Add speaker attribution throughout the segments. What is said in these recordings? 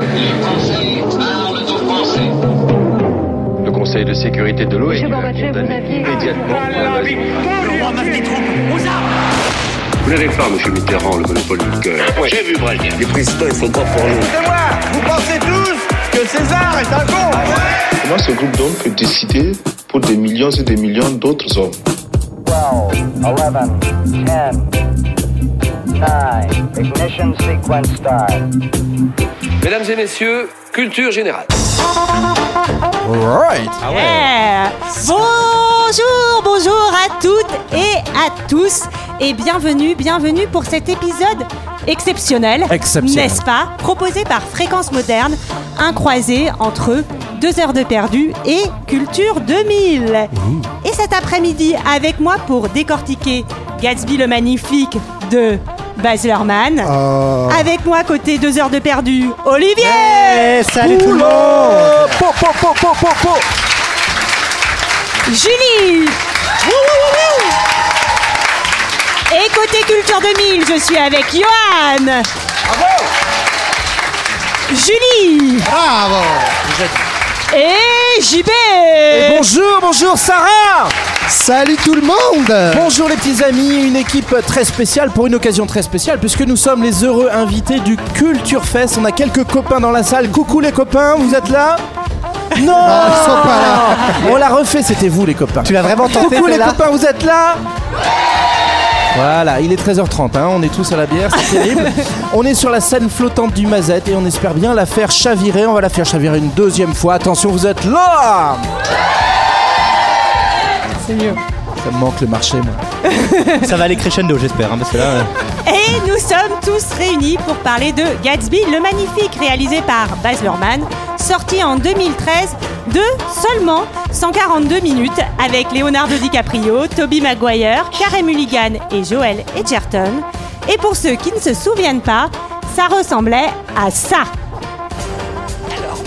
Speaker 1: Les Français parlent aux Français.
Speaker 2: Le Conseil de sécurité de l'ONU a condamné immédiatement
Speaker 3: Vous n'avez pas, monsieur Mitterrand, le monopole du cœur.
Speaker 4: Ouais. J'ai vu Brazil.
Speaker 3: Les présidents, ils sont pas pour nous.
Speaker 5: C'est moi Vous pensez tous que César est un con ah
Speaker 6: ouais Comment ce groupe d'hommes peut décider pour des millions et des millions d'autres hommes
Speaker 7: 12, 11, 10, 9, ignition sequence start.
Speaker 8: Mesdames et messieurs, culture générale.
Speaker 9: Alright.
Speaker 10: Ah ouais. yeah. Eh, Bonjour, bonjour à toutes et à tous et bienvenue, bienvenue pour cet épisode exceptionnel,
Speaker 9: exceptionnel.
Speaker 10: n'est-ce pas Proposé par Fréquence Moderne, un croisé entre deux heures de perdu et Culture 2000. Mmh. Et cet après-midi, avec moi pour décortiquer Gatsby le Magnifique de Baz Luhrmann.
Speaker 9: Oh.
Speaker 10: Euh... Avec moi, côté 2 heures de perdu, Olivier
Speaker 9: hey, Salut Poulot. tout le monde po, po, po,
Speaker 10: Julie Et côté Culture 2000, je suis avec Johan Bravo Julie
Speaker 9: Bravo
Speaker 10: Et JB
Speaker 9: Et Bonjour, bonjour Sarah Salut tout le monde Bonjour les petits amis, une équipe très spéciale pour une occasion très spéciale puisque nous sommes les heureux invités du Culture Fest. On a quelques copains dans la salle. Coucou les copains, vous êtes là non,
Speaker 11: ah, ils sont pas là.
Speaker 9: On l'a refait, c'était vous les copains.
Speaker 11: Tu l'as vraiment tenté.
Speaker 9: Coucou les copains, vous êtes là voilà, il est 13h30, hein, on est tous à la bière, c'est terrible. on est sur la scène flottante du Mazette et on espère bien la faire chavirer. On va la faire chavirer une deuxième fois. Attention, vous êtes là
Speaker 10: C'est mieux.
Speaker 9: Ça me manque le marché, moi.
Speaker 11: Ça va aller crescendo, j'espère. Hein, parce que là, euh...
Speaker 10: Et nous sommes tous réunis pour parler de Gatsby le Magnifique, réalisé par Baz Luhrmann, sorti en 2013 de seulement 142 minutes avec Leonardo DiCaprio, Toby Maguire, Karen Mulligan et Joel Edgerton. Et pour ceux qui ne se souviennent pas, ça ressemblait à ça.
Speaker 9: Alors,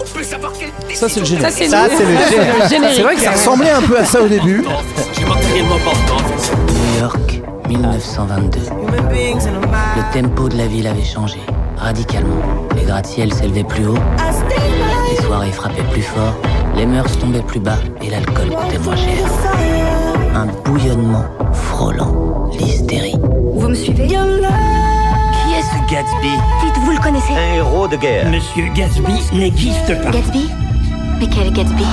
Speaker 9: on peut savoir quel... Ça c'est le générique. Ça c'est le... générique. C'est vrai que ça ressemblait un peu à ça au début.
Speaker 12: New York, 1922. Le tempo de la ville avait changé radicalement. Les gratte-ciels s'élevaient plus haut. Les soirées frappaient plus fort, les mœurs tombaient plus bas et l'alcool coûtait moins cher. Un bouillonnement frôlant l'hystérie.
Speaker 13: Vous me suivez Qui
Speaker 12: est ce Gatsby
Speaker 13: Vite, vous le connaissez
Speaker 14: Un
Speaker 9: Eh.
Speaker 14: héros de guerre.
Speaker 15: Monsieur Gatsby n'existe pas.
Speaker 13: Gatsby Mais quel Gatsby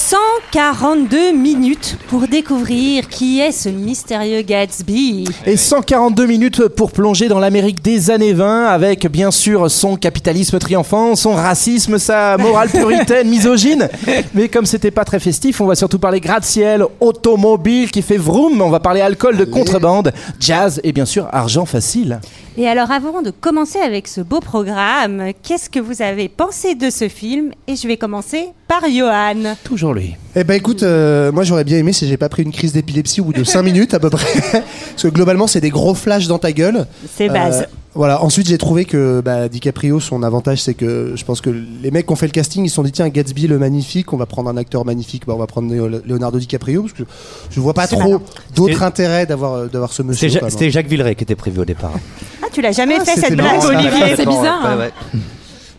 Speaker 10: 142 minutes pour découvrir qui est ce mystérieux Gatsby.
Speaker 9: Et 142 minutes pour plonger dans l'Amérique des années 20 avec bien sûr son capitalisme triomphant, son racisme, sa morale puritaine, misogyne. Mais comme c'était pas très festif, on va surtout parler gratte-ciel, automobile qui fait vroom, on va parler alcool de contrebande, jazz et bien sûr argent facile.
Speaker 10: Et alors avant de commencer avec ce beau programme, qu'est-ce que vous avez pensé de ce film Et je vais commencer par Johan.
Speaker 9: Toujours lui.
Speaker 11: Eh ben écoute, euh, moi j'aurais bien aimé si j'ai pas pris une crise d'épilepsie au bout de 5 minutes à peu près. Parce que globalement c'est des gros flashs dans ta gueule.
Speaker 10: C'est base.
Speaker 11: Euh, voilà, ensuite j'ai trouvé que bah, DiCaprio, son avantage c'est que je pense que les mecs qui ont fait le casting, ils se sont dit tiens Gatsby le magnifique, on va prendre un acteur magnifique, bah, on va prendre Leonardo DiCaprio, parce que je vois pas trop d'autres intérêts d'avoir ce monsieur.
Speaker 9: C'était Jacques Villeray qui était prévu au départ.
Speaker 10: Ah tu l'as jamais ah, fait cette blague Olivier,
Speaker 16: c'est bizarre. Hein. Bah,
Speaker 11: ouais.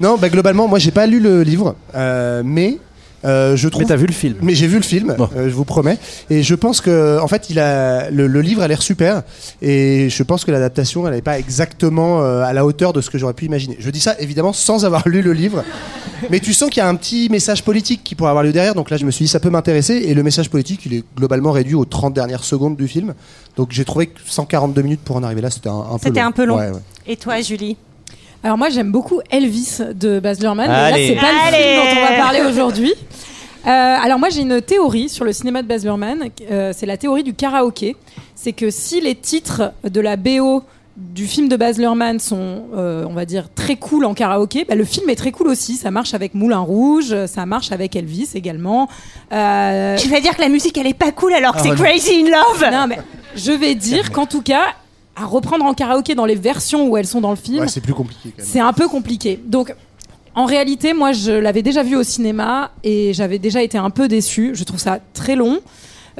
Speaker 11: Non, bah globalement moi j'ai pas lu le livre, euh, mais... Euh, je trouve...
Speaker 9: Mais t'as vu le film
Speaker 11: Mais j'ai vu le film, bon. euh, je vous promets. Et je pense que, en fait, il a le, le livre a l'air super, et je pense que l'adaptation, elle n'est pas exactement euh, à la hauteur de ce que j'aurais pu imaginer. Je dis ça évidemment sans avoir lu le livre, mais tu sens qu'il y a un petit message politique qui pourrait avoir lieu derrière. Donc là, je me suis dit ça peut m'intéresser, et le message politique, il est globalement réduit aux 30 dernières secondes du film. Donc j'ai trouvé que 142 minutes pour en arriver là, c'était un, un, peu long.
Speaker 10: C'était un peu long. Ouais, ouais. Et toi, Julie
Speaker 16: alors moi j'aime beaucoup Elvis de Baz Luhrmann, mais là c'est pas Allez. le film dont on va parler aujourd'hui. Euh, alors moi j'ai une théorie sur le cinéma de Baz Luhrmann, euh, c'est la théorie du karaoké. C'est que si les titres de la BO du film de Baz Luhrmann sont, euh, on va dire, très cool en karaoké, bah, le film est très cool aussi. Ça marche avec Moulin Rouge, ça marche avec Elvis également. Euh,
Speaker 10: Tu vas dire que la musique elle est pas cool alors que ah, c'est Crazy in Love
Speaker 16: Non mais je vais dire qu'en tout cas à reprendre en karaoké dans les versions où elles sont dans le film.
Speaker 11: Ouais, c'est plus compliqué.
Speaker 16: C'est un peu compliqué. Donc, en réalité, moi, je l'avais déjà vu au cinéma et j'avais déjà été un peu déçu. Je trouve ça très long.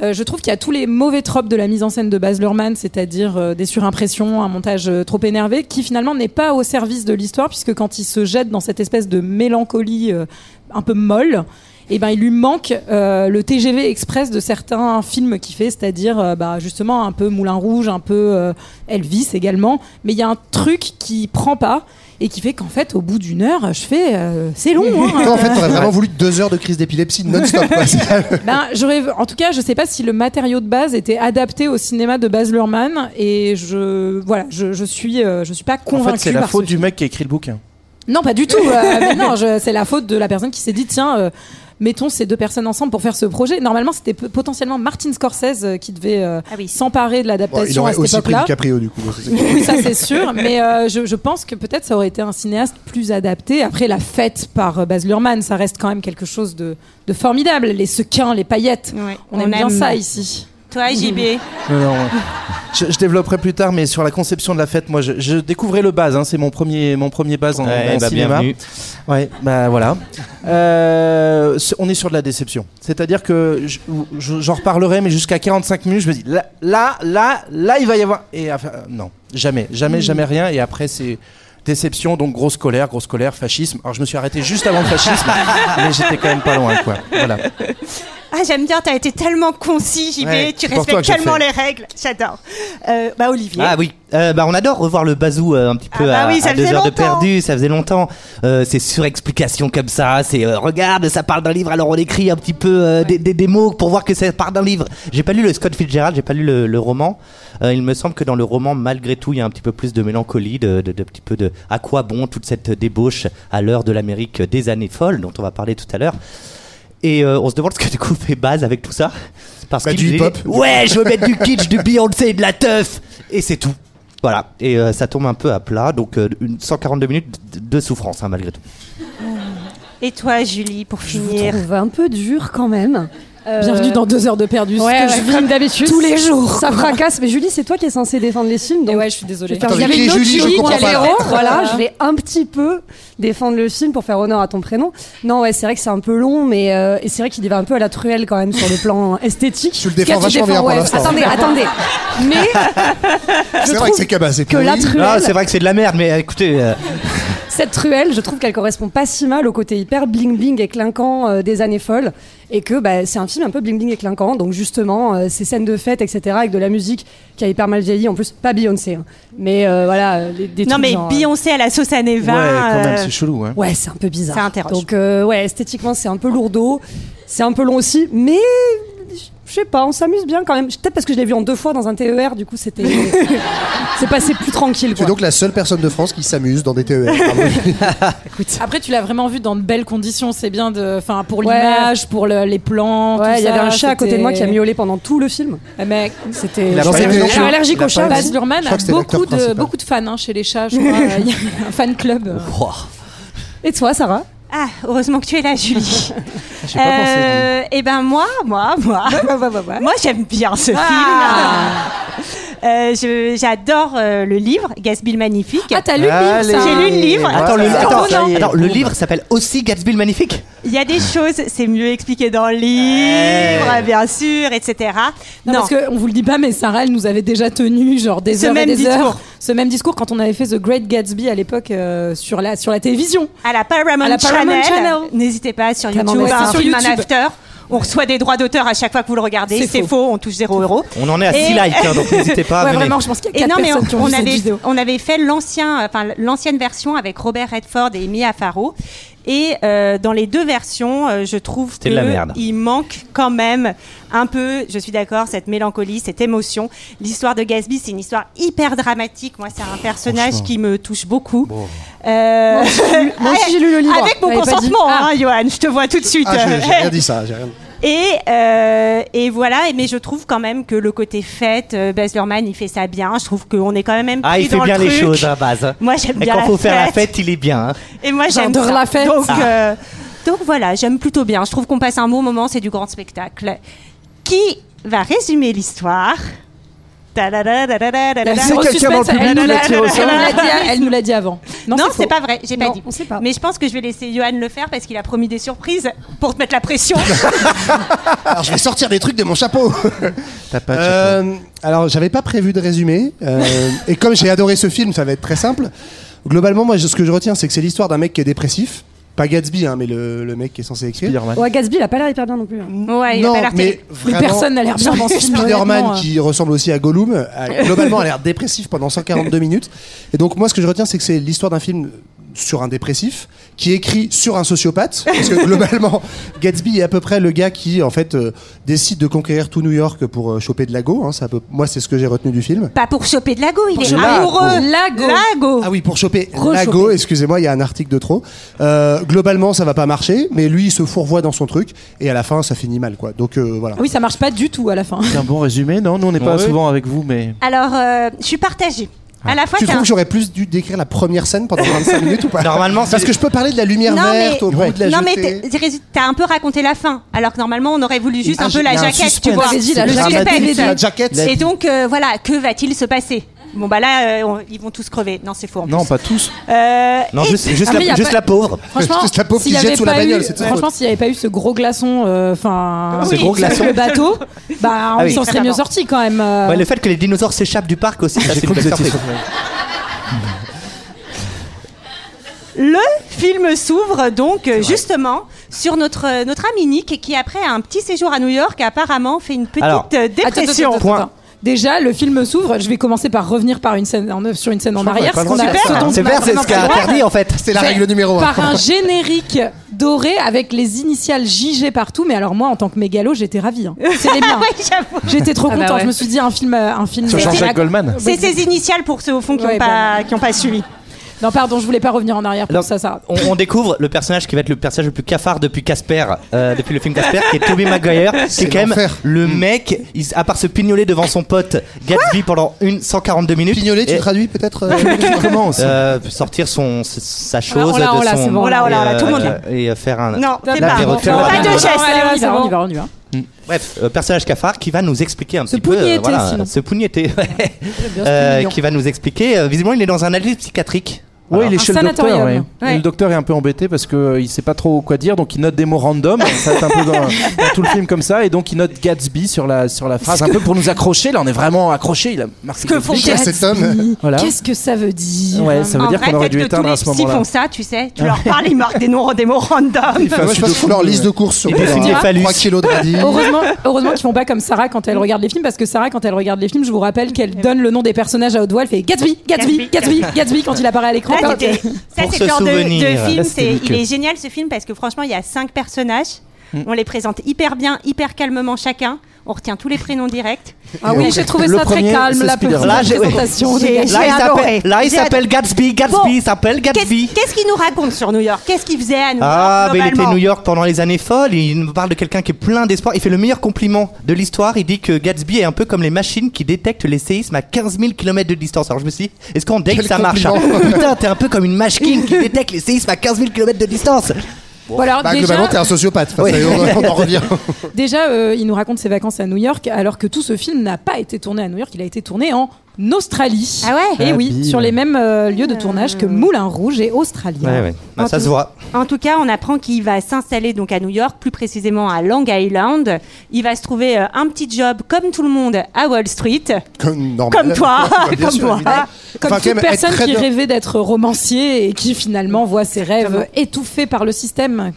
Speaker 13: Euh, je trouve qu'il y a tous les mauvais tropes de la mise en scène de Baz Luhrmann, c'est-à-dire euh, des surimpressions, un montage euh, trop énervé, qui finalement n'est pas au service de l'histoire, puisque quand il se jette dans cette espèce de mélancolie euh, un peu molle, et ben, il lui manque euh, le TGV express de certains films qu'il fait, c'est-à-dire bah, justement un peu Moulin Rouge, un peu Elvis également, mais il y a un truc qui prend pas et qui fait qu'en fait, au bout d'une heure, je fais euh, c'est long. Hein.
Speaker 9: Toi, en fait, t'aurais vraiment voulu deux heures de crise d'épilepsie non-stop.
Speaker 13: ben, j'aurais, en tout cas, je sais pas si le matériau de base était adapté au cinéma de Baz Luhrmann, et je voilà, je, je suis, euh, je suis pas convaincu.
Speaker 17: En fait, c'est la faute ce du film. mec qui a écrit le bouquin.
Speaker 13: Non, pas du tout. Euh, mais non, c'est la faute de la personne qui s'est dit tiens mettons ces deux personnes ensemble pour faire ce projet. Normalement, c'était potentiellement Martin Scorsese qui devait euh, ah oui. s'emparer de l'adaptation. Bon, il
Speaker 9: aurait à cette aussi pris DiCaprio du coup.
Speaker 13: oui, ça c'est sûr. Mais euh, je, je, pense que peut-être ça aurait été un cinéaste plus adapté. Après la fête par euh, Baz Luhrmann, ça reste quand même quelque chose de, de formidable. Les sequins, les paillettes, ouais, on, on, aime, bien aime. ça ici. Mhm.
Speaker 10: Toi, JB
Speaker 17: non, non, je, je, développerai plus tard, mais sur la conception de la fête, moi, je, je découvrais le base. Hein, c'est mon premier, mon premier base en, ouais, en bah, cinéma. Bienvenue. Ouais, bah voilà. Euh, on est sur de la déception. C'est-à-dire que j'en reparlerai, mais jusqu'à 45 minutes, je me dis là, là, là, là, il va y avoir. Et enfin, euh, non, jamais, jamais,
Speaker 18: Hmm.
Speaker 17: jamais rien. Et après, c'est déception, donc grosse colère, grosse colère, fascisme. Alors je me suis arrêté juste avant le fascisme, mais j'étais quand même pas loin, quoi. Voilà.
Speaker 7: Bah,
Speaker 10: Ah, j'aime bien, t'as été tellement concis, JB, ouais, tu respectes tellement les règles, j'adore. Euh, bah, Olivier.
Speaker 7: Ah oui, euh, bah, on adore revoir le bazou euh, un petit peu
Speaker 10: ah, bah, oui,
Speaker 7: à, à deux heures
Speaker 10: longtemps.
Speaker 7: de perdu, ça faisait longtemps. c'est surexplication comme ça, c'est regarde, ça parle d'un livre, alors on écrit un petit peu ouais. des, des, des, mots pour voir que ça part d'un livre. J'ai pas lu le Scott Fitzgerald, j'ai pas lu le, le roman. il me semble que dans le roman, malgré tout, il y a un petit peu plus de mélancolie, de, de, de petit peu de à quoi bon toute cette débauche à l'heure de l'Amérique des années folles, dont on va parler tout à l'heure. Et euh, on se demande ce que du coup fait Baz avec tout ça.
Speaker 9: Parce bah, du hip hop.
Speaker 7: Ouais, je veux mettre du kitsch, du Beyoncé et de la teuf. Et c'est tout. Voilà. Et euh, ça tombe un peu à plat. Donc euh, une 142 minutes de souffrance, hein, malgré tout.
Speaker 10: Et toi, Julie, pour finir
Speaker 18: Je vous trouve un peu dur quand même.
Speaker 13: Bienvenue dans deux heures de
Speaker 18: ouais,
Speaker 13: perdu, ce que
Speaker 18: ouais, je vis d'habitude
Speaker 13: tous les jours.
Speaker 18: Ça fracasse, mais Julie, c'est toi qui es censée défendre les films. Donc
Speaker 13: et ouais, je suis désolée.
Speaker 18: Il y avait une autre Julie, Julie qui allait voilà, je vais un petit peu défendre le film pour faire honneur à ton prénom. Non, ouais, c'est vrai que c'est un peu long, mais euh, et c'est vrai qu'il y va un peu à la truelle quand même sur le plan esthétique.
Speaker 9: Tu le défends vachement bien pour ouais. l'instant.
Speaker 18: Attendez, attendez. Mais
Speaker 9: c'est vrai que c'est cabassé.
Speaker 18: Que la truelle.
Speaker 7: Ah, c'est vrai que c'est de la merde, mais écoutez. Euh...
Speaker 18: Cette truelle, je trouve qu'elle correspond pas si mal au côté hyper bling bling et clinquant euh, des années folles, et que bah, c'est un film un peu bling bling et clinquant. Donc justement, euh, ces scènes de fête, etc., avec de la musique qui a hyper mal vieilli. En plus, pas Beyoncé, hein. mais euh, voilà, les, des
Speaker 10: Non,
Speaker 18: trucs
Speaker 10: mais
Speaker 18: genre, euh,
Speaker 10: Beyoncé à la sauce à Neva. euh,
Speaker 17: Ouais, quand
Speaker 10: Bah,
Speaker 17: même, c'est chelou. Hein.
Speaker 18: Ouais, c'est un peu bizarre.
Speaker 10: Ça interroge.
Speaker 18: Donc euh, ouais, esthétiquement, c'est un peu lourdeau, c'est un peu long aussi, mais je sais pas, on s'amuse bien quand même. Peut-être parce que je l'ai vu en deux fois dans un TER, du coup c'était. c'est passé plus tranquille.
Speaker 9: Tu es donc la seule personne de France qui s'amuse dans des E TER.
Speaker 13: Après, tu l'as vraiment vu dans de belles conditions. C'est bien de. Enfin, pour ouais. l'image, pour le, les plans.
Speaker 18: Ouais, il y avait un chat à côté de moi qui a miaulé pendant tout le film.
Speaker 13: Mais c'était.
Speaker 18: J'étais allergique au chat.
Speaker 13: Baz Luhrmann a beaucoup de, beaucoup de fans hein, chez les chats. Je crois. il y a un fan club.
Speaker 7: Wow.
Speaker 18: Et toi, Sarah
Speaker 10: ah, heureusement que tu es là, Julie.
Speaker 7: J'ai pas euh, pensé.
Speaker 10: Eh ben moi, moi, moi, moi j'aime bien ce ah. film. Euh, J'adore euh, le livre Gatsby le magnifique.
Speaker 13: Ah, t'as lu le livre
Speaker 10: J'ai lu le livre. hein.
Speaker 7: Attends, le, attends, attends, attends, le livre s'appelle aussi Gatsby le magnifique
Speaker 10: Il y a des choses, c'est mieux expliqué dans le livre, hey. bien sûr, etc.
Speaker 13: Non, non. parce qu'on vous le dit pas, mais Sarah, elle nous avait déjà tenu genre des
Speaker 10: ce
Speaker 13: heures
Speaker 10: même
Speaker 13: et des
Speaker 10: discours.
Speaker 13: Heures, ce même discours quand on avait fait The Great Gatsby à l'époque euh, sur la sur la télévision.
Speaker 10: À la Paramount, à la Paramount N'hésitez pas sur YouTube, non, un sur film YouTube. Un after. On reçoit des droits d'auteur à chaque fois que vous le regardez. C'est faux. faux. on touche 0 euros.
Speaker 7: On en est à 6 et... likes, hein, donc n'hésitez pas à
Speaker 13: ouais,
Speaker 7: venir.
Speaker 13: Vraiment, je pense qu'il y a 4 personnes
Speaker 10: on,
Speaker 13: qui ont
Speaker 10: on
Speaker 13: vu
Speaker 10: avait,
Speaker 13: cette vidéo.
Speaker 10: On avait fait l'ancien, enfin, l'ancienne version avec Robert Redford et Mia Farrow. Et euh, dans les deux versions, euh, je trouve qu'il manque quand même un peu, je suis d'accord, cette mélancolie, cette émotion. L'histoire de Gatsby, c'est une histoire hyper dramatique. Moi, c'est un personnage qui me touche beaucoup. Bon.
Speaker 18: Euh... Moi, aussi, moi aussi, j'ai lu le livre.
Speaker 10: Avec mon consentement, hein, ah. Johan, je te vois tout de suite.
Speaker 9: Ah, j'ai rien dit ça, j'ai rien dit.
Speaker 10: Et, euh, et, voilà, mais je trouve quand même que le côté fête, euh, Baz Luhrmann, il fait ça bien. Je trouve qu'on est quand même.
Speaker 7: Ah, il fait
Speaker 10: dans
Speaker 7: bien
Speaker 10: le
Speaker 7: les
Speaker 10: truc.
Speaker 7: choses à base.
Speaker 10: Moi, j'aime bien.
Speaker 7: quand
Speaker 10: la
Speaker 7: faut
Speaker 10: fête.
Speaker 7: faire la fête, il est bien. Hein.
Speaker 10: Et moi, j'aime
Speaker 13: la fête.
Speaker 10: Donc, ah. euh, donc voilà, j'aime plutôt bien. Je trouve qu'on passe un bon moment. C'est du grand spectacle. Qui va résumer l'histoire
Speaker 13: elle nous l'a dit, dit avant.
Speaker 10: Non, c'est pas vrai, j'ai pas
Speaker 7: Non,
Speaker 10: dit.
Speaker 7: on sait pas.
Speaker 10: Mais je pense que je vais laisser Johan le faire parce qu'il a promis des surprises pour te mettre la pression.
Speaker 9: Alors, je vais sortir des trucs de mon chapeau. Euh, alors, j'avais pas prévu de résumer. euh, et comme j'ai adoré ce film, ça va être très simple. Globalement, moi, je- ce que je retiens, c'est que c'est l'histoire d'un mec qui est dépressif. Pas Gatsby, hein, mais le, le mec qui est censé écrire.
Speaker 7: Ouais, Gatsby, il a pas l'air hyper bien non plus. hein.
Speaker 10: Ouais,
Speaker 9: non, mais, vraiment,
Speaker 7: personne n'a l'air bien dans ce film.
Speaker 9: Spider-Man
Speaker 7: honnêtement, euh.
Speaker 9: qui ressemble aussi à Gollum, a globalement a l'air dépressif pendant 142 minutes. Et donc moi, ce que je retiens, c'est que c'est l'histoire d'un film sur un dépressif qui est écrit sur un sociopathe. Parce que globalement, Gatsby est à peu près le gars qui, en fait, euh, décide de conquérir tout New York pour euh, choper de l'ago. Hein, c'est à peu- moi, c'est ce que j'ai retenu du film.
Speaker 10: Pas pour choper de l'ago, il
Speaker 9: Pour
Speaker 10: est
Speaker 9: choper-
Speaker 10: amoureux.
Speaker 13: Lago.
Speaker 9: Ah oui, pour choper
Speaker 10: Rechoper.
Speaker 9: Lago, excusez-moi, il y a un article de trop. Euh, globalement, ça va pas marcher, mais lui, il se fourvoie dans son truc, et à la fin, ça finit mal, quoi. Donc euh, voilà.
Speaker 13: Ah Oui, ça marche pas du tout à la fin.
Speaker 17: C'est un bon résumé, non Nous, on n'est pas
Speaker 9: Ouais.
Speaker 17: souvent avec vous, mais.
Speaker 10: Alors, euh, je suis partagée. À la fois,
Speaker 9: tu
Speaker 10: t'as
Speaker 9: trouves
Speaker 10: un-
Speaker 9: que j'aurais plus dû décrire la première scène pendant 25 minutes ou pas Normalement, parce que je peux parler de la lumière
Speaker 10: Non, mais-
Speaker 9: verte au bout de la
Speaker 10: non, mais
Speaker 9: jetée.
Speaker 10: t'es- t'es- t'as un peu raconté la fin, alors que normalement on aurait voulu juste un
Speaker 9: Ah,
Speaker 10: peu
Speaker 9: j'ai-
Speaker 10: la
Speaker 9: il y a un
Speaker 10: jaquette, tu
Speaker 9: suspense.
Speaker 10: vois.
Speaker 9: Vous avez dit la
Speaker 10: Le
Speaker 9: jaquette.
Speaker 10: suspense.
Speaker 9: Il a dit la jaquette.
Speaker 10: Et donc euh, voilà, que va-t-il se passer Bon bah là, euh, on- ils vont tous crever. Non, c'est faux. en
Speaker 17: Non,
Speaker 10: plus.
Speaker 17: pas tous.
Speaker 10: Euh,
Speaker 18: Non,
Speaker 10: et-
Speaker 18: juste, juste
Speaker 13: Ah, mais y
Speaker 18: la,
Speaker 13: a
Speaker 18: juste
Speaker 13: pas-
Speaker 18: la pauvre.
Speaker 13: Franchement, s'il y avait pas eu- Franchement, s'il n'y avait pas eu ce gros glaçon, euh, enfin,
Speaker 18: Ce gros
Speaker 13: sur
Speaker 18: glaçon.
Speaker 13: le bateau, bah,
Speaker 18: Ah
Speaker 13: on
Speaker 18: oui.
Speaker 13: s'en serait mieux sorti quand même. euh.
Speaker 18: Ouais, le fait que les dinosaures s'échappent du parc aussi, ça, c'est une
Speaker 17: cru que
Speaker 18: belle
Speaker 17: vous étiez
Speaker 18: surprise.
Speaker 10: Le film s'ouvre donc euh, justement sur notre, euh, notre ami Nick qui, après un petit séjour à New York, a apparemment fait une petite
Speaker 13: Alors,
Speaker 10: euh,
Speaker 13: attends,
Speaker 10: dépression.
Speaker 13: attends, attends, attends. Déjà, le film s'ouvre. Je vais commencer par revenir par une scène en, sur une scène en
Speaker 18: crois
Speaker 13: arrière.
Speaker 18: qu'on a
Speaker 13: ce qu'on
Speaker 18: pas
Speaker 13: a-
Speaker 18: le droit.
Speaker 13: ce dont
Speaker 18: C'est
Speaker 13: on a
Speaker 18: vert, c'est
Speaker 13: vraiment
Speaker 18: ce qu'a
Speaker 13: pas le droit.
Speaker 10: Ah
Speaker 18: interdit, en fait. C'est la règle numéro un.
Speaker 13: Par un générique doré avec les initiales JG partout. Mais alors moi, en tant que mégalo, j'étais ravie. hein. C'est les miens. J'étais trop
Speaker 10: Ah bah
Speaker 13: contente.
Speaker 10: ouais.
Speaker 13: Je me suis dit un film, euh, un film.
Speaker 17: Sur Jean-Jacques Goldman.
Speaker 10: C'est ses initiales pour ceux au fond qui n'ont
Speaker 13: Ouais,
Speaker 10: pas, qui ont pas suivi.
Speaker 13: Non, pardon, je voulais pas revenir en arrière pour
Speaker 18: Donc,
Speaker 13: ça. ça.
Speaker 18: On, on découvre le personnage qui va être le personnage le plus cafard depuis Casper, euh, depuis le film Casper, qui est Tobey Maguire, qui
Speaker 9: C'est
Speaker 18: est quand même
Speaker 9: l'enfer. Hmm.
Speaker 18: le mec, il s- à part se pignoler devant son pote Gatsby pendant une 142 minutes.
Speaker 9: Pignoler, tu
Speaker 18: et-
Speaker 9: traduis peut-être
Speaker 18: Euh, sortir son, sa chose
Speaker 13: on l'a,
Speaker 18: de
Speaker 13: on l'a,
Speaker 18: son
Speaker 13: oh c'est bon, on l'a, on l'a, on l'a,
Speaker 18: et,
Speaker 13: tout le
Speaker 18: euh,
Speaker 13: monde
Speaker 18: et euh, faire un
Speaker 10: Non, c'est
Speaker 18: des
Speaker 10: pas.
Speaker 18: refaire-
Speaker 10: Pas de geste.
Speaker 13: Ouais, ouais,
Speaker 10: oui,
Speaker 13: c'est
Speaker 10: c'est
Speaker 13: bon,
Speaker 10: bon.
Speaker 13: on y va, on y va.
Speaker 18: Bref, euh, personnage cafard qui va nous expliquer un petit peu. euh,
Speaker 13: pougnetter,
Speaker 18: voilà,
Speaker 13: sinon.
Speaker 18: Ce pougnetter, ouais.
Speaker 13: bien, ce
Speaker 18: Euh,
Speaker 13: pougnon.
Speaker 18: qui va nous expliquer. euh, visiblement, il est dans un asile psychiatrique.
Speaker 17: Oui,
Speaker 18: Alors,
Speaker 17: il est chez le docteur.
Speaker 13: sanatorium.
Speaker 17: ouais.
Speaker 13: Ouais.
Speaker 17: Le docteur est un peu embêté parce qu'il ne sait pas trop quoi dire, donc il note des mots random. hein. ça va être un peu dans, dans tout le film comme ça, et donc il note Gatsby sur la, sur la phrase, un peu pour nous accrocher. Là, on est vraiment accroché. Il a marqué
Speaker 10: que
Speaker 17: Gatsby.
Speaker 10: font Gatsby
Speaker 9: cet homme
Speaker 17: Voilà.
Speaker 13: Qu'est-ce que ça veut dire
Speaker 17: Ouais, ça veut
Speaker 10: en
Speaker 17: dire
Speaker 10: vrai,
Speaker 17: qu'on aurait
Speaker 10: peut-être
Speaker 17: dû
Speaker 10: que
Speaker 17: éteindre à ce
Speaker 10: tous les psys
Speaker 17: moment-là.
Speaker 10: font ça, tu sais. Tu leur parles, ils marquent des noms, des mots random.
Speaker 17: fait un
Speaker 9: Moi, je pense
Speaker 17: pseudo-fou,
Speaker 9: qu'il faut leur liste
Speaker 17: ouais.
Speaker 9: de courses sur
Speaker 18: Il définit
Speaker 9: Pandora.
Speaker 18: les phallus.
Speaker 9: 3 kilos de radis.
Speaker 13: Heureusement, heureusement qu'ils font pas comme Sarah quand elle regarde les films, parce que Sarah, quand elle regarde les films, je vous rappelle qu'elle donne le nom des personnages à haute voix. Elle fait Gatsby, Gatsby, Gatsby, Gatsby quand il apparaît à l'écran. euh,
Speaker 10: Là, c'était- ça,
Speaker 18: Pour
Speaker 10: c'est
Speaker 18: se
Speaker 10: le genre de,
Speaker 18: souvenir.
Speaker 10: de film.
Speaker 18: Là,
Speaker 10: c'est-
Speaker 18: c'était
Speaker 10: il
Speaker 18: Luc.
Speaker 10: est génial ce film parce que franchement, il y a cinq personnages. On les présente hyper bien, hyper calmement chacun. On retient tous les prénoms directs.
Speaker 13: Ah oui, j'ai trouvé
Speaker 17: Le
Speaker 13: ça très
Speaker 17: premier,
Speaker 13: calme,
Speaker 17: c'est
Speaker 13: la
Speaker 17: Spider-Man.
Speaker 18: Là, j'ai-
Speaker 13: présentation.
Speaker 10: J'ai-
Speaker 13: des
Speaker 10: j'ai-
Speaker 13: gars.
Speaker 18: Là, il
Speaker 10: adoré.
Speaker 18: s'appelle- là, il
Speaker 10: J'ai ad-
Speaker 18: s'appelle Gatsby. Gatsby,
Speaker 10: Bon.
Speaker 18: il s'appelle Gatsby.
Speaker 10: Qu'est-ce qu'est-ce qu'il nous raconte sur New York Qu'est-ce qu'il faisait à New
Speaker 18: Ah,
Speaker 10: York
Speaker 18: ben il était à
Speaker 10: globalement
Speaker 18: New York pendant les années folles. Il nous parle de quelqu'un qui est plein d'espoir. Il fait le meilleur compliment de l'histoire. Il dit que Gatsby est un peu comme les machines qui détectent les séismes à 15 000 km de distance. Alors je me suis dit, est-ce qu'en date
Speaker 9: Quel
Speaker 18: ça marche
Speaker 9: compliment.
Speaker 18: hein Putain, t'es un peu comme une machine qui détecte les séismes à 15 000 km de distance.
Speaker 13: Bon, alors,
Speaker 9: Bah,
Speaker 13: déjà,
Speaker 9: globalement, t'es un sociopathe. Enfin,
Speaker 18: Oui.
Speaker 9: ça y est, on en revient.
Speaker 13: déjà, euh, il nous raconte ses vacances à New York, alors que tout ce film n'a pas été tourné à New York, il a été tourné en Australie.
Speaker 10: Ah ouais
Speaker 13: Et oui,
Speaker 17: Habile.
Speaker 13: sur les mêmes euh, lieux de tournage que Moulin Rouge et Australie.
Speaker 18: Bah, ça se voit.
Speaker 10: En tout cas, on apprend qu'il va s'installer donc à New York, plus précisément à Long Island. Il va se trouver euh, un petit job comme tout le monde à Wall Street.
Speaker 9: Comme, normal.
Speaker 10: Comme toi,
Speaker 9: Euh, Bien
Speaker 10: comme
Speaker 9: sûr,
Speaker 10: toi.
Speaker 9: évidemment.
Speaker 13: Comme
Speaker 9: Enfin, quand
Speaker 13: toute
Speaker 9: même, être
Speaker 13: personne
Speaker 9: très
Speaker 13: qui
Speaker 9: bien-
Speaker 13: rêvait d'être romancier et qui finalement voit ses rêves étouffés par le système.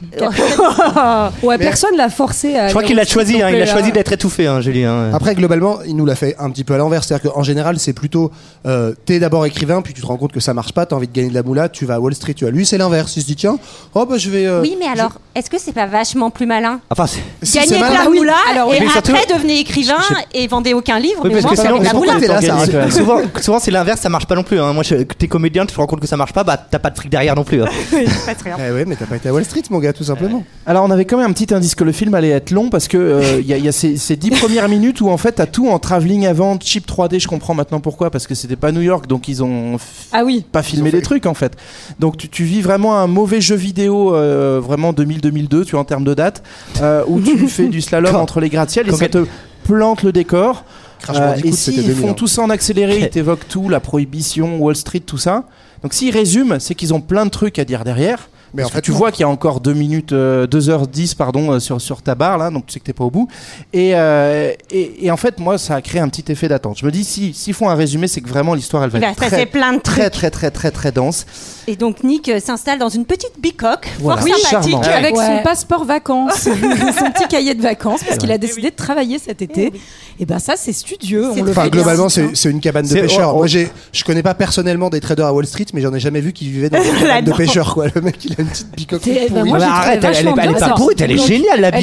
Speaker 7: Ouais, personne l'a forcé à.
Speaker 18: Je crois
Speaker 7: aller
Speaker 18: qu'il l'a
Speaker 7: au-
Speaker 18: choisi.
Speaker 7: s'il te
Speaker 18: hein, il
Speaker 13: euh,
Speaker 18: a
Speaker 7: plaît,
Speaker 18: choisi
Speaker 7: là.
Speaker 18: d'être étouffé, hein, Julie. hein.
Speaker 9: Après, globalement, il nous l'a fait un petit peu à l'envers. C'est-à-dire qu'en général, c'est plutôt euh, t'es d'abord écrivain, puis tu te rends compte que ça marche pas, t'as envie de gagner de la moula, tu vas à Wall Street, tu vas lui, c'est l'inverse. Il se dit tiens, oh bah je vais. euh,
Speaker 10: Oui, mais alors, est-ce que c'est pas vachement plus malin
Speaker 18: Enfin, c'est-
Speaker 9: si, c'est
Speaker 10: Gagner de
Speaker 9: malin.
Speaker 10: la
Speaker 9: Ah oui.
Speaker 10: moula
Speaker 13: alors oui.
Speaker 10: et
Speaker 18: Mais surtout-
Speaker 10: après devenez écrivain et vendez aucun livre,
Speaker 18: Oui,
Speaker 10: mais
Speaker 18: parce que
Speaker 10: au
Speaker 18: sinon,
Speaker 10: moins faire de la
Speaker 9: sinon,
Speaker 10: moula.
Speaker 9: t'es là, ça
Speaker 17: Organique,
Speaker 9: arrête.
Speaker 17: ouais.
Speaker 18: souvent, souvent c'est l'inverse, ça marche pas non plus. hein. Moi, je, que t'es comédien, tu te rends compte que ça marche pas, bah t'as pas de fric derrière non plus. hein.
Speaker 9: Eh ouais, mais t'as pas été à Wall Street, mon gars, tout simplement.
Speaker 17: Alors on avait quand même un petit indice que le film allait être long parce que euh, il y a, il y a ces, ces dix premières minutes où en fait t'as tout en travelling avant chip 3D. Je comprends maintenant pourquoi parce que c'était pas New York donc ils ont f-
Speaker 13: Ah oui.
Speaker 17: pas filmé des trucs en fait. Donc tu, tu vis vraiment un mauvais jeu vidéo euh, vraiment 2000-2002 tu vois en termes de date euh, où tu fais du slalom
Speaker 18: Quand-
Speaker 17: entre les gratte-ciel et
Speaker 18: quand-
Speaker 17: ça te plante le décor. Euh,
Speaker 9: Crash Bandicoot,
Speaker 17: et
Speaker 9: c'était
Speaker 17: s'ils
Speaker 9: 2000, hein.
Speaker 17: font tout ça en accéléré, ils t'évoquent tout, la prohibition, Wall Street, tout ça. Donc s'ils résument, c'est qu'ils ont plein de trucs à dire derrière. Mais en fait, tu vois qu'il y a encore 2 minutes, euh, 2h10 pardon, euh, sur, sur ta barre, là, donc tu sais que t'es pas au bout. Et, euh, et, et, en fait, moi, ça a créé un petit effet d'attente. Je me dis, si, s'ils font un résumé, c'est que vraiment l'histoire, elle va
Speaker 10: Bah,
Speaker 17: être
Speaker 10: ça,
Speaker 17: très,
Speaker 10: c'est plein de
Speaker 17: très, très,
Speaker 10: trucs.
Speaker 17: très, très, très dense.
Speaker 10: Et donc Nick euh, s'installe dans une petite bicoque,
Speaker 17: Voilà.
Speaker 10: fort
Speaker 17: Oui,
Speaker 10: sympathique.
Speaker 17: charmant. Ouais.
Speaker 13: Avec son
Speaker 10: Ouais.
Speaker 13: passeport vacances, son petit cahier de vacances, parce qu'il a décidé de travailler cet été. Et ben ça, c'est studieux. On le
Speaker 9: Enfin,
Speaker 13: fait
Speaker 9: globalement,
Speaker 13: bien.
Speaker 9: Eh c'est c'est une cabane de
Speaker 13: C'est-
Speaker 9: pêcheurs.
Speaker 13: oh, oh.
Speaker 9: Moi, j'ai, je connais pas personnellement des traders à Wall Street, mais j'en ai jamais vu qui vivaient dans une cabane de
Speaker 13: Là-dedans.
Speaker 9: pêcheurs, quoi. Le mec, il a une petite bicoque.
Speaker 13: T'es- bah,
Speaker 9: pourrie.
Speaker 13: moi, j'ai trouvé vachement bien. Alors, donc, elle est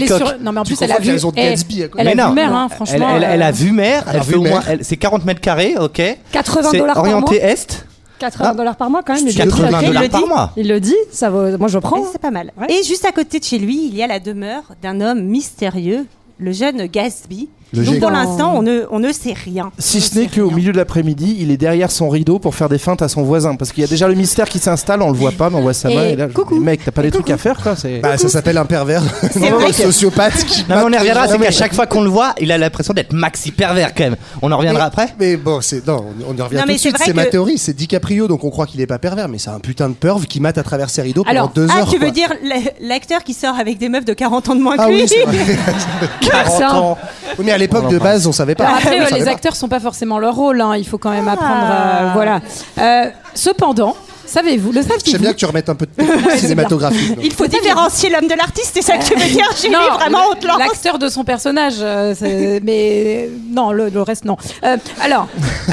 Speaker 13: sur- Non, mais en
Speaker 9: Tu
Speaker 13: plus, elle
Speaker 9: crois que la
Speaker 13: a vu.
Speaker 9: maison de
Speaker 13: eh,
Speaker 9: Gatsby, à côté
Speaker 13: Elle
Speaker 7: Mais
Speaker 13: a
Speaker 7: non.
Speaker 13: vu mer, hein,
Speaker 7: Elle-
Speaker 13: franchement.
Speaker 7: Elle, elle a
Speaker 13: euh,
Speaker 7: vu mer,
Speaker 9: Elle a
Speaker 7: elle fait
Speaker 9: vu
Speaker 7: au moins,
Speaker 9: mer.
Speaker 7: elle- c'est 40 mètres carrés, ok.
Speaker 18: 80
Speaker 7: C'est
Speaker 18: dollars par
Speaker 7: orienté
Speaker 18: mois.
Speaker 7: est.
Speaker 18: 80
Speaker 7: Ah.
Speaker 18: dollars par mois quand même.
Speaker 7: Studio 80
Speaker 18: il le
Speaker 7: dollars
Speaker 18: dit.
Speaker 7: par mois.
Speaker 18: Il le dit, ça vaut- moi je prends.
Speaker 13: hein.
Speaker 10: Ouais, C'est pas mal. Et juste à côté de chez lui, il y a la demeure d'un homme mystérieux, le jeune Gatsby.
Speaker 17: Le
Speaker 10: Donc
Speaker 17: géant.
Speaker 10: pour l'instant, on ne, on ne sait rien.
Speaker 17: Si ce n'est qu'au milieu de l'après-midi, il est derrière son rideau pour faire des feintes à son voisin. Parce qu'il y a déjà le mystère qui s'installe, on le voit pas, mais on voit sa
Speaker 10: Et
Speaker 17: main. Et là, je dis, mec, t'as pas des trucs à faire, quoi. c'est-
Speaker 9: Bah, ça s'appelle un pervers.
Speaker 17: C'est vrai
Speaker 9: Un
Speaker 17: que-
Speaker 9: sociopathe qui.
Speaker 7: Non, mais on y reviendra, c'est
Speaker 9: Ah,
Speaker 7: qu'à
Speaker 9: oui.
Speaker 7: chaque fois qu'on le voit, il a l'impression d'être maxi pervers quand même. On en reviendra
Speaker 9: Mais-
Speaker 7: après.
Speaker 9: Mais bon, c'est non, on, on y revient
Speaker 10: Non,
Speaker 9: tout
Speaker 10: mais c'est
Speaker 9: de suite.
Speaker 10: vrai
Speaker 9: C'est ma
Speaker 10: que-
Speaker 9: théorie, c'est DiCaprio, donc on croit qu'il est pas pervers, mais c'est un putain de perve qui mate à travers ses rideaux pendant
Speaker 10: Alors,
Speaker 9: deux
Speaker 10: ah,
Speaker 9: heures.
Speaker 10: tu veux
Speaker 9: quoi.
Speaker 10: dire l- l'acteur qui sort avec des meufs de 40 ans de moins que
Speaker 9: Ah
Speaker 10: lui
Speaker 9: oui, c'est vrai.
Speaker 10: 40 ans.
Speaker 9: Oui, mais à l'époque de base, on savait pas.
Speaker 13: Alors après,
Speaker 9: On
Speaker 13: euh,
Speaker 9: savait
Speaker 13: les
Speaker 9: pas.
Speaker 13: acteurs sont pas forcément leur rôle. hein, Il faut quand même apprendre. euh,
Speaker 10: Ah.
Speaker 13: voilà. Euh, cependant, savez-vous, le savez-vous
Speaker 9: J'aime bien que tu remettes un peu de technique cinématographique.
Speaker 10: Il faut différencier l'homme de l'artiste, c'est ça que tu veux dire J'ai
Speaker 13: Non,
Speaker 10: mis vraiment haute lance.
Speaker 13: L'acteur de son personnage, euh, c'est- mais non, le, le reste non. Euh, alors, euh,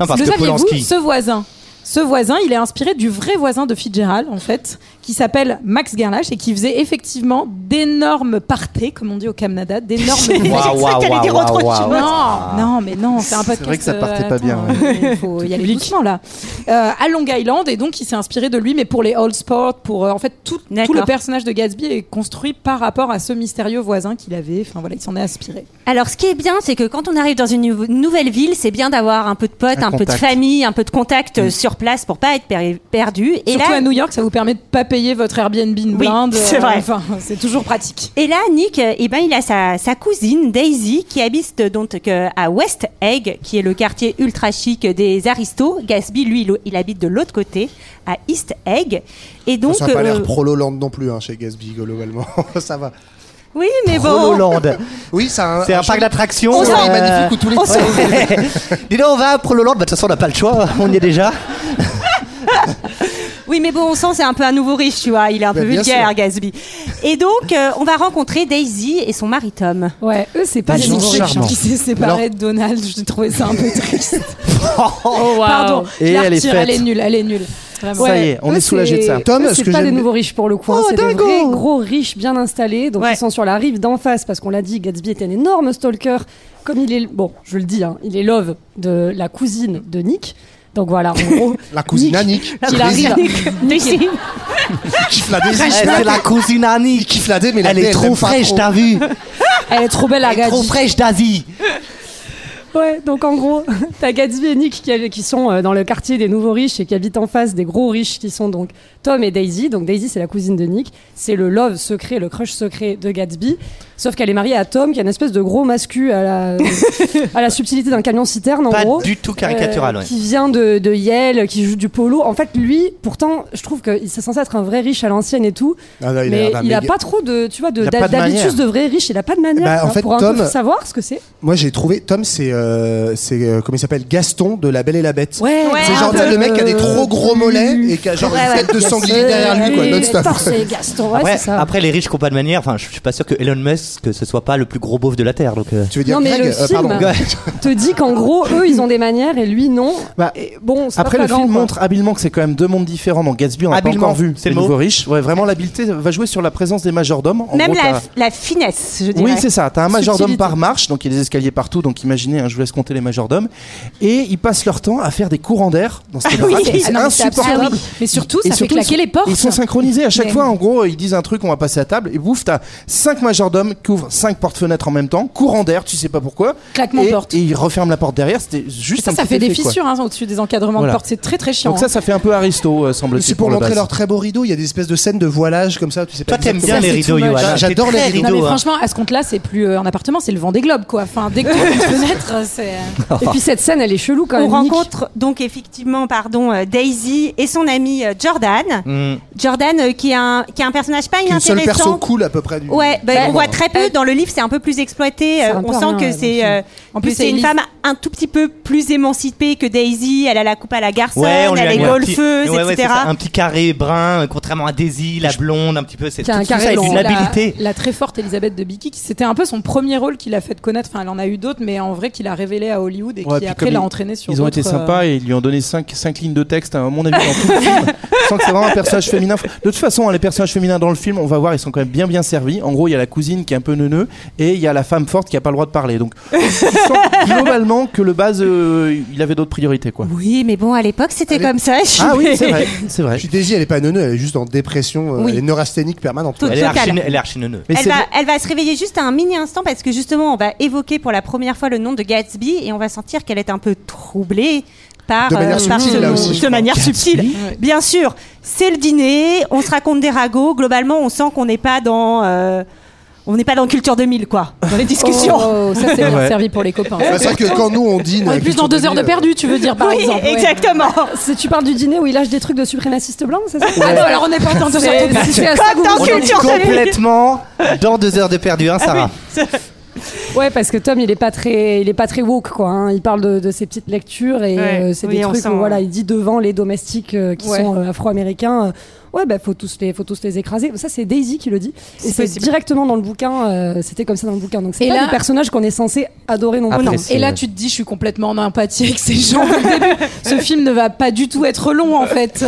Speaker 7: Non, parce
Speaker 13: le
Speaker 7: que
Speaker 13: saviez-vous,
Speaker 7: Polanski-
Speaker 13: ce voisin ce voisin, il est inspiré du vrai voisin de Fitzgerald, en fait, qui s'appelle Max Gerlach et qui faisait effectivement d'énormes parties, comme on dit au Canada, d'énormes
Speaker 7: J'ai
Speaker 13: fêtes.
Speaker 7: Waouh, cru que t'allais waouh, dire autre waouh,
Speaker 17: Ah
Speaker 7: chose. waouh,
Speaker 13: Non,
Speaker 7: waouh.
Speaker 13: non, mais non, c'est un podcast. euh,
Speaker 17: vrai que ça partait pas
Speaker 13: attends,
Speaker 17: bien, ouais.
Speaker 13: il faut y aller doucement là. Euh, à Long Island et donc il s'est inspiré de lui, mais pour les old sports, pour euh, en fait tout, tout
Speaker 10: D'accord.
Speaker 13: le personnage de Gatsby est construit par rapport à ce mystérieux voisin qu'il avait. Enfin voilà, il s'en est inspiré.
Speaker 10: Alors, ce qui est bien, c'est que quand on arrive dans une nou- nouvelle ville, c'est bien d'avoir un peu de potes,
Speaker 13: Un
Speaker 10: un, peu de
Speaker 13: contact.
Speaker 10: famille, un peu de
Speaker 9: Mm.
Speaker 10: contact euh, sur place pour pas être per- perdu. Et
Speaker 13: Surtout
Speaker 10: là,
Speaker 13: à New York, ça vous permet de pas payer votre Airbnb une
Speaker 10: Oui,
Speaker 13: blinde.
Speaker 10: c'est
Speaker 13: euh,
Speaker 10: vrai.
Speaker 13: Enfin, c'est toujours pratique.
Speaker 10: Et là, Nick, euh, eh ben, il a sa, sa cousine Daisy qui habite euh, donc euh, à West Egg, qui est le quartier ultra chic des aristos. Gatsby, lui, il, il habite de l'autre côté, à East Egg. Et donc,
Speaker 9: ça n'a pas
Speaker 10: euh,
Speaker 9: l'air pro Lolande non plus hein, chez Gatsby globalement. ça va.
Speaker 10: oui, mais bon.
Speaker 7: Prololand.
Speaker 9: Oui, c'est un,
Speaker 7: C'est un parc d'attractions.
Speaker 9: On sent-
Speaker 7: euh,
Speaker 9: magnifique où tous les
Speaker 7: on sent- Dis donc, on va à Prololand. Bah, De toute façon, on n'a pas le choix. On y est déjà.
Speaker 10: Oui, mais bon, on sent c'est un peu un nouveau riche, tu vois. Il est un
Speaker 7: Bah,
Speaker 10: peu
Speaker 7: bien
Speaker 10: vulgaire,
Speaker 7: sûr.
Speaker 10: Gatsby. Et donc, euh, on va rencontrer Daisy et son mari Tom.
Speaker 13: Ouais, eux, c'est
Speaker 10: pas
Speaker 13: Pas les
Speaker 10: nouveaux
Speaker 13: gens
Speaker 10: riches.
Speaker 13: qui s'est séparé de Donald, j'ai trouvé ça un peu triste. Pardon, je
Speaker 17: Et
Speaker 13: la
Speaker 17: elle est
Speaker 13: retire,
Speaker 17: faite.
Speaker 13: elle est nulle, elle est nulle. Vraiment.
Speaker 17: Ça y est, on
Speaker 13: Eux,
Speaker 17: est soulagé de ça.
Speaker 13: c'est-
Speaker 18: Eux, c'est pas des nouveaux riches pour le coup, hein,
Speaker 13: Oh,
Speaker 18: c'est des
Speaker 13: dingo.
Speaker 18: vrais gros riches bien installés, donc ils sont sur la rive d'en face parce qu'on l'a dit, Gatsby est un énorme stalker. Comme il est, bon, je le dis, hein, il est love de la cousine de Nick. Donc voilà, en gros,
Speaker 9: La cousine à Nick.
Speaker 18: il arrive. Nick, il-
Speaker 9: kiffe la Daisy.
Speaker 7: Eh, c'est la cousine Annie.
Speaker 9: Kiffe la Daisy, mais la
Speaker 7: Elle
Speaker 9: Daisy,
Speaker 7: est trop
Speaker 9: l'aime pas
Speaker 7: fraîche,
Speaker 9: trop.
Speaker 7: t'as vu
Speaker 13: Elle est trop belle à
Speaker 7: Trop fraîche d'Asie.
Speaker 18: Ouais, donc en gros, t'as Gatsby et Nick qui, qui sont euh, dans le quartier des nouveaux riches et qui habitent en face des gros riches qui sont donc Tom et Daisy. Donc Daisy, c'est la cousine de Nick. C'est le love secret, le crush secret de Gatsby. Sauf qu'elle est mariée à Tom, qui a une espèce de gros mascu à la, à la subtilité d'un camion citerne, en
Speaker 7: Pas
Speaker 18: gros. Euh,
Speaker 7: du tout caricatural, ouais.
Speaker 18: Qui vient de, de Yale, qui joue du polo. En fait, lui, pourtant, je trouve que c'est censé être un vrai riche à l'ancienne et tout.
Speaker 9: Ah non, il
Speaker 18: mais
Speaker 9: a l'air d'un
Speaker 18: il a
Speaker 9: méga-
Speaker 18: pas trop de, tu vois, de-
Speaker 9: Il a pas de
Speaker 18: d'habitus
Speaker 9: manière.
Speaker 18: de, vrai riche. Il a pas de manière
Speaker 9: Bah, en
Speaker 18: hein,
Speaker 9: fait,
Speaker 18: pour un peu
Speaker 9: Tom-
Speaker 18: savoir ce que c'est.
Speaker 9: Moi j'ai trouvé Tom c'est euh, c'est euh, comment il s'appelle Gaston de La Belle et la Bête.
Speaker 18: Ouais,
Speaker 9: c'est genre
Speaker 18: un peu,
Speaker 9: le mec qui a des
Speaker 18: euh,
Speaker 9: trop gros mollets et qui a genre
Speaker 18: Ouais,
Speaker 9: une
Speaker 18: ouais,
Speaker 9: tête de
Speaker 18: Gaston,
Speaker 9: sanglier derrière lui quoi
Speaker 18: oui,
Speaker 9: non stop.
Speaker 18: Torse, Gaston, ouais,
Speaker 7: après,
Speaker 18: c'est ça.
Speaker 7: après, les riches qui ont pas de manière, enfin, je je suis pas sûr que Elon Musk que ce soit pas le plus gros beauf de la terre. Donc,
Speaker 9: tu veux euh,
Speaker 18: Non, mais le film te dit qu'en gros, eux, ils ont des manières et lui, non.
Speaker 13: Eh,
Speaker 18: Et bon, c'est
Speaker 17: Bah, Après,
Speaker 18: pas
Speaker 17: le
Speaker 18: flagrant,
Speaker 17: film
Speaker 18: quoi.
Speaker 17: montre habilement que c'est quand même deux mondes différents. Donc Gatsby, on l'a pas
Speaker 7: Habilement,
Speaker 17: encore vu.
Speaker 7: c'est
Speaker 17: C'est
Speaker 7: le
Speaker 17: le
Speaker 7: mot.
Speaker 17: nouveau riche. Ouais, vraiment, l'habileté va jouer sur la présence des majordomes. En
Speaker 10: Même
Speaker 17: gros,
Speaker 10: la,
Speaker 17: t'as-
Speaker 10: la finesse, je dirais.
Speaker 17: Oui, c'est ça. T'as un majordome
Speaker 10: Subtilité.
Speaker 17: par marche, donc il y a des escaliers partout. Donc imaginez, hein, je vous laisse compter les majordomes. Et ils passent leur temps à faire des courants d'air dans cette
Speaker 13: Ah oui,
Speaker 17: baraque.
Speaker 13: ah
Speaker 17: c'est
Speaker 13: non, mais c'est
Speaker 17: insupportable.
Speaker 13: absurde. Mais surtout,
Speaker 17: Et
Speaker 13: ça fait
Speaker 17: surtout,
Speaker 13: claquer
Speaker 17: ils sont-
Speaker 13: les portes.
Speaker 17: Ils sont synchronisés à chaque
Speaker 13: Mais-
Speaker 17: fois. En gros, ils disent un truc, on va passer à table. Et bouf, t'as cinq majordomes qui ouvrent cinq portes-fenêtres en même temps. Courant d'air, tu sais pas pourquoi.
Speaker 13: Claquement
Speaker 17: et,
Speaker 13: de porte.
Speaker 17: Et ils referment la porte derrière. C'était
Speaker 13: Et
Speaker 17: juste
Speaker 13: ça,
Speaker 17: un
Speaker 13: ça
Speaker 17: petit
Speaker 13: fait des
Speaker 17: effet, quoi.
Speaker 13: fissures hein, au-dessus des encadrements
Speaker 17: Voilà.
Speaker 13: de porte. C'est très très chiant. hein.
Speaker 17: Donc
Speaker 18: hein.
Speaker 17: ça, ça fait un peu Aristo, euh, semble-t-il.
Speaker 9: C'est pour
Speaker 17: le
Speaker 9: montrer
Speaker 17: base.
Speaker 9: leur très beau rideau, il y a des espèces de scènes de voilage comme ça, tu sais pas.
Speaker 7: Toi, t'aimes
Speaker 9: exactement.
Speaker 7: bien les
Speaker 9: Ça, c'est
Speaker 7: rideaux,
Speaker 9: too much.
Speaker 7: Johan.
Speaker 9: J'adore
Speaker 7: T'es
Speaker 9: les
Speaker 7: très
Speaker 9: rideaux.
Speaker 7: rideau,
Speaker 13: Non, mais
Speaker 7: hein.
Speaker 13: franchement, à ce compte-là, c'est plus euh, un appartement, c'est le vent des globes, quoi. Enfin, dès que tu ouvres une fenêtre, Enfin, c'est-
Speaker 18: Et puis cette scène, elle est chelou quand
Speaker 10: On
Speaker 18: même. Nick.
Speaker 10: rencontre donc effectivement, pardon, euh, Daisy et son ami euh, Jordan.
Speaker 7: Mm.
Speaker 10: Jordan euh, qui est un qui est un personnage pas
Speaker 9: Qui est le seul perso
Speaker 10: inintéressant.
Speaker 9: cool à peu près du.
Speaker 10: Ouais, bah,
Speaker 9: du
Speaker 10: on
Speaker 9: roman.
Speaker 10: voit très peu. Dans le livre, c'est un peu plus exploité. Euh,
Speaker 13: un peu
Speaker 10: on sent
Speaker 13: rien,
Speaker 10: que
Speaker 13: ouais,
Speaker 10: c'est euh,
Speaker 13: En
Speaker 10: en
Speaker 13: plus,
Speaker 10: plus
Speaker 13: c'est
Speaker 10: c'est une
Speaker 13: Elise.
Speaker 10: femme un tout petit peu plus émancipée que Daisy. Elle a la coupe à la garçonne,
Speaker 7: Ouais, on lui a
Speaker 10: elle est
Speaker 7: mis un petit-
Speaker 10: golfeuse,
Speaker 7: ouais, ouais, c'est
Speaker 10: etc.
Speaker 7: ça, un petit carré brun, euh, contrairement à Daisy, la blonde, un petit peu. C'est
Speaker 13: qui a
Speaker 7: tout
Speaker 13: un
Speaker 7: ça
Speaker 13: carré
Speaker 7: est
Speaker 13: blanc.
Speaker 7: d'une
Speaker 13: La,
Speaker 7: habileté.
Speaker 13: la très forte Elisabeth de Bicky, qui c'était un peu son premier rôle qu'il a fait connaître. Enfin, elle en a eu d'autres, mais en vrai, qu'il a révélé à Hollywood et
Speaker 17: Ouais,
Speaker 13: qui
Speaker 17: puis
Speaker 13: après
Speaker 17: comme
Speaker 13: l'a
Speaker 17: ils-
Speaker 13: entraîné sur.
Speaker 17: Ils ont été
Speaker 13: d'autres, euh,
Speaker 17: sympas et ils lui ont donné 5 cinq, cinq lignes de texte, à mon avis, dans tout le film. Je sens que c'est vraiment un personnage féminin. De toute façon, hein, les personnages féminins dans le film, on va voir, ils sont quand même bien bien servis. En gros, il y a la cousine qui est un peu neuneu et il y a la femme forte qui a pas le droit de parler. Donc, je sens globalement que le base, euh, il avait d'autres priorités, quoi.
Speaker 10: Oui, mais bon, à l'époque, c'était comme ça. je
Speaker 17: Ah oui,
Speaker 10: suis-
Speaker 17: c'est vrai, c'est vrai.
Speaker 9: Puis Daisy, elle est pas neuneu, elle est juste en dépression, euh,
Speaker 10: Oui.
Speaker 9: elle est neurasthénique permanente.
Speaker 10: Tout-
Speaker 9: quoi.
Speaker 10: Elle est totale. archi-
Speaker 7: Elle est archi neuneu.
Speaker 10: elle, va, elle va se réveiller juste à un mini instant parce que justement, on va évoquer pour la première fois le nom de Gatsby et on va sentir qu'elle est un peu troublée par, euh,
Speaker 13: De manière
Speaker 10: par
Speaker 13: subtile,
Speaker 10: ce
Speaker 13: là
Speaker 10: nom.
Speaker 13: aussi, je
Speaker 10: de
Speaker 13: crois.
Speaker 10: manière
Speaker 13: Gatsby
Speaker 10: subtile. Bien sûr, c'est le dîner, on se raconte des ragots. Globalement, on sent qu'on n'est pas dans. euh, on n'est pas dans Culture 2000, quoi, dans les discussions.
Speaker 13: Oh, ça, c'est bien Ouais. servi pour les copains.
Speaker 9: Bah, c'est vrai que quand nous on dîne.
Speaker 13: On est
Speaker 9: avec
Speaker 13: plus
Speaker 9: Christian
Speaker 13: dans deux heures de
Speaker 9: Denis, euh,
Speaker 13: perdu, tu veux dire, par
Speaker 10: Oui,
Speaker 13: exemple. ouais.
Speaker 10: exactement.
Speaker 18: Si tu parles du dîner où il lâche des trucs de suprémacistes blancs, c'est ça
Speaker 13: Ah non, alors on n'est pas dans deux heures de perdu.
Speaker 18: Si c'est à ça que vous
Speaker 7: On
Speaker 18: vous
Speaker 7: est
Speaker 18: en tenez.
Speaker 7: complètement dans deux heures de perdu, hein, Sarah.
Speaker 18: Ouais, parce que Tom, il est pas très, il est pas très woke, quoi. hein. Il parle de, de ses petites lectures et
Speaker 10: Ouais,
Speaker 18: euh, c'est
Speaker 10: oui,
Speaker 18: des
Speaker 10: on
Speaker 18: trucs
Speaker 10: sent,
Speaker 18: où, voilà,
Speaker 10: ouais.
Speaker 18: il dit devant les domestiques euh, qui
Speaker 10: Ouais.
Speaker 18: sont euh, afro-américains. euh, ouais, bah, faut tous les, faut tous les écraser. Ça, c'est Daisy qui le dit. Et
Speaker 13: C'est
Speaker 18: c'est
Speaker 13: possible.
Speaker 18: directement dans le bouquin. euh, C'était comme ça dans le bouquin. Donc c'est
Speaker 13: Et
Speaker 18: pas
Speaker 13: là- euh,
Speaker 18: des personnages qu'on est censé adorer non plus. hein.
Speaker 13: Non. Et là, tu te dis, je suis complètement en empathie avec ces gens. dès le début. Ce film ne va pas du tout être long, en fait.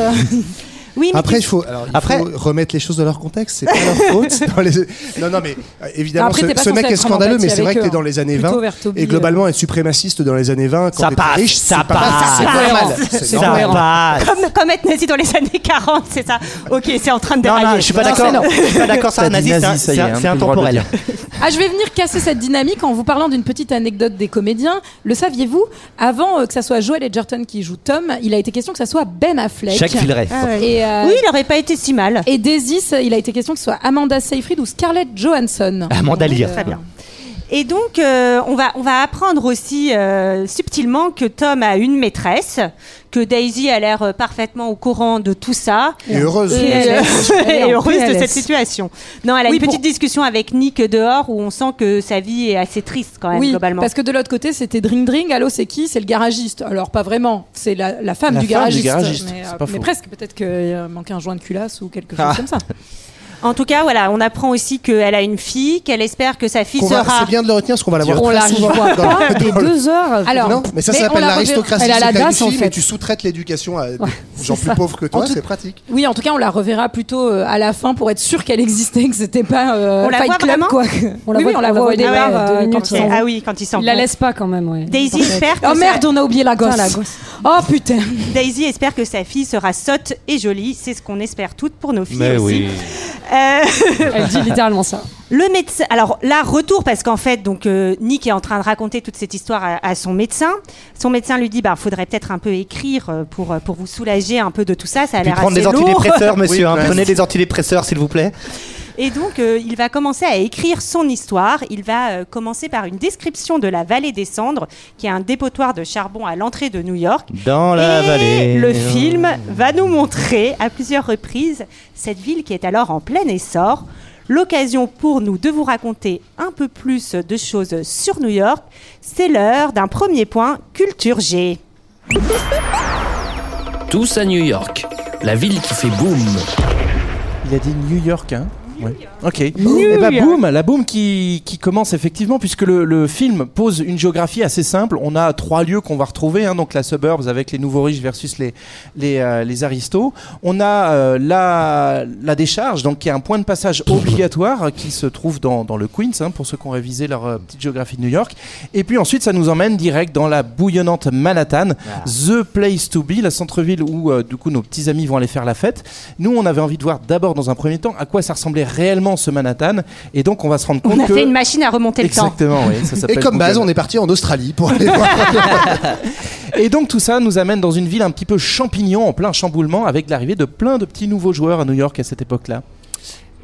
Speaker 10: Oui,
Speaker 9: euh, Après, il faut, alors, il
Speaker 7: Après-
Speaker 9: faut remettre les choses dans leur contexte. C'est pas leur faute. Dans les... Non, non, mais euh, évidemment,
Speaker 13: Après, t'es
Speaker 9: ce,
Speaker 13: pas
Speaker 9: ce
Speaker 13: censé
Speaker 9: mec est
Speaker 13: être en
Speaker 9: scandaleux,
Speaker 13: empathie
Speaker 9: mais c'est vrai
Speaker 13: avec
Speaker 9: que
Speaker 13: eux,
Speaker 9: t'es dans
Speaker 13: hein.
Speaker 9: les années
Speaker 13: Plutôt
Speaker 9: 20.
Speaker 13: vers Toby,
Speaker 9: Et globalement, être suprémaciste dans les années 20, quand
Speaker 7: Ça
Speaker 9: t'es
Speaker 7: passe,
Speaker 9: riche,
Speaker 7: ça
Speaker 9: c'est pas-
Speaker 7: passe, ça
Speaker 9: c'est normal.
Speaker 7: passe,
Speaker 9: C'est
Speaker 7: ça
Speaker 9: normal.
Speaker 7: passe.
Speaker 10: Comme, comme être nazi dans les années 40, c'est ça. Ok, c'est en train de
Speaker 7: Non,
Speaker 10: dérailler.
Speaker 7: non, je suis pas d'accord. Je suis pas d'accord, Sarah.
Speaker 17: T'as dit
Speaker 7: Nazi, c'est un-
Speaker 17: nazi, ça y
Speaker 7: c'est
Speaker 17: est, hein,
Speaker 7: un- c'est
Speaker 17: plus le droit de le
Speaker 7: intemporel.
Speaker 13: Ah, je vais venir casser cette dynamique en vous parlant d'une petite anecdote des comédiens. Le saviez-vous Avant euh, que ça soit Joel Edgerton qui joue Tom, il a été question que ça soit Ben Affleck.
Speaker 7: Jacques Villeray.
Speaker 10: Ah ouais.
Speaker 13: Et, euh,
Speaker 10: Oui, il aurait pas été si mal.
Speaker 13: Et Daisy, ça, il a été question que ce soit Amanda Seyfried ou Scarlett Johansson.
Speaker 18: Ah,
Speaker 7: Amanda
Speaker 13: Donc,
Speaker 7: Lear,
Speaker 13: euh,
Speaker 7: très bien.
Speaker 10: Et donc, euh, on, va, on va apprendre aussi euh, subtilement que Tom a une maîtresse, que Daisy a l'air euh, parfaitement au courant de tout ça.
Speaker 9: Et heureuse.
Speaker 10: Et,
Speaker 9: Elle est-
Speaker 10: elle est
Speaker 13: elle est en
Speaker 10: heureuse de
Speaker 13: PLS.
Speaker 10: cette situation. Non, elle a
Speaker 13: Oui,
Speaker 10: une
Speaker 13: pour-
Speaker 10: petite discussion avec Nick dehors où on sent que sa vie est assez triste quand même,
Speaker 13: Oui,
Speaker 10: globalement.
Speaker 13: parce que de l'autre côté, c'était Dring Dring. Allô, c'est qui C'est le garagiste. Alors, pas vraiment. C'est la, la femme
Speaker 17: La
Speaker 13: du
Speaker 17: femme
Speaker 13: garagiste.
Speaker 17: du garagiste,
Speaker 13: Mais, euh,
Speaker 17: c'est pas
Speaker 13: mais
Speaker 17: faux.
Speaker 13: presque, peut-être qu'il manquait un joint de culasse ou quelque chose
Speaker 17: Ah.
Speaker 13: comme ça.
Speaker 10: En tout cas, voilà, on apprend aussi qu'elle a une fille, qu'elle espère que sa fille
Speaker 9: Qu'on va-
Speaker 10: sera.
Speaker 9: C'est bien de le retenir parce qu'on va l'avoir
Speaker 13: On
Speaker 9: très
Speaker 13: la
Speaker 9: souvent.
Speaker 13: revoit
Speaker 9: dans le-
Speaker 18: Et
Speaker 9: dans le-
Speaker 18: deux heures.
Speaker 13: Alors,
Speaker 9: non, mais ça,
Speaker 13: mais
Speaker 9: ça s'appelle
Speaker 13: on la reverra-
Speaker 9: l'aristocratie.
Speaker 13: Elle a
Speaker 9: c'est
Speaker 13: la
Speaker 9: que t'as une
Speaker 13: DAS, en
Speaker 9: fille, mais
Speaker 13: fait.
Speaker 9: tu sous-traites l'éducation à des gens
Speaker 13: c'est
Speaker 9: plus
Speaker 13: ça.
Speaker 9: pauvres que
Speaker 13: En
Speaker 9: toi,
Speaker 13: tout-
Speaker 9: c'est pratique.
Speaker 13: Oui, en tout cas, on la reverra plutôt euh, à la fin pour être sûr qu'elle existait, que c'était pas euh,
Speaker 10: On la
Speaker 13: Fight
Speaker 10: voit
Speaker 13: Club,
Speaker 10: vraiment
Speaker 13: quoi.
Speaker 18: On la
Speaker 13: oui,
Speaker 18: voit-
Speaker 13: oui, on la
Speaker 18: on
Speaker 13: voit au
Speaker 18: ouais,
Speaker 13: départ.
Speaker 18: ouais,
Speaker 13: euh,
Speaker 18: deux
Speaker 13: quand
Speaker 18: minutes,
Speaker 13: il-
Speaker 18: on-
Speaker 10: Ah oui, quand ils s'en
Speaker 18: Il la
Speaker 10: vont.
Speaker 18: laisse pas quand même. Ouais.
Speaker 10: Daisy
Speaker 18: Parfait.
Speaker 10: espère que
Speaker 13: Oh
Speaker 10: sa-
Speaker 13: merde, on a oublié la gosse.
Speaker 18: Putain, la gosse.
Speaker 13: Oh putain.
Speaker 10: Daisy espère que sa fille sera sotte et jolie. C'est ce qu'on espère toutes pour nos filles aussi. Euh,
Speaker 18: Elle dit littéralement ça.
Speaker 10: Le médecin. Alors là, retour parce qu'en fait, donc euh, Nick est en train de raconter toute cette histoire à, à son médecin. Son médecin lui dit, bah, faudrait peut-être un peu écrire euh, pour euh, pour vous soulager un peu de tout ça. Ça a
Speaker 7: Puis
Speaker 10: l'air
Speaker 7: prendre
Speaker 10: assez
Speaker 7: des
Speaker 10: lourd.
Speaker 7: antidépresseurs, monsieur. hein.
Speaker 9: ouais.
Speaker 7: Prenez des antidépresseurs, s'il vous plaît.
Speaker 10: Et donc, euh, il va commencer à écrire son histoire. Il va euh, commencer par une description de la vallée des cendres, qui est un dépotoir de charbon à l'entrée de New York.
Speaker 18: Oh,
Speaker 7: Dans la
Speaker 10: Et
Speaker 7: vallée.
Speaker 10: Le film va nous montrer à plusieurs reprises cette ville qui est alors en plein essor. L'occasion pour nous de vous raconter un peu plus de choses sur New York. C'est l'heure d'un premier point culture G.
Speaker 19: Tous à New York, la ville qui fait boum.
Speaker 17: Il a dit New York, hein Ouais. Ok. Et bah boum, la boum qui, qui commence effectivement puisque le, le film pose une géographie assez simple. On a trois lieux qu'on va retrouver, hein, donc la suburbs avec les nouveaux riches versus les les, euh, les aristos. On a euh, la la décharge, donc qui est un point de passage obligatoire euh, qui se trouve dans, dans le Queens hein, pour ceux qui ont révisé leur euh, petite géographie de New York. Et puis ensuite ça nous emmène direct dans la bouillonnante Manhattan,
Speaker 9: Ah.
Speaker 17: the place to be, la centre-ville où euh, du coup nos petits amis vont aller faire la fête. Nous on avait envie de voir d'abord dans un premier temps à quoi ça ressemblait réellement ce Manhattan. Et donc on va se rendre compte
Speaker 10: On a
Speaker 17: que
Speaker 10: fait une machine à remonter le temps.
Speaker 17: Exactement, oui. Ça
Speaker 9: Et
Speaker 17: s'appelle
Speaker 9: comme base,
Speaker 17: Google.
Speaker 9: on est parti en Australie pour aller voir.
Speaker 17: Et donc tout ça nous amène dans une ville un petit peu champignon, en plein chamboulement, avec l'arrivée de plein de petits nouveaux joueurs à New York à cette époque-là.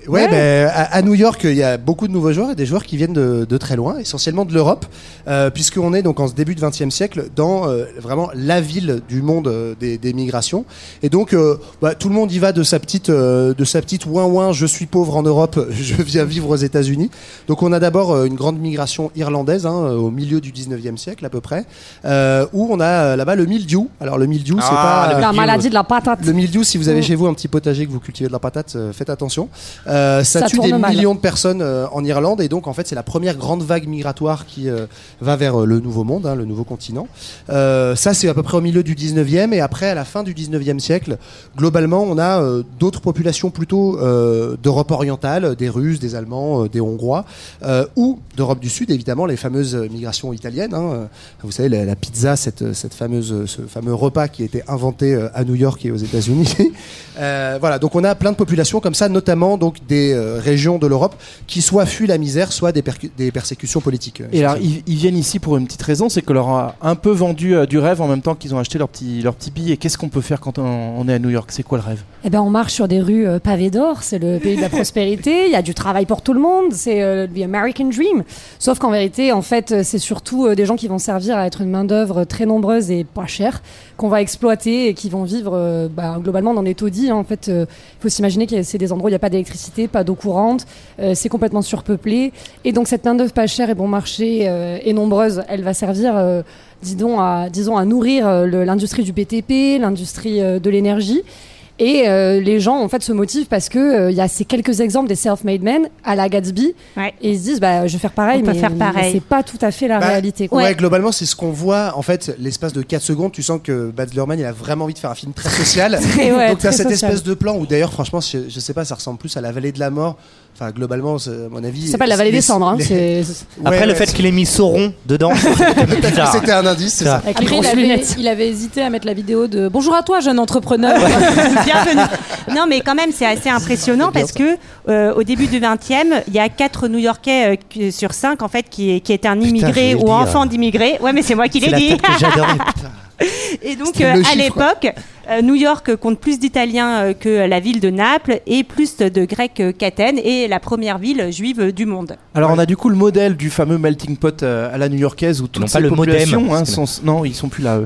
Speaker 9: Ouais, ouais. Bah, à, à, New York, il y a beaucoup de nouveaux joueurs et des joueurs qui viennent de, de très loin, essentiellement de l'Europe, euh, puisqu'on est donc en ce début du XXe siècle dans euh, vraiment la ville du monde euh, des, des, migrations. Et donc, bah, tout le monde y va de sa petite, euh, de sa petite ouin ouin. Je suis pauvre en Europe, je viens vivre aux États-Unis. Donc, on a d'abord euh, une grande migration irlandaise hein, au milieu du 19e siècle à peu près, euh, où on a là-bas le mildiou. Alors, le mildiou, c'est
Speaker 18: ah,
Speaker 9: pas euh,
Speaker 18: la maladie de la patate.
Speaker 9: Le mildiou, si vous avez chez vous un petit potager que vous cultivez de la patate, faites attention. Euh, ça, ça, tue des mal. millions de personnes euh, en Irlande et donc en fait c'est la première grande vague migratoire qui euh, va vers le nouveau monde, hein, le nouveau continent. Euh, ça c'est à peu près au milieu du 19e et après à la fin du 19e siècle, globalement on a euh, d'autres populations plutôt euh, d'Europe orientale, des Russes, des Allemands, euh, des Hongrois Euh, ou d'Europe du Sud évidemment les fameuses euh, migrations italiennes. Hein. vous savez la, la pizza, cette, euh, cette, fameuse, ce fameux repas qui a été inventé euh, à New York et aux États-Unis. Euh, voilà donc on a plein de populations comme ça, notamment donc des euh, régions de l'Europe qui soit fuient la misère, soit des, des persécutions politiques.
Speaker 17: Euh, et alors, ils, ils, viennent ici pour une petite raison, c'est que leur a un peu vendu euh, du rêve en même temps qu'ils ont acheté leur petit, leur petit billet. Qu'est-ce qu'on peut faire quand on, on est à New York C'est quoi le rêve
Speaker 18: Eh ben, on marche sur des rues pavées d'or, c'est le pays de la prospérité, il y a du travail pour tout le monde, c'est euh, the American Dream. Sauf qu'en vérité, en fait, euh, c'est surtout des gens qui vont servir à être une main-d'œuvre très nombreuse et pas chère, qu'on va exploiter et qui vont vivre bah, globalement dans des taudis. Hein. En fait, il faut s'imaginer que c'est des endroits où il n'y a pas d'électricité pas d'eau courante, euh, c'est complètement surpeuplé. Et donc cette main-d'œuvre pas chère et bon marché euh, et nombreuse, elle va servir, euh, disons, à, disons, à nourrir euh, l'industrie du BTP, l'industrie euh, de l'énergie. Et euh, les gens en fait se motivent parce que il euh, y a ces quelques exemples des self-made men à la Gatsby ouais. et ils se disent bah je vais faire pareil
Speaker 10: On
Speaker 18: mais,
Speaker 10: faire pareil.
Speaker 18: c'est pas tout à fait la
Speaker 9: bah,
Speaker 18: réalité.
Speaker 9: Quoi. Ouais. ouais. globalement c'est ce qu'on voit en fait l'espace de 4 secondes tu sens que Baz Luhrmann il a vraiment envie de faire un film très social.
Speaker 18: très, ouais,
Speaker 9: Donc
Speaker 18: tu as
Speaker 9: cette
Speaker 18: social.
Speaker 9: espèce de plan où d'ailleurs franchement je, je sais pas ça ressemble plus à la vallée de la mort Enfin, globalement, à mon avis.
Speaker 18: C'est pas la vallée des cendres. Hein, les...
Speaker 7: Après, ouais, le fait qu'il ait mis Sauron dedans,
Speaker 9: c'était un indice. C'est ça.
Speaker 13: Après, il avait, il avait, hésité à mettre la vidéo de Bonjour à toi, jeune entrepreneur.
Speaker 10: Bienvenue. Non, mais quand même, c'est assez impressionnant parce ça. que euh, au début du 20e, il y a 4 New Yorkais euh, sur 5 en fait qui, qui est un immigré
Speaker 7: putain,
Speaker 10: ou enfant euh... d'immigré. Ouais, mais c'est moi qui l'ai dit.
Speaker 7: J'adorais.
Speaker 10: Et donc, euh, à l'époque, euh, New York compte plus d'Italiens euh, que la ville de Naples et plus de Grecs qu'Athènes et la première ville juive du monde.
Speaker 17: Alors, ouais. on a du coup le modèle du fameux melting pot euh, à la new-yorkaise où toutes
Speaker 7: non,
Speaker 17: ces
Speaker 7: pas
Speaker 17: populations,
Speaker 7: le modem,
Speaker 17: hein, sont, non, ils sont plus là,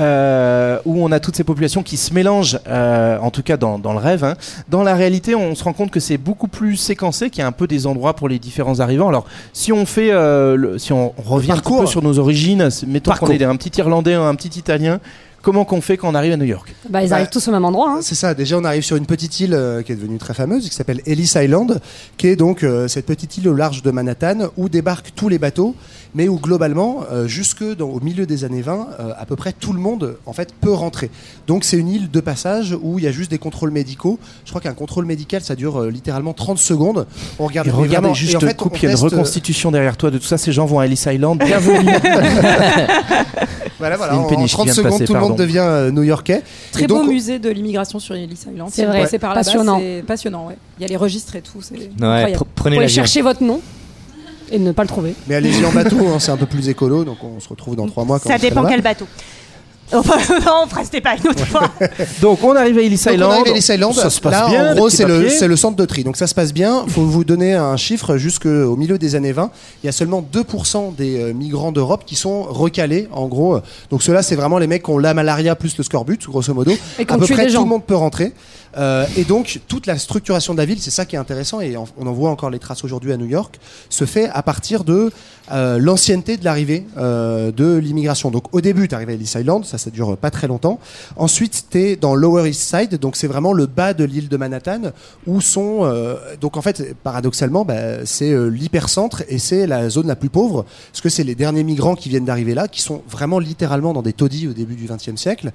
Speaker 17: eux, où on a toutes ces populations qui se mélangent, euh, en tout cas dans, dans le rêve. Hein. Dans la réalité, on se rend compte que c'est beaucoup plus séquencé, qu'il y a un peu des endroits pour les différents arrivants. Alors, si on fait, euh, le, si on revient un peu sur nos origines, mettons qu'on est un petit Irlandais, un petit Italien Comment qu'on fait quand on arrive à New York
Speaker 18: bah, Ils arrivent bah, tous au même endroit. Hein.
Speaker 9: C'est ça. Déjà, on arrive sur une petite île euh, qui est devenue très fameuse, qui s'appelle Ellis Island, qui est donc euh, cette petite île au large de Manhattan où débarquent tous les bateaux, mais où globalement, euh, jusque dans, au milieu des années 20, à peu près tout le monde en fait peut rentrer. Donc, c'est une île de passage où il y a juste des contrôles médicaux. Je crois qu'un contrôle médical, ça dure euh, littéralement 30 secondes. On regarde
Speaker 17: regardez juste et en fait, euh, il y a
Speaker 9: euh,
Speaker 17: une reconstitution derrière toi de tout ça. Ces gens vont à Ellis Island. Bienvenue.
Speaker 9: voilà, voilà. En, en 30 secondes, passer, tout le monde devient euh, new-yorkais.
Speaker 13: Très donc, beau musée de l'immigration sur Ellis Island.
Speaker 18: C'est vrai, c'est passionnant.
Speaker 13: C'est passionnant, ouais. Il y a les registres et tout. C'est
Speaker 7: ouais, pr prenez
Speaker 18: Vous chercher votre nom et ne pas le trouver.
Speaker 9: Mais allez-y en bateau, hein, c'est un peu plus écolo, donc on se retrouve dans trois mois. Quand
Speaker 10: Ça dépend quel bateau. Enfin, non, on fera c'était pas une autre ouais. fois.
Speaker 17: donc on arrive à Ellis Island.
Speaker 9: Donc, on arrive à Ellis Island.
Speaker 17: Ça se passe
Speaker 9: Là,
Speaker 17: bien,
Speaker 9: en gros, c'est le, le, centre de tri. Donc ça se passe bien. Faut vous donner un chiffre jusqu'au milieu des années 20. Il y a seulement 2% des euh, migrants d'Europe qui sont recalés, en gros. Donc ceux-là, c'est vraiment les mecs qui ont la malaria plus le scorbut, grosso modo.
Speaker 18: Et
Speaker 9: à peu
Speaker 18: près
Speaker 9: tout
Speaker 18: gens.
Speaker 9: le monde peut rentrer. Euh, et donc toute la structuration de la ville, c'est ça qui est intéressant et on, on en voit encore les traces aujourd'hui à New York, se fait à partir de euh, l'ancienneté de l'arrivée euh, de l'immigration. Donc au début, tu arrives à Ellis Island, ça, ça, dure pas très longtemps. Ensuite, tu es dans Lower East Side, donc c'est vraiment le bas de l'île de Manhattan, où sont. Euh, donc en fait, paradoxalement, bah, c'est euh, l'hypercentre et c'est la zone la plus pauvre, parce que c'est les derniers migrants qui viennent d'arriver là, qui sont vraiment littéralement dans des taudis au début du XXe siècle.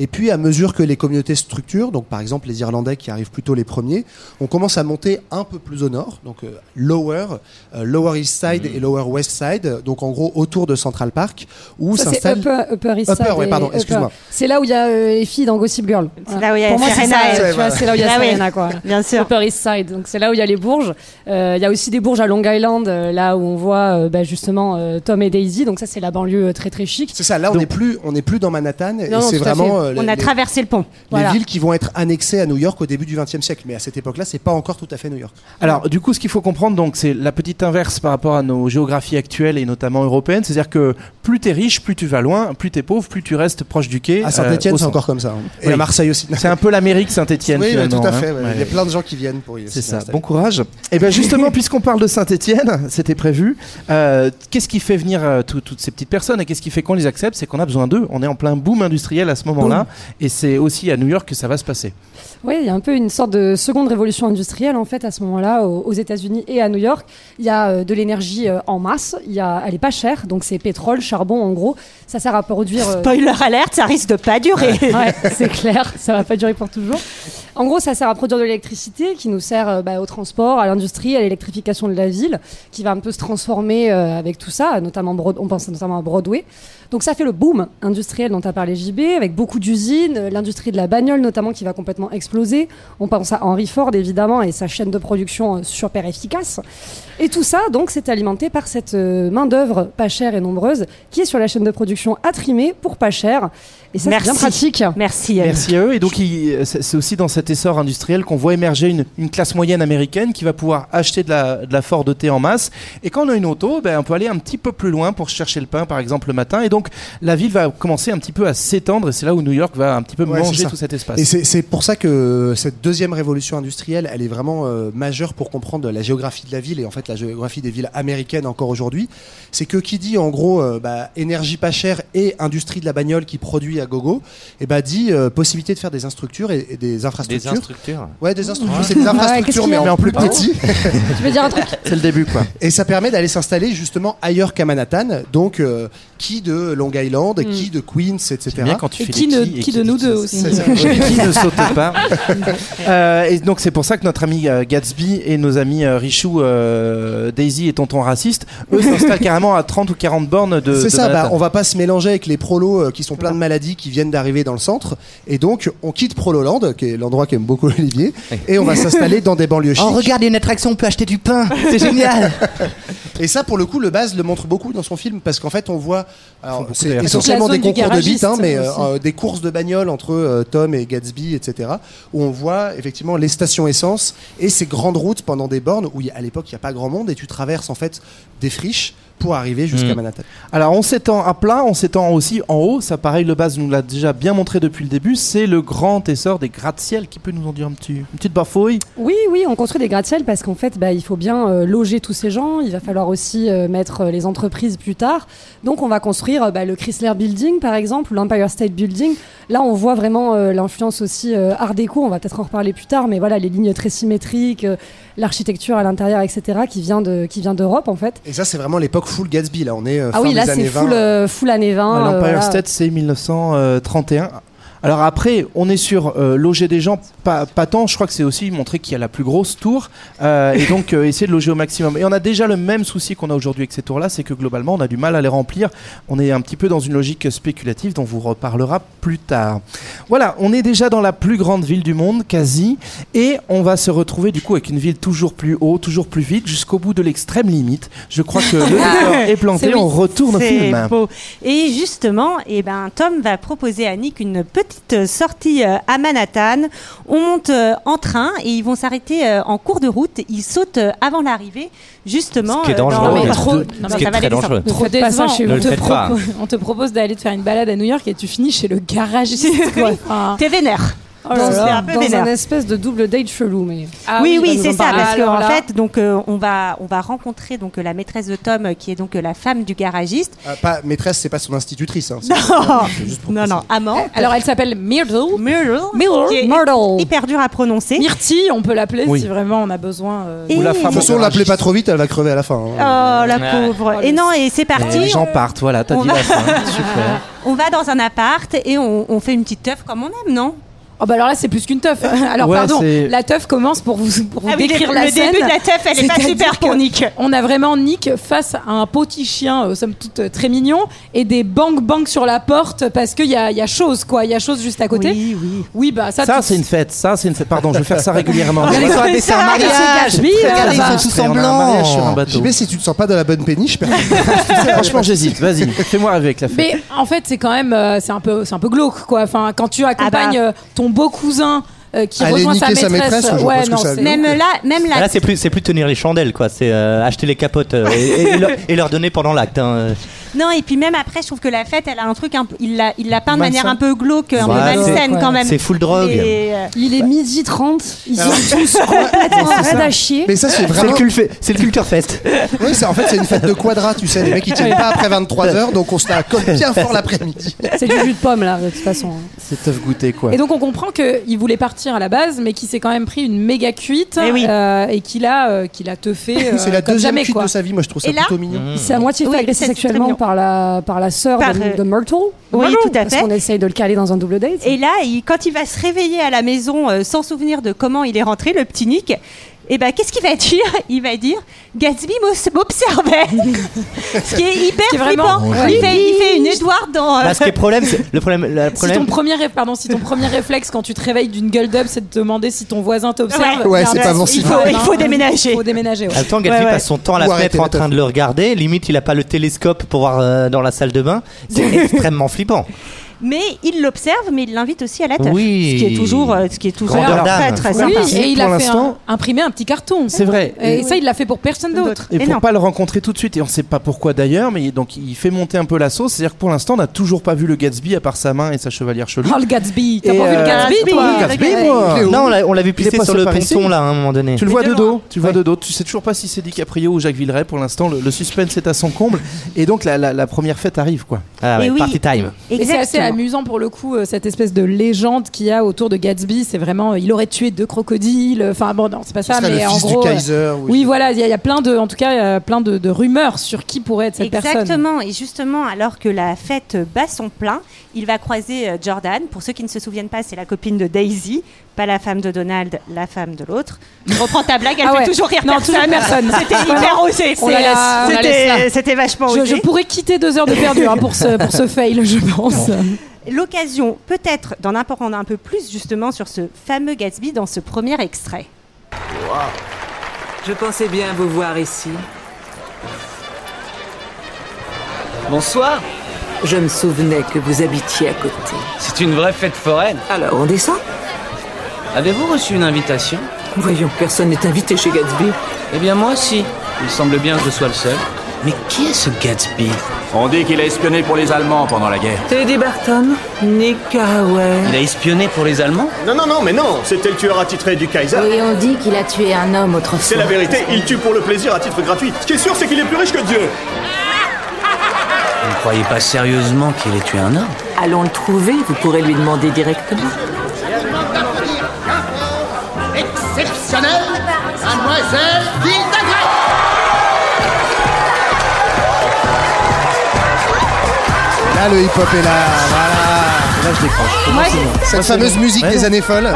Speaker 9: Et puis, à mesure que les communautés structurent, donc par exemple les Irlandais qui arrivent plutôt les premiers, on commence à monter un peu plus au nord, donc euh, Lower, euh, Lower East Side
Speaker 18: Mm.
Speaker 9: mmh. et Lower West Side, donc en gros autour de Central Park, où s'installe.
Speaker 18: Upper, upper, East
Speaker 9: Side. Upper, ouais,
Speaker 18: et...
Speaker 9: pardon, excuse-moi.
Speaker 18: C'est là où il y a euh, les filles dans Gossip Girl.
Speaker 10: C'est là où il y a
Speaker 18: Pour moi, c'est
Speaker 10: ça.
Speaker 18: C'est là où il y a
Speaker 10: Ah oui.
Speaker 18: Serena, quoi.
Speaker 10: Bien sûr.
Speaker 18: Upper East Side. Donc c'est là où il y a les bourges. Euh, Il y a aussi des bourges à Long Island, euh, là où on voit bah, justement Tom et Daisy. Donc ça, c'est la banlieue très très chic.
Speaker 9: C'est ça. Là, on n'est plus, on n'est plus dans Manhattan.
Speaker 18: Non,
Speaker 9: et c'est vraiment. euh,
Speaker 18: Non,
Speaker 9: les,
Speaker 10: on a traversé le pont.
Speaker 9: Les voilà. villes qui vont être annexées à New New York au début du XXe siècle, mais à cette époque-là, c'est pas encore tout à fait New York.
Speaker 17: Alors, du coup, ce qu'il faut comprendre, donc, c'est la petite inverse par rapport à nos géographies actuelles et notamment européennes, c'est-à-dire que plus t'es riche, plus tu vas loin, plus t'es pauvre, plus tu restes proche du quai.
Speaker 9: À Saint-Étienne, euh, c'est encore comme ça. Hein. Et oui. à Marseille aussi.
Speaker 17: C'est un peu l'Amérique Saint-Étienne.
Speaker 9: Oui,
Speaker 17: mais
Speaker 9: tout à fait. Hein. Ouais. Il y a plein de gens qui viennent pour y.
Speaker 17: C'est ça. Installer. Bon courage. et bien, justement, puisqu'on parle de Saint-Étienne, c'était prévu. Euh, qu'est-ce qui fait venir euh, tout, toutes ces petites personnes et qu'est-ce qui fait qu'on les accepte, c'est qu'on a besoin d'eux. On est en plein boom industriel à ce moment-là, et c'est aussi à New York que ça va se passer.
Speaker 18: Oui, il y a un peu une sorte de seconde révolution industrielle en fait à ce moment-là aux États-Unis et à New York. Il y a euh, de l'énergie en masse, il y a, elle est pas chère, donc c'est pétrole, charbon en gros. Ça sert à produire.
Speaker 10: Spoiler alerte, ça risque de pas durer.
Speaker 18: euh, ouais, c'est clair, ça va pas durer pour toujours. En gros, ça sert à produire de l'électricité qui nous sert bah, au transport, à l'industrie, à l'électrification de la ville, qui va un peu se transformer euh, avec tout ça. Notamment, Broad on pense notamment à Broadway. Donc ça fait le boom industriel dont a parlé JB, avec beaucoup d'usines, l'industrie de la bagnole notamment qui va complètement exploser. On pense à Henry Ford évidemment et sa chaîne de production euh, super efficace. Et tout ça donc c'est alimenté par cette main d'œuvre pas chère et nombreuse qui est sur la chaîne de production à trimer pour pas cher. Et ça, c'est bien pratique.
Speaker 10: Merci.
Speaker 17: À Merci à eux. Et donc, c'est aussi dans cet essor industriel qu'on voit émerger une, une, classe moyenne américaine qui va pouvoir acheter de la, de la Ford T en masse. Et quand on a une auto, ben, on peut aller un petit peu plus loin pour chercher le pain, par exemple, le matin. Et donc, la ville va commencer un petit peu à s'étendre. Et c'est là où New York va un petit peu ouais, manger tout cet espace.
Speaker 9: Et c'est pour ça que cette deuxième révolution industrielle, elle est vraiment euh, majeure pour comprendre la géographie de la ville et en fait la géographie des villes américaines encore aujourd'hui. C'est que qui dit en gros euh, bah, énergie pas chère et industrie de la bagnole qui produit à gogo, et bah dit euh, possibilité de faire des instructures et, et des infrastructures.
Speaker 20: Des instructures.
Speaker 9: Ouais, des instructures. Ouais. C'est des infrastructures, ouais, mais, mais en plus petit.
Speaker 18: tu veux dire un truc
Speaker 17: C'est le début, quoi.
Speaker 9: Et ça permet d'aller s'installer justement ailleurs qu'à Manhattan. Donc, euh, qui de Long Island, mm. qui de Queens, etc.
Speaker 17: Bien quand tu
Speaker 13: et, qui, ne, qui, et qui, de nous deux aussi.
Speaker 17: qui ne saute pas. euh, et donc, c'est pour ça que notre ami euh, Gatsby et nos amis euh, Richou, euh, Daisy et Tonton Raciste, eux s'installent carrément à 30 ou 40 bornes de.
Speaker 9: C'est ça,
Speaker 17: de
Speaker 9: bah, on va pas se mélanger avec les prolos euh, qui sont pleins de maladies qui viennent d'arriver dans le centre. Et donc, on quitte Prololand, qui est l'endroit qu'aime beaucoup Olivier, oui. et on va s'installer dans des banlieues chics.
Speaker 7: Oh, regarde, il y a une attraction, on peut acheter du pain. C'est génial.
Speaker 9: et ça, pour le coup, le Baz le montre beaucoup dans son film, parce qu'en fait, on voit. C'est essentiellement des concours de beat, hein, mais euh, des courses de bagnoles entre euh, Tom et Gatsby, etc., où on voit effectivement les stations essence et ces grandes routes pendant des bornes où, à l'époque, il n'y a pas grand monde, et tu traverses en fait des friches pour arriver jusqu'à mmh. Manhattan.
Speaker 17: Alors on s'étend à plat, on s'étend aussi en haut, ça pareil, le base nous l'a déjà bien montré depuis le début, c'est le grand essor des gratte-ciel qui peut nous en dire un petit, une petite barfouille.
Speaker 18: Oui, oui, on construit des gratte-ciel parce qu'en fait bah, il faut bien euh, loger tous ces gens, il va falloir aussi euh, mettre euh, les entreprises plus tard, donc on va construire bah, le Chrysler Building par exemple, l'Empire State Building, là on voit vraiment l'influence aussi art déco, on va peut-être en reparler plus tard, mais voilà les lignes très symétriques, l'architecture à l'intérieur, etc., qui vient d'Europe de, en fait.
Speaker 9: Et ça c'est vraiment l'époque full Gatsby là, on est euh,
Speaker 18: ah oui,
Speaker 9: fin
Speaker 18: là,
Speaker 9: des années
Speaker 18: full, 20. Euh, full années 20.
Speaker 17: Ah, L'Empire voilà. State c'est 1931. Alors après, on est sur euh, loger des gens, pas, pas tant, je crois que c'est aussi montrer qu'il y a la plus grosse tour, euh, et donc euh, essayer de loger au maximum. Et on a déjà le même souci qu'on a aujourd'hui avec ces tours-là, c'est que globalement, on a du mal à les remplir. On est un petit peu dans une logique spéculative dont on vous reparlera plus tard. Voilà, on est déjà dans la plus grande ville du monde, quasi, et on va se retrouver du coup avec une ville toujours plus haut, toujours plus vite, jusqu'au bout de l'extrême limite. Je crois que le décor est planté, est on retourne au film.
Speaker 10: Beau. Et justement, eh ben, Tom va proposer à Nick une petite petite sortie euh, à Manhattan. On monte euh, en train et ils vont s'arrêter euh, en cours de route. Ils sautent euh, avant l'arrivée, justement. euh,
Speaker 20: Ce qui est dangereux.
Speaker 10: Dans...
Speaker 20: Non, mais
Speaker 10: trop...
Speaker 20: non, mais ce qui est très dangereux.
Speaker 13: Trop de passage chez vous. On, te propose, on te propose d'aller te faire une balade à New York et tu finis chez le garagiste.
Speaker 10: enfin... T'es vénère.
Speaker 18: Oh là là, un dans vénère. un espèce de double date chelou mais
Speaker 10: ah oui oui, oui c'est ça parce qu'en là... fait donc euh, on va on va rencontrer donc euh, la maîtresse de Tom euh, qui est donc la femme du garagiste
Speaker 9: Ah, pas maîtresse c'est pas son institutrice hein,
Speaker 10: non pour non, non amant
Speaker 13: alors elle s'appelle Myrtle
Speaker 10: Myrtle
Speaker 13: Myrtle Myrtle
Speaker 10: hyper dur à prononcer
Speaker 13: Myrtille on peut l'appeler oui. si vraiment on a besoin euh.
Speaker 9: ou la femme de toute façon on l'appelait pas trop vite elle va crever à la fin
Speaker 10: hein. oh la ah. pauvre et non et c'est parti
Speaker 17: Eh, les gens partent voilà t'as dit la fin super
Speaker 10: on va dans un appart et on fait une petite teuf comme on aime non
Speaker 13: Oh bah alors là c'est plus qu'une teuf. Alors ouais, pardon, la teuf commence pour vous, pour vous ah oui, décrire
Speaker 10: le,
Speaker 13: la
Speaker 10: le
Speaker 13: scène.
Speaker 10: début de la teuf, elle est, est pas super pour Nick.
Speaker 13: On a vraiment Nick face à un petit chien, euh, somme toute très mignon, et des bang bang sur la porte parce qu'il y a, y a chose quoi, il y a chose juste à côté.
Speaker 10: Oui oui.
Speaker 13: Oui bah ça.
Speaker 17: Ça c'est une fête, ça c'est une fête. Pardon, je vais faire ça régulièrement.
Speaker 7: on va
Speaker 17: faire
Speaker 7: un mariage.
Speaker 17: hein.
Speaker 7: Regardez, ils sont tous en blanc.
Speaker 9: Je sais si tu te sens pas dans la bonne péniche.
Speaker 17: Franchement j'hésite. Vas-y, fais-moi rêver avec la fête.
Speaker 13: euh,
Speaker 10: Ah bah.
Speaker 13: Mais en fait c'est quand même c'est un peu c'est un peu glauque quoi. Enfin quand tu accompagnes euh, ton beau cousin euh, qui
Speaker 9: Aller
Speaker 13: rejoint sa
Speaker 9: niquer sa
Speaker 13: maîtresse.
Speaker 9: maîtresse, je
Speaker 13: Ouais,
Speaker 9: pense que
Speaker 13: non,
Speaker 9: ça a
Speaker 13: c'est-
Speaker 9: bien
Speaker 10: Même là, même là.
Speaker 18: Ah, Là, c'est plus, c'est plus tenir les chandelles, quoi. C'est euh, acheter les capotes euh, et, et leur, et leur donner pendant l'acte. hein.
Speaker 10: Non, et puis même après, je trouve que la fête, elle a un truc, un peu- il l'a, il l'a peint de
Speaker 18: Malsain.
Speaker 10: manière un peu glauque, un peu
Speaker 18: Voilà.
Speaker 10: malsaine
Speaker 18: Ouais.
Speaker 10: quand même.
Speaker 18: C'est full drogue.
Speaker 10: Et, euh,
Speaker 21: Il est midi 30, ils sont
Speaker 9: Alors-
Speaker 21: tous complètement
Speaker 9: Ouais, c'est
Speaker 21: raides
Speaker 9: ça.
Speaker 21: à chier.
Speaker 9: Mais ça, c'est
Speaker 18: C'est le,
Speaker 9: vraiment.
Speaker 18: culfe- c'est le culture fest.
Speaker 9: Oui, c'est- en fait, c'est une fête de quadrat, tu sais. Les mecs, ils tiennent pas après 23h, donc on se la colle bien fort l'après-midi.
Speaker 21: C'est du jus de pomme là, de toute façon.
Speaker 17: C'est teuf goûter quoi.
Speaker 13: Et donc on comprend qu'il voulait partir à la base, mais qu'il s'est quand même pris une méga cuite
Speaker 10: Eh oui.
Speaker 13: euh, et qu'il a, euh, qu'il a teufé. euh,
Speaker 9: C'est la
Speaker 13: comme
Speaker 9: deuxième
Speaker 13: jamais,
Speaker 9: cuite
Speaker 13: quoi.
Speaker 9: de sa vie, moi, je trouve ça
Speaker 10: Et là-
Speaker 9: plutôt
Speaker 17: Mmh.
Speaker 9: mignon.
Speaker 21: Il s'est à moitié fait
Speaker 10: Mmh. Oui,
Speaker 21: agresser
Speaker 10: c'est- c'est très
Speaker 21: sexuellement
Speaker 10: mignon.
Speaker 21: par la, par la sœur
Speaker 10: Par,
Speaker 21: de,
Speaker 10: euh,
Speaker 21: de Myrtle.
Speaker 10: Oui, tout à
Speaker 21: Parce
Speaker 10: fait.
Speaker 21: qu'on essaye de le caler dans un double date.
Speaker 10: et là, il- quand il va se réveiller à la maison euh, sans souvenir de comment il est rentré, le petit Nick, eh ben, qu'est-ce qu'il va dire Il va dire Gatsby m'os- m'observait. Ce qui est hyper
Speaker 13: qui est
Speaker 10: flippant.
Speaker 13: vraiment-
Speaker 10: Il, fait, il fait une Edward dans. euh,
Speaker 18: Là, Bah, ce qui est problème, c'est le problème. Le
Speaker 13: Si ton
Speaker 18: problème
Speaker 13: premier ré- pardon, si ton premier réflexe quand tu te réveilles d'une gueule d'up, c'est de te demander si ton voisin t'observe.
Speaker 9: Ouais,
Speaker 13: merde,
Speaker 9: c'est pas bon
Speaker 13: il
Speaker 9: signe.
Speaker 13: faut-
Speaker 10: Il faut déménager.
Speaker 13: Il faut déménager. ouais.
Speaker 18: En même temps, Gatsby
Speaker 10: Ouais, ouais.
Speaker 18: passe son temps à la
Speaker 9: Ou
Speaker 18: fenêtre
Speaker 9: arrêter
Speaker 18: en
Speaker 9: la
Speaker 18: train de le regarder. Limite, il a pas le télescope pour voir euh, dans la salle de bain. C'est extrêmement flippant.
Speaker 10: Mais il l'observe, mais il l'invite aussi à la teuf.
Speaker 18: Oui.
Speaker 10: Ce qui est toujours, euh, ce qui est toujours
Speaker 18: Grandeur
Speaker 10: très
Speaker 18: d'âme.
Speaker 10: très
Speaker 13: Oui,
Speaker 10: Ah, sympa.
Speaker 13: et il
Speaker 17: Pour
Speaker 13: a fait
Speaker 17: l'instant-
Speaker 13: un- imprimer un petit carton.
Speaker 17: C'est vrai.
Speaker 13: Et,
Speaker 17: Et-
Speaker 13: ça, il l'a fait pour personne d'autre.
Speaker 17: Et
Speaker 10: Et
Speaker 17: pour
Speaker 10: non.
Speaker 17: pas le rencontrer tout de suite, et on sait pas pourquoi d'ailleurs, mais donc il fait monter un peu la sauce. C'est-à-dire que pour l'instant, on n'a toujours pas vu le Gatsby à part sa main et sa chevalière chelou.
Speaker 13: Oh le Gatsby, t'as
Speaker 17: Et,
Speaker 13: pas vu le
Speaker 17: euh,
Speaker 13: Gatsby, toi
Speaker 17: le Gatsby, moi
Speaker 18: Non, on l'a- on l'a vu
Speaker 17: Il est
Speaker 18: pisser
Speaker 17: passé
Speaker 18: sur le
Speaker 17: par ici.
Speaker 18: ponton là, à un moment donné.
Speaker 17: Tu le vois
Speaker 10: de
Speaker 17: de
Speaker 10: loin.
Speaker 17: dos, tu le vois de dos. Tu sais toujours pas si c'est DiCaprio ou Jacques Villeray. Pour l'instant, le, le suspense est à son comble. Et donc la, la- la première fête arrive, quoi.
Speaker 18: Ah ouais,
Speaker 10: Et oui.
Speaker 18: party time.
Speaker 13: Et c'est
Speaker 10: Exactement.
Speaker 13: assez amusant pour le coup, euh, cette espèce de légende qu'il y a autour de Gatsby. C'est vraiment, euh, il aurait tué deux crocodiles. Enfin bon, non, c'est pas
Speaker 9: Ce
Speaker 13: ça,
Speaker 9: serait
Speaker 13: mais
Speaker 9: le
Speaker 13: en
Speaker 9: fils
Speaker 13: gros.
Speaker 9: du
Speaker 13: euh,
Speaker 9: Kaiser.
Speaker 13: oui, voilà, il y, a- il y a plein de, en tout cas, il y a plein de, de rumeurs sur qui pourrait être cette personne.
Speaker 10: Exactement, et justement, alors que la fête bat son plein, il va croiser euh, Jordan. Pour ceux qui ne se souviennent pas, c'est la copine de Daisy, pas la femme de Donald, la femme de l'autre. Je reprends ta blague, elle
Speaker 13: Ah ouais.
Speaker 10: fait toujours rire
Speaker 13: Non,
Speaker 10: personne.
Speaker 13: toujours personne.
Speaker 10: C'était hyper osé.
Speaker 13: On la
Speaker 10: C'est, Ah,
Speaker 13: laisse,
Speaker 10: euh,
Speaker 13: on la
Speaker 10: c'était-
Speaker 13: laisse là.
Speaker 10: C'était vachement
Speaker 13: Je,
Speaker 10: osé.
Speaker 13: je pourrais quitter deux heures de perdu hein, pour, ce, pour ce fail, je pense.
Speaker 10: L'occasion, peut-être, d'en apprendre un peu plus justement sur ce fameux Gatsby dans ce premier extrait.
Speaker 7: Je pensais bien vous voir ici. Bonsoir. Je me souvenais que vous habitiez à côté.
Speaker 22: C'est une vraie fête foraine.
Speaker 7: Alors, on descend
Speaker 22: Avez-vous reçu une invitation
Speaker 7: Voyons, personne n'est invité chez Gatsby.
Speaker 22: Eh bien, moi aussi. Il semble bien que je sois le seul. Mais qui est ce Gatsby
Speaker 23: On dit qu'il a espionné pour les Allemands pendant la guerre.
Speaker 7: Teddy Barton, Nick Carraway.
Speaker 22: Il a espionné pour les Allemands
Speaker 24: Non, non, non, mais non, c'était le tueur attitré du Kaiser.
Speaker 25: Et on dit qu'il a tué un homme autrefois.
Speaker 24: C'est la vérité, il tue pour le plaisir à titre gratuit. Ce qui est sûr, c'est qu'il est plus riche que Dieu.
Speaker 22: Vous ne croyez pas sérieusement qu'il ait tué un homme
Speaker 7: Allons le trouver, vous pourrez lui demander directement.
Speaker 26: Exceptionnel, mademoiselle Hildegarde.
Speaker 9: Là, le hip-hop est là. Voilà.
Speaker 17: Là, je décroche.
Speaker 9: Cette fameuse musique des années folles.
Speaker 18: Donc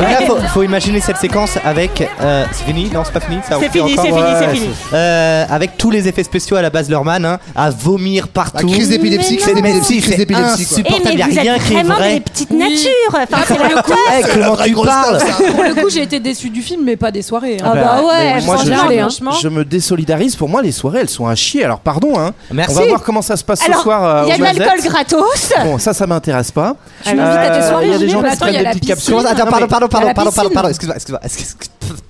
Speaker 18: là, faut, faut imaginer cette séquence avec. euh, c'est fini Non, c'est pas fini. ça, on
Speaker 10: C'est
Speaker 18: fait
Speaker 10: fini,
Speaker 18: encore
Speaker 10: c'est fini,
Speaker 18: Ouais,
Speaker 10: c'est
Speaker 18: ouais,
Speaker 10: fini.
Speaker 18: c'est- Euh, avec tous les effets spéciaux à la base Lorman, hein, à vomir partout.
Speaker 9: La crise d'épilepsie, crise
Speaker 18: C'est- mais
Speaker 9: d'épilepsie,
Speaker 18: si,
Speaker 9: crise
Speaker 18: c'est
Speaker 9: d'épilepsie, quoi.
Speaker 10: Eh,
Speaker 18: insupportable.
Speaker 10: mais
Speaker 18: Il y a
Speaker 10: vous
Speaker 18: rien
Speaker 10: êtes
Speaker 18: qui est
Speaker 10: vraiment des
Speaker 18: vrai.
Speaker 10: petites natures. Enfin,
Speaker 13: Ah,
Speaker 10: c'est la
Speaker 18: Hey,
Speaker 13: Eh,
Speaker 18: comment tu parles
Speaker 13: Pour le coup, j'ai été déçu du film, mais pas des soirées. hein.
Speaker 17: Ah bah,
Speaker 13: ouais,
Speaker 17: moi, je,
Speaker 13: franchement,
Speaker 17: je-
Speaker 13: franchement.
Speaker 17: je me désolidarise. Pour moi, les soirées, elles sont à chier. Alors, pardon. Hein.
Speaker 18: Merci.
Speaker 17: On va voir comment ça se passe
Speaker 10: Alors,
Speaker 17: ce soir. euh,
Speaker 10: il y a
Speaker 17: aux
Speaker 10: de l'alcool
Speaker 17: Mazettes.
Speaker 10: gratos.
Speaker 17: Bon, ça, ça m'intéresse pas. Euh,
Speaker 13: Je m'invite à tes soirées,
Speaker 17: Il y a
Speaker 13: j'y
Speaker 17: des
Speaker 13: vais,
Speaker 17: gens
Speaker 13: mais
Speaker 17: qui se
Speaker 13: attends,
Speaker 17: prennent
Speaker 13: il y a
Speaker 17: des
Speaker 13: la
Speaker 17: petites
Speaker 13: piscine.
Speaker 17: capsules.
Speaker 18: Comment ça Attends,
Speaker 17: Non,
Speaker 18: pardon,
Speaker 17: mais- Ah.
Speaker 18: pardon,
Speaker 13: à
Speaker 18: pardon,
Speaker 13: la
Speaker 18: pardon,
Speaker 13: piscine.
Speaker 18: pardon, pardon, excuse-moi, excuse-moi, excuse-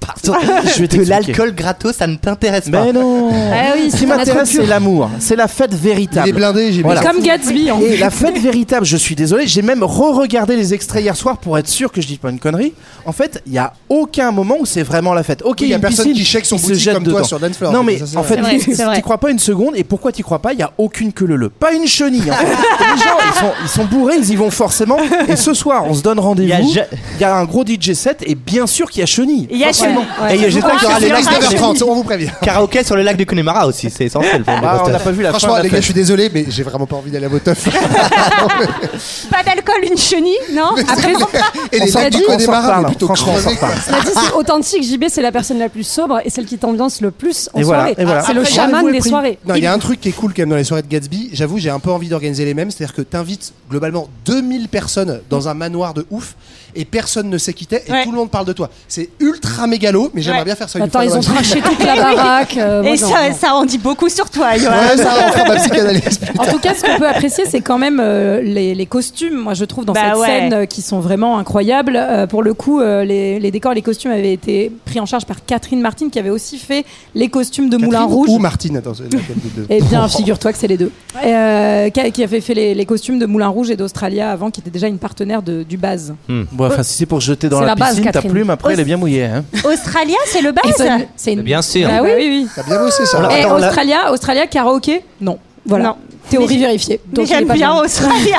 Speaker 18: pardon.
Speaker 17: Je vais
Speaker 18: De
Speaker 17: t'expliquer.
Speaker 18: l'alcool gratos, ça ne t'intéresse pas.
Speaker 17: Mais non
Speaker 21: Ah oui, c'est
Speaker 17: Ce qui
Speaker 21: un
Speaker 17: m'intéresse,
Speaker 21: attrapure.
Speaker 17: c'est l'amour. C'est la fête véritable.
Speaker 9: Il est blindé, j'ai
Speaker 17: Voilà.
Speaker 13: Comme Gatsby, en
Speaker 17: Et la fête véritable, je suis désolé, j'ai même re-regardé les extraits hier soir pour être sûr que je dis pas une connerie. En fait, il y a aucun moment où c'est vraiment la fête. Ok,
Speaker 9: Oui, il y a
Speaker 17: une
Speaker 9: personne
Speaker 17: piscine,
Speaker 9: qui check son
Speaker 17: il se
Speaker 9: boutique
Speaker 17: jette
Speaker 9: comme toi
Speaker 17: dedans.
Speaker 9: sur dance floor.
Speaker 17: Non mais
Speaker 9: Ça, c'est
Speaker 17: en
Speaker 9: vrai.
Speaker 17: fait,
Speaker 10: C'est vrai, c'est vrai.
Speaker 17: t'y crois pas une seconde. Et pourquoi t'y crois pas Il y a aucune que le le, pas une chenille. en fait. les gens, ils sont, ils sont bourrés, ils y vont forcément. Et ce soir, on se donne
Speaker 18: Il y a
Speaker 17: rendez-vous.
Speaker 18: ja-
Speaker 17: Il y a un gros DJ set et bien sûr qu'il y a chenille.
Speaker 10: Il y a
Speaker 17: Forcément.
Speaker 18: Et j'espère
Speaker 10: Ah,
Speaker 18: qu'il y aura les lacs de
Speaker 9: 19h30, on vous prévient.
Speaker 18: Karaoké sur le lac de Connemara aussi, c'est essentiel pour le
Speaker 17: Ah, on n'a
Speaker 18: Boston.
Speaker 17: pas vu la fin
Speaker 9: Franchement,
Speaker 17: de la
Speaker 9: les gars,
Speaker 17: fête.
Speaker 9: je suis désolé, mais j'ai vraiment pas envie d'aller à vos teufs.
Speaker 10: Pas d'alcool, une chenille, non
Speaker 13: Après,
Speaker 9: Et
Speaker 17: On
Speaker 9: les
Speaker 17: s'en
Speaker 9: mecs du
Speaker 17: parle, on s'en
Speaker 9: Connemara,
Speaker 17: parle,
Speaker 9: mais plutôt
Speaker 17: franchement, on s'en
Speaker 9: crevés, quoi.
Speaker 17: parle.
Speaker 21: Cela dit, c'est authentique. JB, c'est la personne la plus sobre et celle qui t'ambiance le plus en
Speaker 17: Et voilà,
Speaker 21: soirée.
Speaker 17: et voilà.
Speaker 21: C'est le
Speaker 9: Après,
Speaker 21: chaman
Speaker 9: j'avoue,
Speaker 21: des
Speaker 9: Eprim-
Speaker 21: soirées.
Speaker 9: Non, il y a un truc qui est cool quand même dans les soirées de Gatsby. J'avoue, j'ai un peu envie d'organiser les mêmes. C'est-à-dire que t'invites globalement 2000 personnes dans un manoir de ouf. et personne ne sait qui t'es et tout le monde parle de toi. C'est ultra mégalo, mais j'aimerais
Speaker 10: Ouais.
Speaker 9: bien faire ça une
Speaker 10: Attends,
Speaker 9: fois dans
Speaker 10: ils
Speaker 9: ma
Speaker 10: ont
Speaker 9: vie.
Speaker 10: craché toute la baraque, euh, moi, Et non, ça- non. ça en dit beaucoup sur toi, Johan.
Speaker 9: Ouais, ça va, on fera ma psychanalyse.
Speaker 13: En tout cas, ce qu'on peut apprécier, c'est quand même euh, les, les costumes. Moi, je trouve dans
Speaker 10: Bah
Speaker 13: cette
Speaker 10: ouais.
Speaker 13: scène euh, qui sont vraiment incroyables. Euh, pour le coup, euh, les, les décors, les costumes avaient été pris en charge par Catherine Martine, qui avait aussi fait les costumes de Moulin
Speaker 9: Catherine
Speaker 13: Rouge.
Speaker 9: Ou Martine, attends, c'est laquelle des deux Oh,
Speaker 13: Eh
Speaker 7: Oh.
Speaker 13: bien, figure-toi que c'est les deux. Euh, qui a- qui avait fait les, les costumes de Moulin Rouge et d'Australia avant, qui était déjà une partenaire de- du base.
Speaker 17: Bon, enfin, si c'est pour jeter dans
Speaker 13: C'est
Speaker 17: la,
Speaker 13: la base,
Speaker 17: piscine, ta
Speaker 13: Catherine.
Speaker 17: plume, après, elle est
Speaker 13: Aussi-
Speaker 17: bien mouillée. hein.
Speaker 10: Australia, c'est le base
Speaker 13: Et c'est une- c'est une-
Speaker 17: Bien sûr.
Speaker 13: Bah oui, oui, oui.
Speaker 9: T'as bien bossé ça.
Speaker 13: Et Australia, Australia, karaoké Non. Voilà.
Speaker 10: Non.
Speaker 13: Théorie vérifiée.
Speaker 10: Mais
Speaker 13: Donc, il est
Speaker 10: j'aime
Speaker 13: pas
Speaker 10: bien
Speaker 13: mal.
Speaker 10: Australia.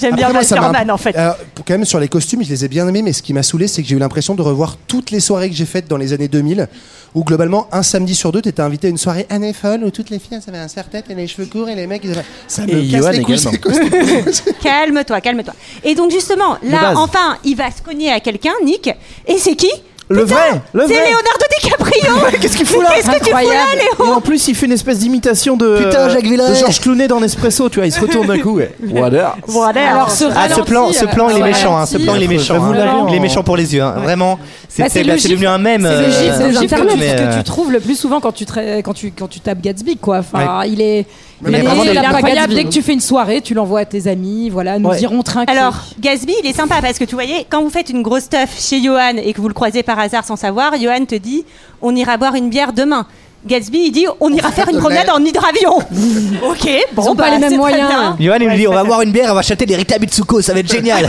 Speaker 10: J'aime bien
Speaker 9: Après, moi, ça m'a
Speaker 10: Masterman
Speaker 9: un-
Speaker 10: en fait.
Speaker 9: Alors, pour- quand même, sur les costumes, je les ai bien aimés, mais ce qui m'a saoulé, c'est que j'ai eu l'impression de revoir toutes les soirées que j'ai faites dans les années 2000, où globalement, un samedi sur deux, t'étais invité à une soirée année folle où toutes les filles elles avaient un serre-tête et les cheveux courts et les mecs, ils avaient... Ça me
Speaker 17: Et
Speaker 9: casse
Speaker 17: Johan
Speaker 9: les couilles,
Speaker 17: également.
Speaker 9: ces costumes.
Speaker 10: calme-toi, calme-toi. Et donc justement, là,
Speaker 17: base.
Speaker 10: enfin, il va se cogner à quelqu'un, Nick. Et c'est qui
Speaker 17: Le
Speaker 10: Putain,
Speaker 17: vrai, le
Speaker 10: C'est
Speaker 17: vrai.
Speaker 10: Leonardo DiCaprio.
Speaker 17: Qu'est-ce qu'il fout là
Speaker 10: Mais Qu'est-ce que tu fous là, Léo
Speaker 17: Et en plus, il fait une espèce d'imitation de euh,
Speaker 10: Putain, Jacques Villeret.
Speaker 17: de Georges Clooney dans Nespresso, tu vois, il se retourne d'un coup. et- Voilà.
Speaker 10: Voilà.
Speaker 13: Alors, ce
Speaker 7: Ah, ce
Speaker 13: ralenti,
Speaker 7: plan, ce
Speaker 13: euh,
Speaker 7: plan, il est
Speaker 13: ce
Speaker 7: méchant. hein,
Speaker 13: ralenti,
Speaker 7: ce plan, il est
Speaker 17: Affreux.
Speaker 7: méchant.
Speaker 17: Vous l'avez
Speaker 7: hein.
Speaker 17: en-
Speaker 7: Il est méchant pour les yeux. hein, Vraiment. C'est
Speaker 13: Bah, c'est le
Speaker 7: c'est devenu
Speaker 13: gif-
Speaker 7: un mème.
Speaker 13: C'est le gif,
Speaker 7: euh,
Speaker 13: c'est le gif que, tu,
Speaker 7: mais,
Speaker 13: que
Speaker 7: euh,
Speaker 13: tu trouves le plus souvent quand tu, tra- quand tu, quand tu tapes Gatsby, quoi. Enfin, il est.
Speaker 7: Mais il
Speaker 13: il
Speaker 7: y a
Speaker 13: est
Speaker 7: vraiment des-
Speaker 13: incroyable.
Speaker 10: Gatsby.
Speaker 13: Dès que tu fais une soirée, tu l'envoies à tes amis. Voilà, nous
Speaker 10: Ouais.
Speaker 13: irons trinquer.
Speaker 10: Alors, Gatsby, il est sympa parce que tu voyez, quand vous faites une grosse teuf chez Johan et que vous le croisez par hasard sans savoir, Johan te dit on ira boire une bière demain. Gatsby, il dit on ira faire une promenade en hydravion. ok, bon,
Speaker 13: ont pas
Speaker 10: bah,
Speaker 13: les mêmes
Speaker 10: c'est très
Speaker 13: moyens.
Speaker 10: bien.
Speaker 7: Johan, il nous dit on va boire une bière, on va châter des Rita Mitsuko, ça va être génial.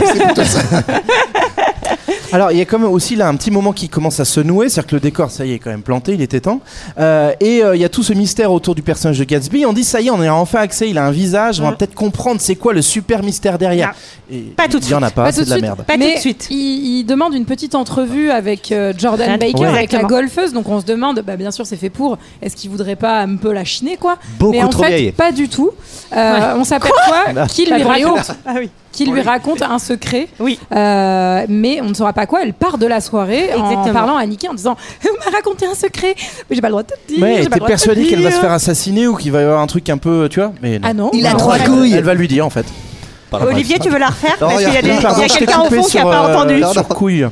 Speaker 17: Alors, il y a quand même aussi là un petit moment qui commence à se nouer, c'est-à-dire que le décor, ça y est, est quand même planté, il était temps. Euh, et euh, il y a tout ce mystère autour du personnage de Gatsby. On dit, ça y est, on est enfin accès, il a un visage, on va peut-être comprendre c'est quoi le super mystère derrière.
Speaker 10: Mm. Pas tout de
Speaker 17: Il y en a
Speaker 10: suite.
Speaker 17: pas,
Speaker 13: Pas
Speaker 17: c'est
Speaker 13: tout
Speaker 17: de la
Speaker 13: suite.
Speaker 17: merde.
Speaker 10: Pas tout de
Speaker 13: Mais
Speaker 10: suite.
Speaker 13: Il, il demande une petite entrevue avec euh, Jordan Baker,
Speaker 17: Ouais.
Speaker 13: avec la
Speaker 17: Exactement.
Speaker 13: golfeuse. Donc on se demande, bah, bien sûr, c'est fait pour. Est-ce qu'il voudrait pas un peu la chiner, quoi
Speaker 7: Beaucoup
Speaker 13: Mais en
Speaker 7: trop
Speaker 13: fait,
Speaker 7: vieille.
Speaker 13: pas du tout. Euh,
Speaker 10: Ouais.
Speaker 13: On s'aperçoit
Speaker 7: Quoi
Speaker 13: qu'il
Speaker 10: La
Speaker 13: lui
Speaker 10: golfeuse.
Speaker 13: raconte,
Speaker 10: Ah oui.
Speaker 13: qu'il lui raconte un secret.
Speaker 10: Oui.
Speaker 13: Euh, mais on ne saura pas quoi. Elle part de la soirée en
Speaker 10: Exactement.
Speaker 13: parlant à Nicky en disant, "Euh, on m'a raconté un secret, mais j'ai pas le droit de te le dire.
Speaker 17: Mais
Speaker 13: j'ai
Speaker 17: elle était
Speaker 13: pas le droit de te le
Speaker 17: persuadée qu'elle va se
Speaker 13: dire.
Speaker 17: faire assassiner ou qu'il va y avoir un truc un peu, tu vois. Mais
Speaker 13: Ah non. Il a
Speaker 17: Non,
Speaker 13: trois
Speaker 17: elle-
Speaker 13: couilles.
Speaker 17: Elle va lui dire en fait.
Speaker 10: Olivier, tu veux la refaire
Speaker 17: Non,
Speaker 10: Parce qu'il y a, des-
Speaker 17: non,
Speaker 10: il y a
Speaker 17: pardon, je t'ai
Speaker 10: quelqu'un au
Speaker 17: coupé
Speaker 10: fond qui n'a
Speaker 17: sur,
Speaker 10: pas
Speaker 17: euh,
Speaker 10: entendu.
Speaker 17: sur couille.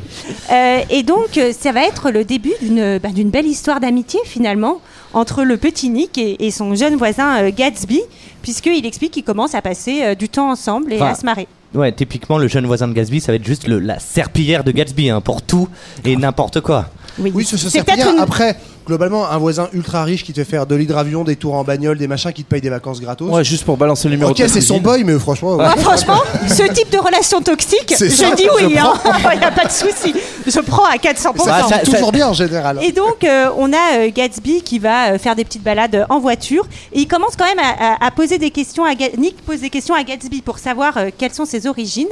Speaker 10: Euh, et donc, euh, ça va être le début d'une bah, d'une belle histoire d'amitié, finalement, entre le petit Nick et, et son jeune voisin euh, Gatsby, puisqu'il explique qu'ils commencent à passer euh, du temps ensemble et
Speaker 7: Enfin,
Speaker 10: à se marrer.
Speaker 7: Ouais, typiquement, le jeune voisin de Gatsby, ça va être juste le- la serpillière de Gatsby hein, pour tout et n'importe quoi.
Speaker 10: Oui,
Speaker 9: oui ce, ce
Speaker 10: C'est
Speaker 9: serpillard.
Speaker 10: peut-être une-
Speaker 9: Après, globalement, un voisin ultra riche qui te fait faire de l'hydravion, des tours en bagnole, des machins, qui te paye des vacances gratos.
Speaker 17: Ouais, juste pour balancer le numéro
Speaker 9: ok,
Speaker 17: de
Speaker 9: c'est son
Speaker 17: cuisine.
Speaker 9: boy, mais franchement.
Speaker 10: Ah, franchement, ce type de relation toxique, je
Speaker 9: C'est ça,
Speaker 10: dis
Speaker 9: je
Speaker 10: oui, hein. il n'y a pas de souci. Je prends à 400%.
Speaker 9: Ça marche toujours bien en général.
Speaker 10: Et donc, euh, on a euh, Gatsby qui va euh, faire des petites balades euh, en voiture. Et il commence quand même à, à- à poser des questions à Ga- Nick pose des questions à Gatsby pour savoir euh, quelles sont ses origines.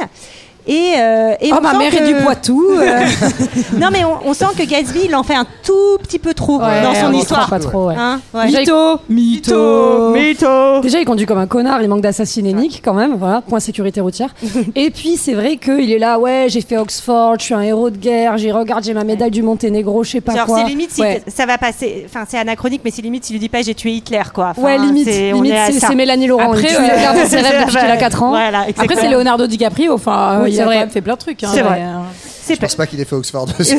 Speaker 10: Et, euh, et
Speaker 13: Oh,
Speaker 10: on
Speaker 13: ma
Speaker 10: sent
Speaker 13: mère est
Speaker 10: que-
Speaker 13: du Poitou. euh.
Speaker 10: non mais on, on sent que Gatsby il en fait un tout petit peu trop
Speaker 13: Ouais,
Speaker 10: dans son
Speaker 13: on
Speaker 10: histoire.
Speaker 13: comprend pas trop, ouais.
Speaker 10: Hein
Speaker 13: Déjà, il- Mytho
Speaker 10: Mytho
Speaker 18: Déjà, il conduit comme un connard, il manque d'assassiner Nick quand même, voilà, point sécurité routière. Et puis, c'est vrai qu'il est là, ouais, j'ai fait Oxford, je suis un héros de guerre, j'ai regarde, j'ai ma médaille du Monténégro, je sais pas
Speaker 10: Genre
Speaker 18: quoi.
Speaker 10: c'est limite si
Speaker 18: Ouais.
Speaker 10: ça va passer. Enfin c'est anachronique mais c'est limite s'il lui dit pas j'ai tué Hitler quoi. Enfin,
Speaker 18: Ouais, limite,
Speaker 10: c'est- on
Speaker 18: limite,
Speaker 10: est à
Speaker 18: c'est-
Speaker 10: ça.
Speaker 18: c'est Mélanie Laurent.
Speaker 13: Après,
Speaker 18: Tu
Speaker 13: euh,
Speaker 18: lui as gardé ses rêves depuis qu'il a 4 ans.
Speaker 10: Voilà,
Speaker 13: Après,
Speaker 10: exactement.
Speaker 13: c'est Leonardo DiCaprio. Enfin, euh,
Speaker 18: Oui,
Speaker 13: il
Speaker 18: c'est
Speaker 13: a
Speaker 18: vrai.
Speaker 13: quand même fait plein de trucs. hein,
Speaker 10: C'est vrai.
Speaker 13: mais, euh,
Speaker 10: c'est
Speaker 9: Je pense pas qu'il ait fait Oxford. c'est-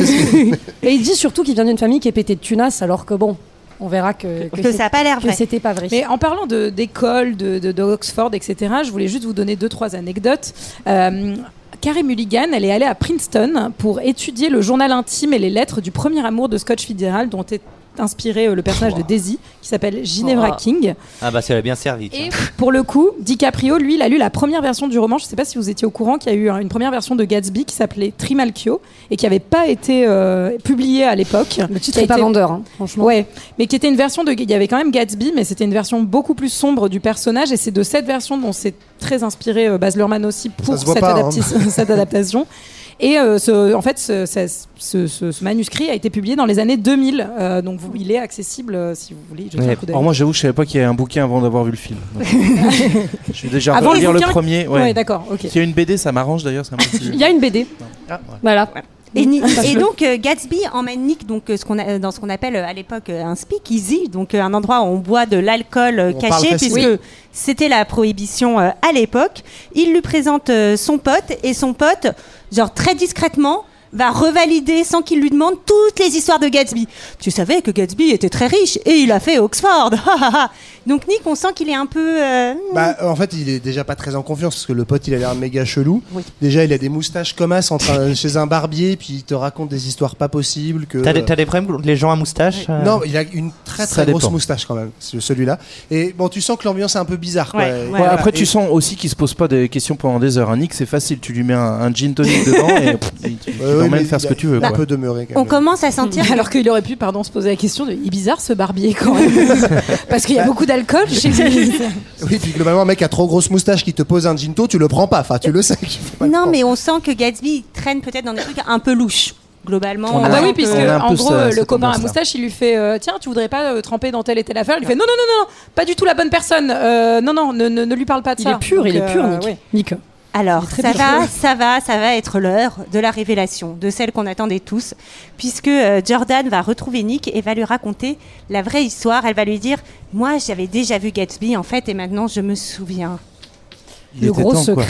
Speaker 18: Et il dit surtout qu'il vient d'une famille qui est pétée de tunas, alors que bon, on verra que,
Speaker 10: Que ça
Speaker 18: c'est-
Speaker 10: a pas l'air
Speaker 18: que
Speaker 10: vrai.
Speaker 18: c'était pas vrai.
Speaker 13: Mais en parlant de- d'école, de, de, de Oxford, etc., je voulais juste vous donner deux, trois anecdotes. Euh, Carey Mulligan, elle est allée à Princeton pour étudier le journal intime et les lettres du premier amour de Scott Fitzgerald, dont est inspiré euh, le personnage de Daisy, qui s'appelle Ginevra
Speaker 7: Oh.
Speaker 13: King.
Speaker 7: Ah bah, ça l'a bien servi. tiens.
Speaker 13: Et pour le coup, DiCaprio, lui, il a lu la première version du roman. Je ne sais pas si vous étiez au courant qu'il y a eu hein, une première version de Gatsby qui s'appelait Trimalchio et qui n'avait pas été euh, publiée à l'époque.
Speaker 18: Le titre
Speaker 13: Qui a
Speaker 18: est pas
Speaker 13: été-
Speaker 18: vendeur, hein, franchement.
Speaker 13: Ouais, mais qui était une version de. Il y avait quand même Gatsby, mais c'était une version beaucoup plus sombre du personnage. Et c'est de cette version dont s'est très inspiré euh, Baz Luhrmann aussi pour
Speaker 9: se voit
Speaker 13: cette,
Speaker 9: pas, hein.
Speaker 13: adapti- cette adaptation. Et euh, ce- en fait, ce, ce- ce- ce- ce manuscrit a été publié dans les années 2000. euh, donc vous- il est accessible euh, si vous voulez. jeter un
Speaker 17: Ouais.
Speaker 13: coup d'œil.
Speaker 17: Alors moi j'avoue que je savais pas qu'il y avait un bouquin avant d'avoir vu le film. Donc, je suis déjà
Speaker 13: Avant
Speaker 17: lire
Speaker 13: le
Speaker 17: le
Speaker 13: bouquin
Speaker 17: premier. Ouais,
Speaker 13: Ouais, d'accord, ok.
Speaker 17: S'il y a une BD ça m'arrange d'ailleurs. ça me-
Speaker 18: Il y a une BD. Voilà.
Speaker 10: Et, Ni-
Speaker 18: Ah,
Speaker 10: et
Speaker 18: je-
Speaker 10: donc euh, Gatsby emmène Nick donc euh, ce qu'on a- dans ce qu'on appelle euh, à l'époque euh, un speakeasy, donc euh, un endroit où on boit de l'alcool euh,
Speaker 1: On parle
Speaker 10: caché
Speaker 1: facile.
Speaker 10: puisque
Speaker 1: Oui.
Speaker 10: c'était la prohibition euh, à l'époque. Il lui présente euh, son pote et son pote, genre très discrètement, va revalider sans qu'il lui demande toutes les histoires de Gatsby. Tu savais que Gatsby était très riche et il a fait Oxford. Ha, ha, ha. donc Nick, on sent qu'il est un peu euh,
Speaker 9: Bah, en fait, il est déjà pas très en confiance parce que le pote, il a l'air méga chelou. Déjà, il a des moustaches comme as en train- chez un barbier, puis il te raconte des histoires pas possibles. Que...
Speaker 7: T'as des, t'as des problèmes contre les gens à moustache euh
Speaker 9: Non, il a une très
Speaker 7: Ça
Speaker 9: très grosse
Speaker 7: dépend.
Speaker 9: moustache quand même, ce- celui-là. Et bon, tu sens que l'ambiance est un peu bizarre. Quoi. Et
Speaker 17: Ouais,
Speaker 9: voilà.
Speaker 17: après,
Speaker 9: Et-
Speaker 17: tu sens aussi qu'il se pose pas des questions pendant des heures. Un Nick, c'est facile. Tu lui mets un, un gin tonic dedans et pff, il- tu
Speaker 9: Ouais, ouais,
Speaker 17: l'emmènes
Speaker 9: mais
Speaker 17: faire
Speaker 9: il
Speaker 17: ce
Speaker 9: a-
Speaker 17: que tu veux.
Speaker 9: il a
Speaker 17: quoi.
Speaker 9: peu demeuré, quand
Speaker 10: On commence à sentir.
Speaker 13: Alors qu'il aurait pu, pardon, se poser la question de. Il est bizarre ce barbier quand même. Parce
Speaker 17: Bah,
Speaker 13: qu'il y a beaucoup d'alcool chez lui.
Speaker 9: Oui, puis globalement, un mec a trop grosse moustache qui te pose un ginto, tu le prends pas. Enfin, tu le sais. qu'il fait pas le
Speaker 10: Non,
Speaker 9: prendre.
Speaker 10: mais on sent que Gatsby traîne peut-être dans des trucs un peu louches, globalement.
Speaker 13: Ah bah oui, puisque
Speaker 10: puisque
Speaker 13: en gros,
Speaker 9: ça,
Speaker 13: le
Speaker 9: cette
Speaker 13: copain à
Speaker 9: ambiance-là.
Speaker 13: moustache, il lui fait euh, Tiens, tu voudrais pas euh, tremper dans telle et telle affaire Il lui fait Non, non, non, non, pas du tout la bonne personne. Euh, non, non, ne, ne- ne lui parle pas de
Speaker 10: Il
Speaker 13: ça. euh,
Speaker 10: est pur, il est pur, Nick. Alors,
Speaker 13: très
Speaker 10: ça
Speaker 13: pur.
Speaker 10: va, ça va, ça va être l'heure de la révélation, de celle qu'on attendait tous, puisque euh, Jordan va retrouver Nick et va lui raconter la vraie histoire. Elle va lui dire Moi, j'avais déjà vu Gatsby, en fait, et maintenant, je me souviens.
Speaker 17: Il était temps, quoi.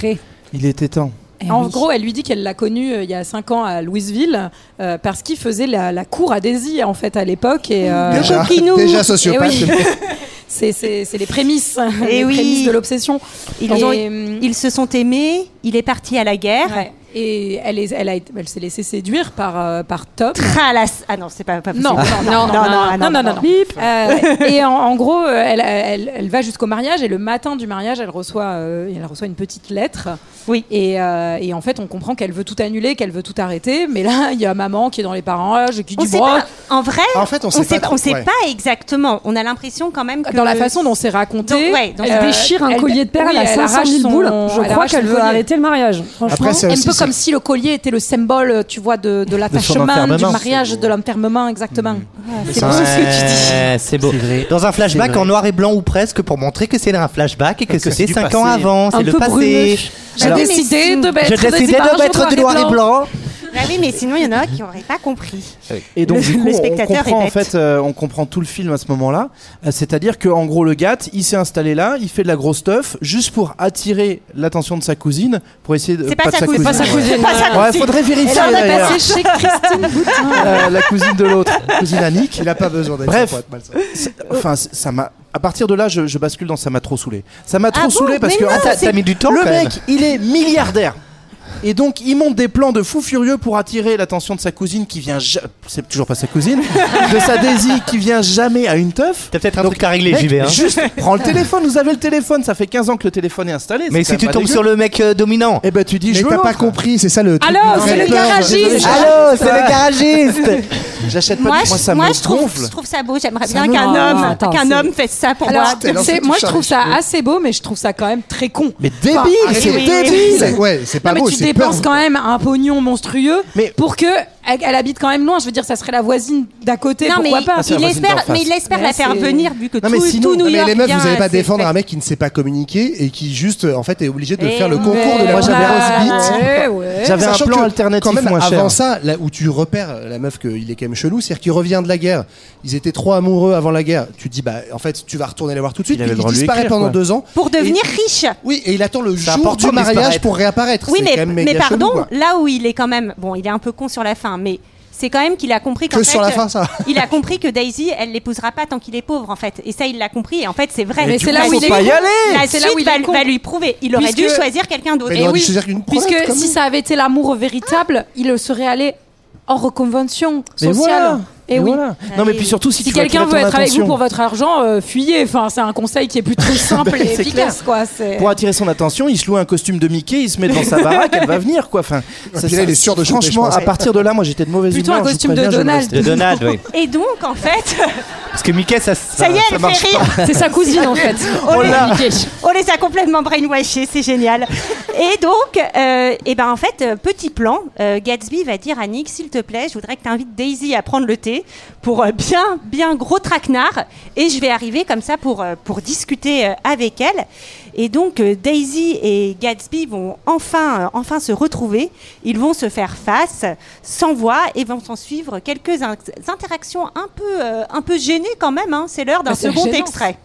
Speaker 17: Il était temps.
Speaker 10: Eh
Speaker 13: En gros, elle lui dit qu'elle l'a connu euh, il y a 5 ans à Louisville euh, parce qu'il faisait la, la cour à Daisy en fait à l'époque et euh,
Speaker 9: Le Déjà- coquinou. déjà sociopathe.
Speaker 13: Eh oui. c'est, c'est- c'est les prémices,
Speaker 10: Eh
Speaker 13: les
Speaker 10: oui.
Speaker 13: prémices de l'obsession.
Speaker 10: Ils,
Speaker 13: Et,
Speaker 10: ont-
Speaker 13: euh,
Speaker 10: ils se sont aimés, il est parti à la guerre.
Speaker 13: ouais. Et elle, est- elle a été- elle s'est laissée séduire par, euh, par Tom.
Speaker 10: Tralas- Ah non, c'est pas, pas possible.
Speaker 13: Non, non, non, non, non, non, non, non. Euh, et en, en gros, euh, elle, elle- elle va jusqu'au mariage et le matin du mariage, elle reçoit, euh, elle reçoit une petite lettre.
Speaker 10: Oui.
Speaker 13: Et, euh, et en fait, on comprend qu'elle veut tout annuler, qu'elle veut tout arrêter. Mais là, il y a maman qui est dans les parages, qui
Speaker 10: On
Speaker 13: dit
Speaker 10: sait
Speaker 13: bon,
Speaker 10: pas. En vrai,
Speaker 13: En fait, Ah, on sait pas trop,
Speaker 10: on sait
Speaker 13: ouais.
Speaker 10: pas exactement. On a l'impression quand même que
Speaker 13: dans la façon dont c'est raconté, euh,
Speaker 10: Donc, ouais, donc,
Speaker 18: Elle déchire un collier de perles à 500 000 boules. Je crois qu'elle veut arrêter
Speaker 13: le mariage.
Speaker 18: Franchement. Après, c'est
Speaker 13: un
Speaker 18: aussi-
Speaker 13: peu
Speaker 18: c'est-
Speaker 13: comme si le collier était le symbole, euh, tu vois, de, de l'attachement, du
Speaker 7: enfermement.
Speaker 13: mariage, de l'enterrement, exactement. Ouais, c'est
Speaker 7: Mmh. Ouais,
Speaker 13: beau ce que tu dis.
Speaker 7: C'est beau. Dans un flashback en noir et blanc ou presque pour montrer que c'est un flashback et que c'est
Speaker 17: du
Speaker 7: 5
Speaker 17: passé.
Speaker 7: ans avant,
Speaker 17: Un
Speaker 7: c'est le
Speaker 17: peu
Speaker 7: passé.
Speaker 17: brumeux.
Speaker 7: Bah
Speaker 10: J'ai décidé de mettre
Speaker 7: J'ai
Speaker 10: des
Speaker 7: décidé
Speaker 10: images
Speaker 7: de mettre du noir et blanc.
Speaker 10: Bah oui, mais sinon il y en a qui n'auraient pas compris.
Speaker 17: Et donc,
Speaker 10: Le-
Speaker 17: du coup,
Speaker 10: le
Speaker 17: on
Speaker 10: spectateur
Speaker 17: comprend,
Speaker 10: est
Speaker 17: en
Speaker 10: bête.
Speaker 17: fait, euh, on comprend tout le film à ce moment-là. Euh, C'est-à-dire que, en gros, le gars, il s'est installé là, il fait de la grosse stuff juste pour attirer l'attention de sa cousine, pour essayer de.
Speaker 13: C'est pas
Speaker 17: de
Speaker 13: sa cousine. C'est pas sa
Speaker 17: ouais.
Speaker 13: cousine. C'est pas sa
Speaker 17: Ouais,
Speaker 13: cousine.
Speaker 17: faudrait vérifier.
Speaker 13: Elle en a
Speaker 17: d'ailleurs.
Speaker 13: passé chez Christine Boutin.
Speaker 17: Euh, la cousine de l'autre, cousine Annick.
Speaker 9: Il a pas besoin d'être
Speaker 17: Bref,
Speaker 9: ça pour être malsain.
Speaker 17: c'est- enfin, c'est- ça m'a. À partir de là, je, je bascule dans ça m'a trop saoulé. Ça m'a
Speaker 9: Ah
Speaker 17: trop
Speaker 9: bon
Speaker 17: saoulé parce
Speaker 9: Mais
Speaker 17: que
Speaker 9: non,
Speaker 17: en fait,
Speaker 9: c'est-
Speaker 17: Le
Speaker 9: quand
Speaker 17: mec,
Speaker 9: même.
Speaker 17: il est milliardaire. Et donc, il monte des plans de fou furieux pour attirer l'attention de sa cousine qui vient. ja- C'est toujours pas sa cousine. de sa Daisy qui vient jamais à une teuf.
Speaker 7: T'as peut-être un truc à régler,
Speaker 17: Mec,
Speaker 7: j'y vais. hein.
Speaker 17: Juste, prends le téléphone, vous avez le téléphone, ça fait 15 ans que le téléphone est installé.
Speaker 7: Mais si tu tombes sur le mec
Speaker 18: euh,
Speaker 7: dominant,
Speaker 17: eh ben tu dis
Speaker 9: Mais
Speaker 17: je veux
Speaker 9: t'as pas
Speaker 17: l'autre.
Speaker 9: compris, c'est ça le. truc du réacteur. Désolé, je-
Speaker 17: Allô, c'est
Speaker 9: Ah.
Speaker 17: le garagiste J'achète pas,
Speaker 10: Moi,
Speaker 17: de- moi
Speaker 10: je-
Speaker 17: ça
Speaker 10: moi,
Speaker 17: me
Speaker 10: je trouve-
Speaker 17: gonfle.
Speaker 10: je trouve ça beau. J'aimerais
Speaker 17: Ça
Speaker 10: bien
Speaker 17: me-
Speaker 10: qu'un
Speaker 17: Non,
Speaker 10: homme,
Speaker 17: attends,
Speaker 10: qu'un
Speaker 17: c'est-
Speaker 10: homme fasse ça pour
Speaker 13: Alors,
Speaker 10: moi.
Speaker 13: c'est- moi je trouve ça assez beau, mais je trouve ça quand même très con.
Speaker 17: Mais
Speaker 9: débile, c'est débile. Ouais, c'est pas
Speaker 13: mais
Speaker 9: beau,
Speaker 13: tu
Speaker 9: c'est
Speaker 13: dépenses
Speaker 9: peur.
Speaker 13: quand même un pognon monstrueux pour que elle, elle habite quand même loin. Je veux dire, ça serait la voisine d'à côté.
Speaker 10: Non, mais
Speaker 13: pourquoi
Speaker 10: il-
Speaker 13: pas
Speaker 10: Ah, c'est la il voisine espère- d'en face. mais il espère la faire venir, vu que Non, mais tout- sinon- tout New
Speaker 9: Non, mais
Speaker 10: York
Speaker 9: les meufs, vous
Speaker 10: vient
Speaker 9: n'allez
Speaker 10: à
Speaker 9: pas
Speaker 10: ses
Speaker 9: défendre un mec qui ne sait pas communiquer et qui juste, euh, en fait, est obligé de
Speaker 17: Eh
Speaker 9: faire le
Speaker 17: ouais.
Speaker 9: concours de la
Speaker 17: Moi, j'avais
Speaker 9: grosse
Speaker 17: un-
Speaker 9: bite.
Speaker 17: Ouais, ouais. j'avais un
Speaker 9: Sachant
Speaker 17: plan
Speaker 9: que,
Speaker 17: alternatif
Speaker 9: Quand même,
Speaker 17: moins cher.
Speaker 9: avant ça, là où tu repères euh, la meuf qu'il est quand même chelou, c'est-à-dire qu'il revient de la guerre. Ils étaient trop amoureux avant la guerre. Tu te dis, bah, en fait, tu vas retourner les voir tout de suite.
Speaker 17: Il avait
Speaker 9: puis
Speaker 17: le droit de lui
Speaker 9: disparaît
Speaker 17: écrire,
Speaker 9: pendant
Speaker 17: quoi.
Speaker 9: deux ans.
Speaker 10: Pour devenir
Speaker 9: Et-
Speaker 10: riche.
Speaker 9: Oui, et il attend le jour
Speaker 17: important
Speaker 9: du
Speaker 17: de
Speaker 9: mariage
Speaker 17: disparaître.
Speaker 9: pour réapparaître.
Speaker 10: Oui,
Speaker 9: C'est
Speaker 10: mais,
Speaker 9: quand même
Speaker 10: mais
Speaker 9: méga chelou,
Speaker 10: pardon,
Speaker 9: quoi.
Speaker 10: là où il est quand même, bon, il est un peu con sur la fin, mais c'est quand même qu'il a compris qu'en
Speaker 9: Que
Speaker 10: fait,
Speaker 9: sur la fin, ça.
Speaker 10: il a compris que Daisy, elle l'épousera pas tant qu'il est pauvre, en fait. Et ça, il l'a compris. Et en fait, c'est vrai.
Speaker 13: Mais Mais c'est du là coup, où il faut est pas y con. aller.
Speaker 10: La
Speaker 13: C'est
Speaker 10: suite
Speaker 13: là où il
Speaker 10: va,
Speaker 13: est con.
Speaker 10: va lui prouver. Il aurait dû
Speaker 13: Puisque-
Speaker 10: choisir quelqu'un d'autre.
Speaker 9: Mais il aurait dû choisir une
Speaker 13: Puisque
Speaker 9: proie, quand
Speaker 13: si
Speaker 9: même.
Speaker 13: ça avait été l'amour véritable, il serait allé en reconvention
Speaker 17: Mais
Speaker 13: sociale.
Speaker 17: voilà.
Speaker 13: Et
Speaker 17: Mais
Speaker 13: Eh oui.
Speaker 17: voilà. Non, mais puis surtout, si tu veux
Speaker 13: quelqu'un
Speaker 17: attirer
Speaker 13: veut
Speaker 17: ton
Speaker 13: être avec vous
Speaker 17: attention.
Speaker 13: pour votre argent, euh, fuyez. Enfin, c'est un conseil qui est plutôt simple et
Speaker 17: C'est
Speaker 13: efficace,
Speaker 17: clair.
Speaker 13: quoi. C'est-
Speaker 17: Pour attirer son attention, il se loue un costume de Mickey, il se met devant sa baraque, elle va venir quoi. Enfin, ça,
Speaker 9: puis là,
Speaker 17: ça-
Speaker 9: il est sûr de choper,
Speaker 17: Franchement,
Speaker 9: je pense.
Speaker 17: à partir de là, moi j'étais de mauvaise
Speaker 10: Plutôt
Speaker 17: humeur.
Speaker 10: un
Speaker 17: je vous
Speaker 10: costume de
Speaker 17: préviens, je me
Speaker 10: Donald.
Speaker 17: restais.
Speaker 7: De Donald, oui.
Speaker 10: Et donc, en fait,
Speaker 7: Parce que Mickey, ça,
Speaker 10: ça, y est, elle
Speaker 7: marche
Speaker 10: fait rire.
Speaker 7: pas.
Speaker 10: On,
Speaker 7: On
Speaker 10: les-
Speaker 7: l'a.
Speaker 10: on les a complètement brainwashés, c'est génial. Et donc, euh, et ben en fait, euh, petit plan, euh, Gatsby va dire à Nick, s'il te plaît, je voudrais que tu invites Daisy à prendre le thé pour euh, bien, bien gros traquenard. Et je vais arriver comme ça pour, euh, pour discuter euh, avec elle. Et donc euh, Daisy et Gatsby vont enfin, euh, enfin se retrouver. Ils vont se faire face, sans voix, et vont s'en suivre quelques in- interactions un peu, euh, un peu gênées quand même. hein. C'est l'heure d'un
Speaker 3: Bah, c'est
Speaker 10: second
Speaker 3: gênant.
Speaker 10: extrait.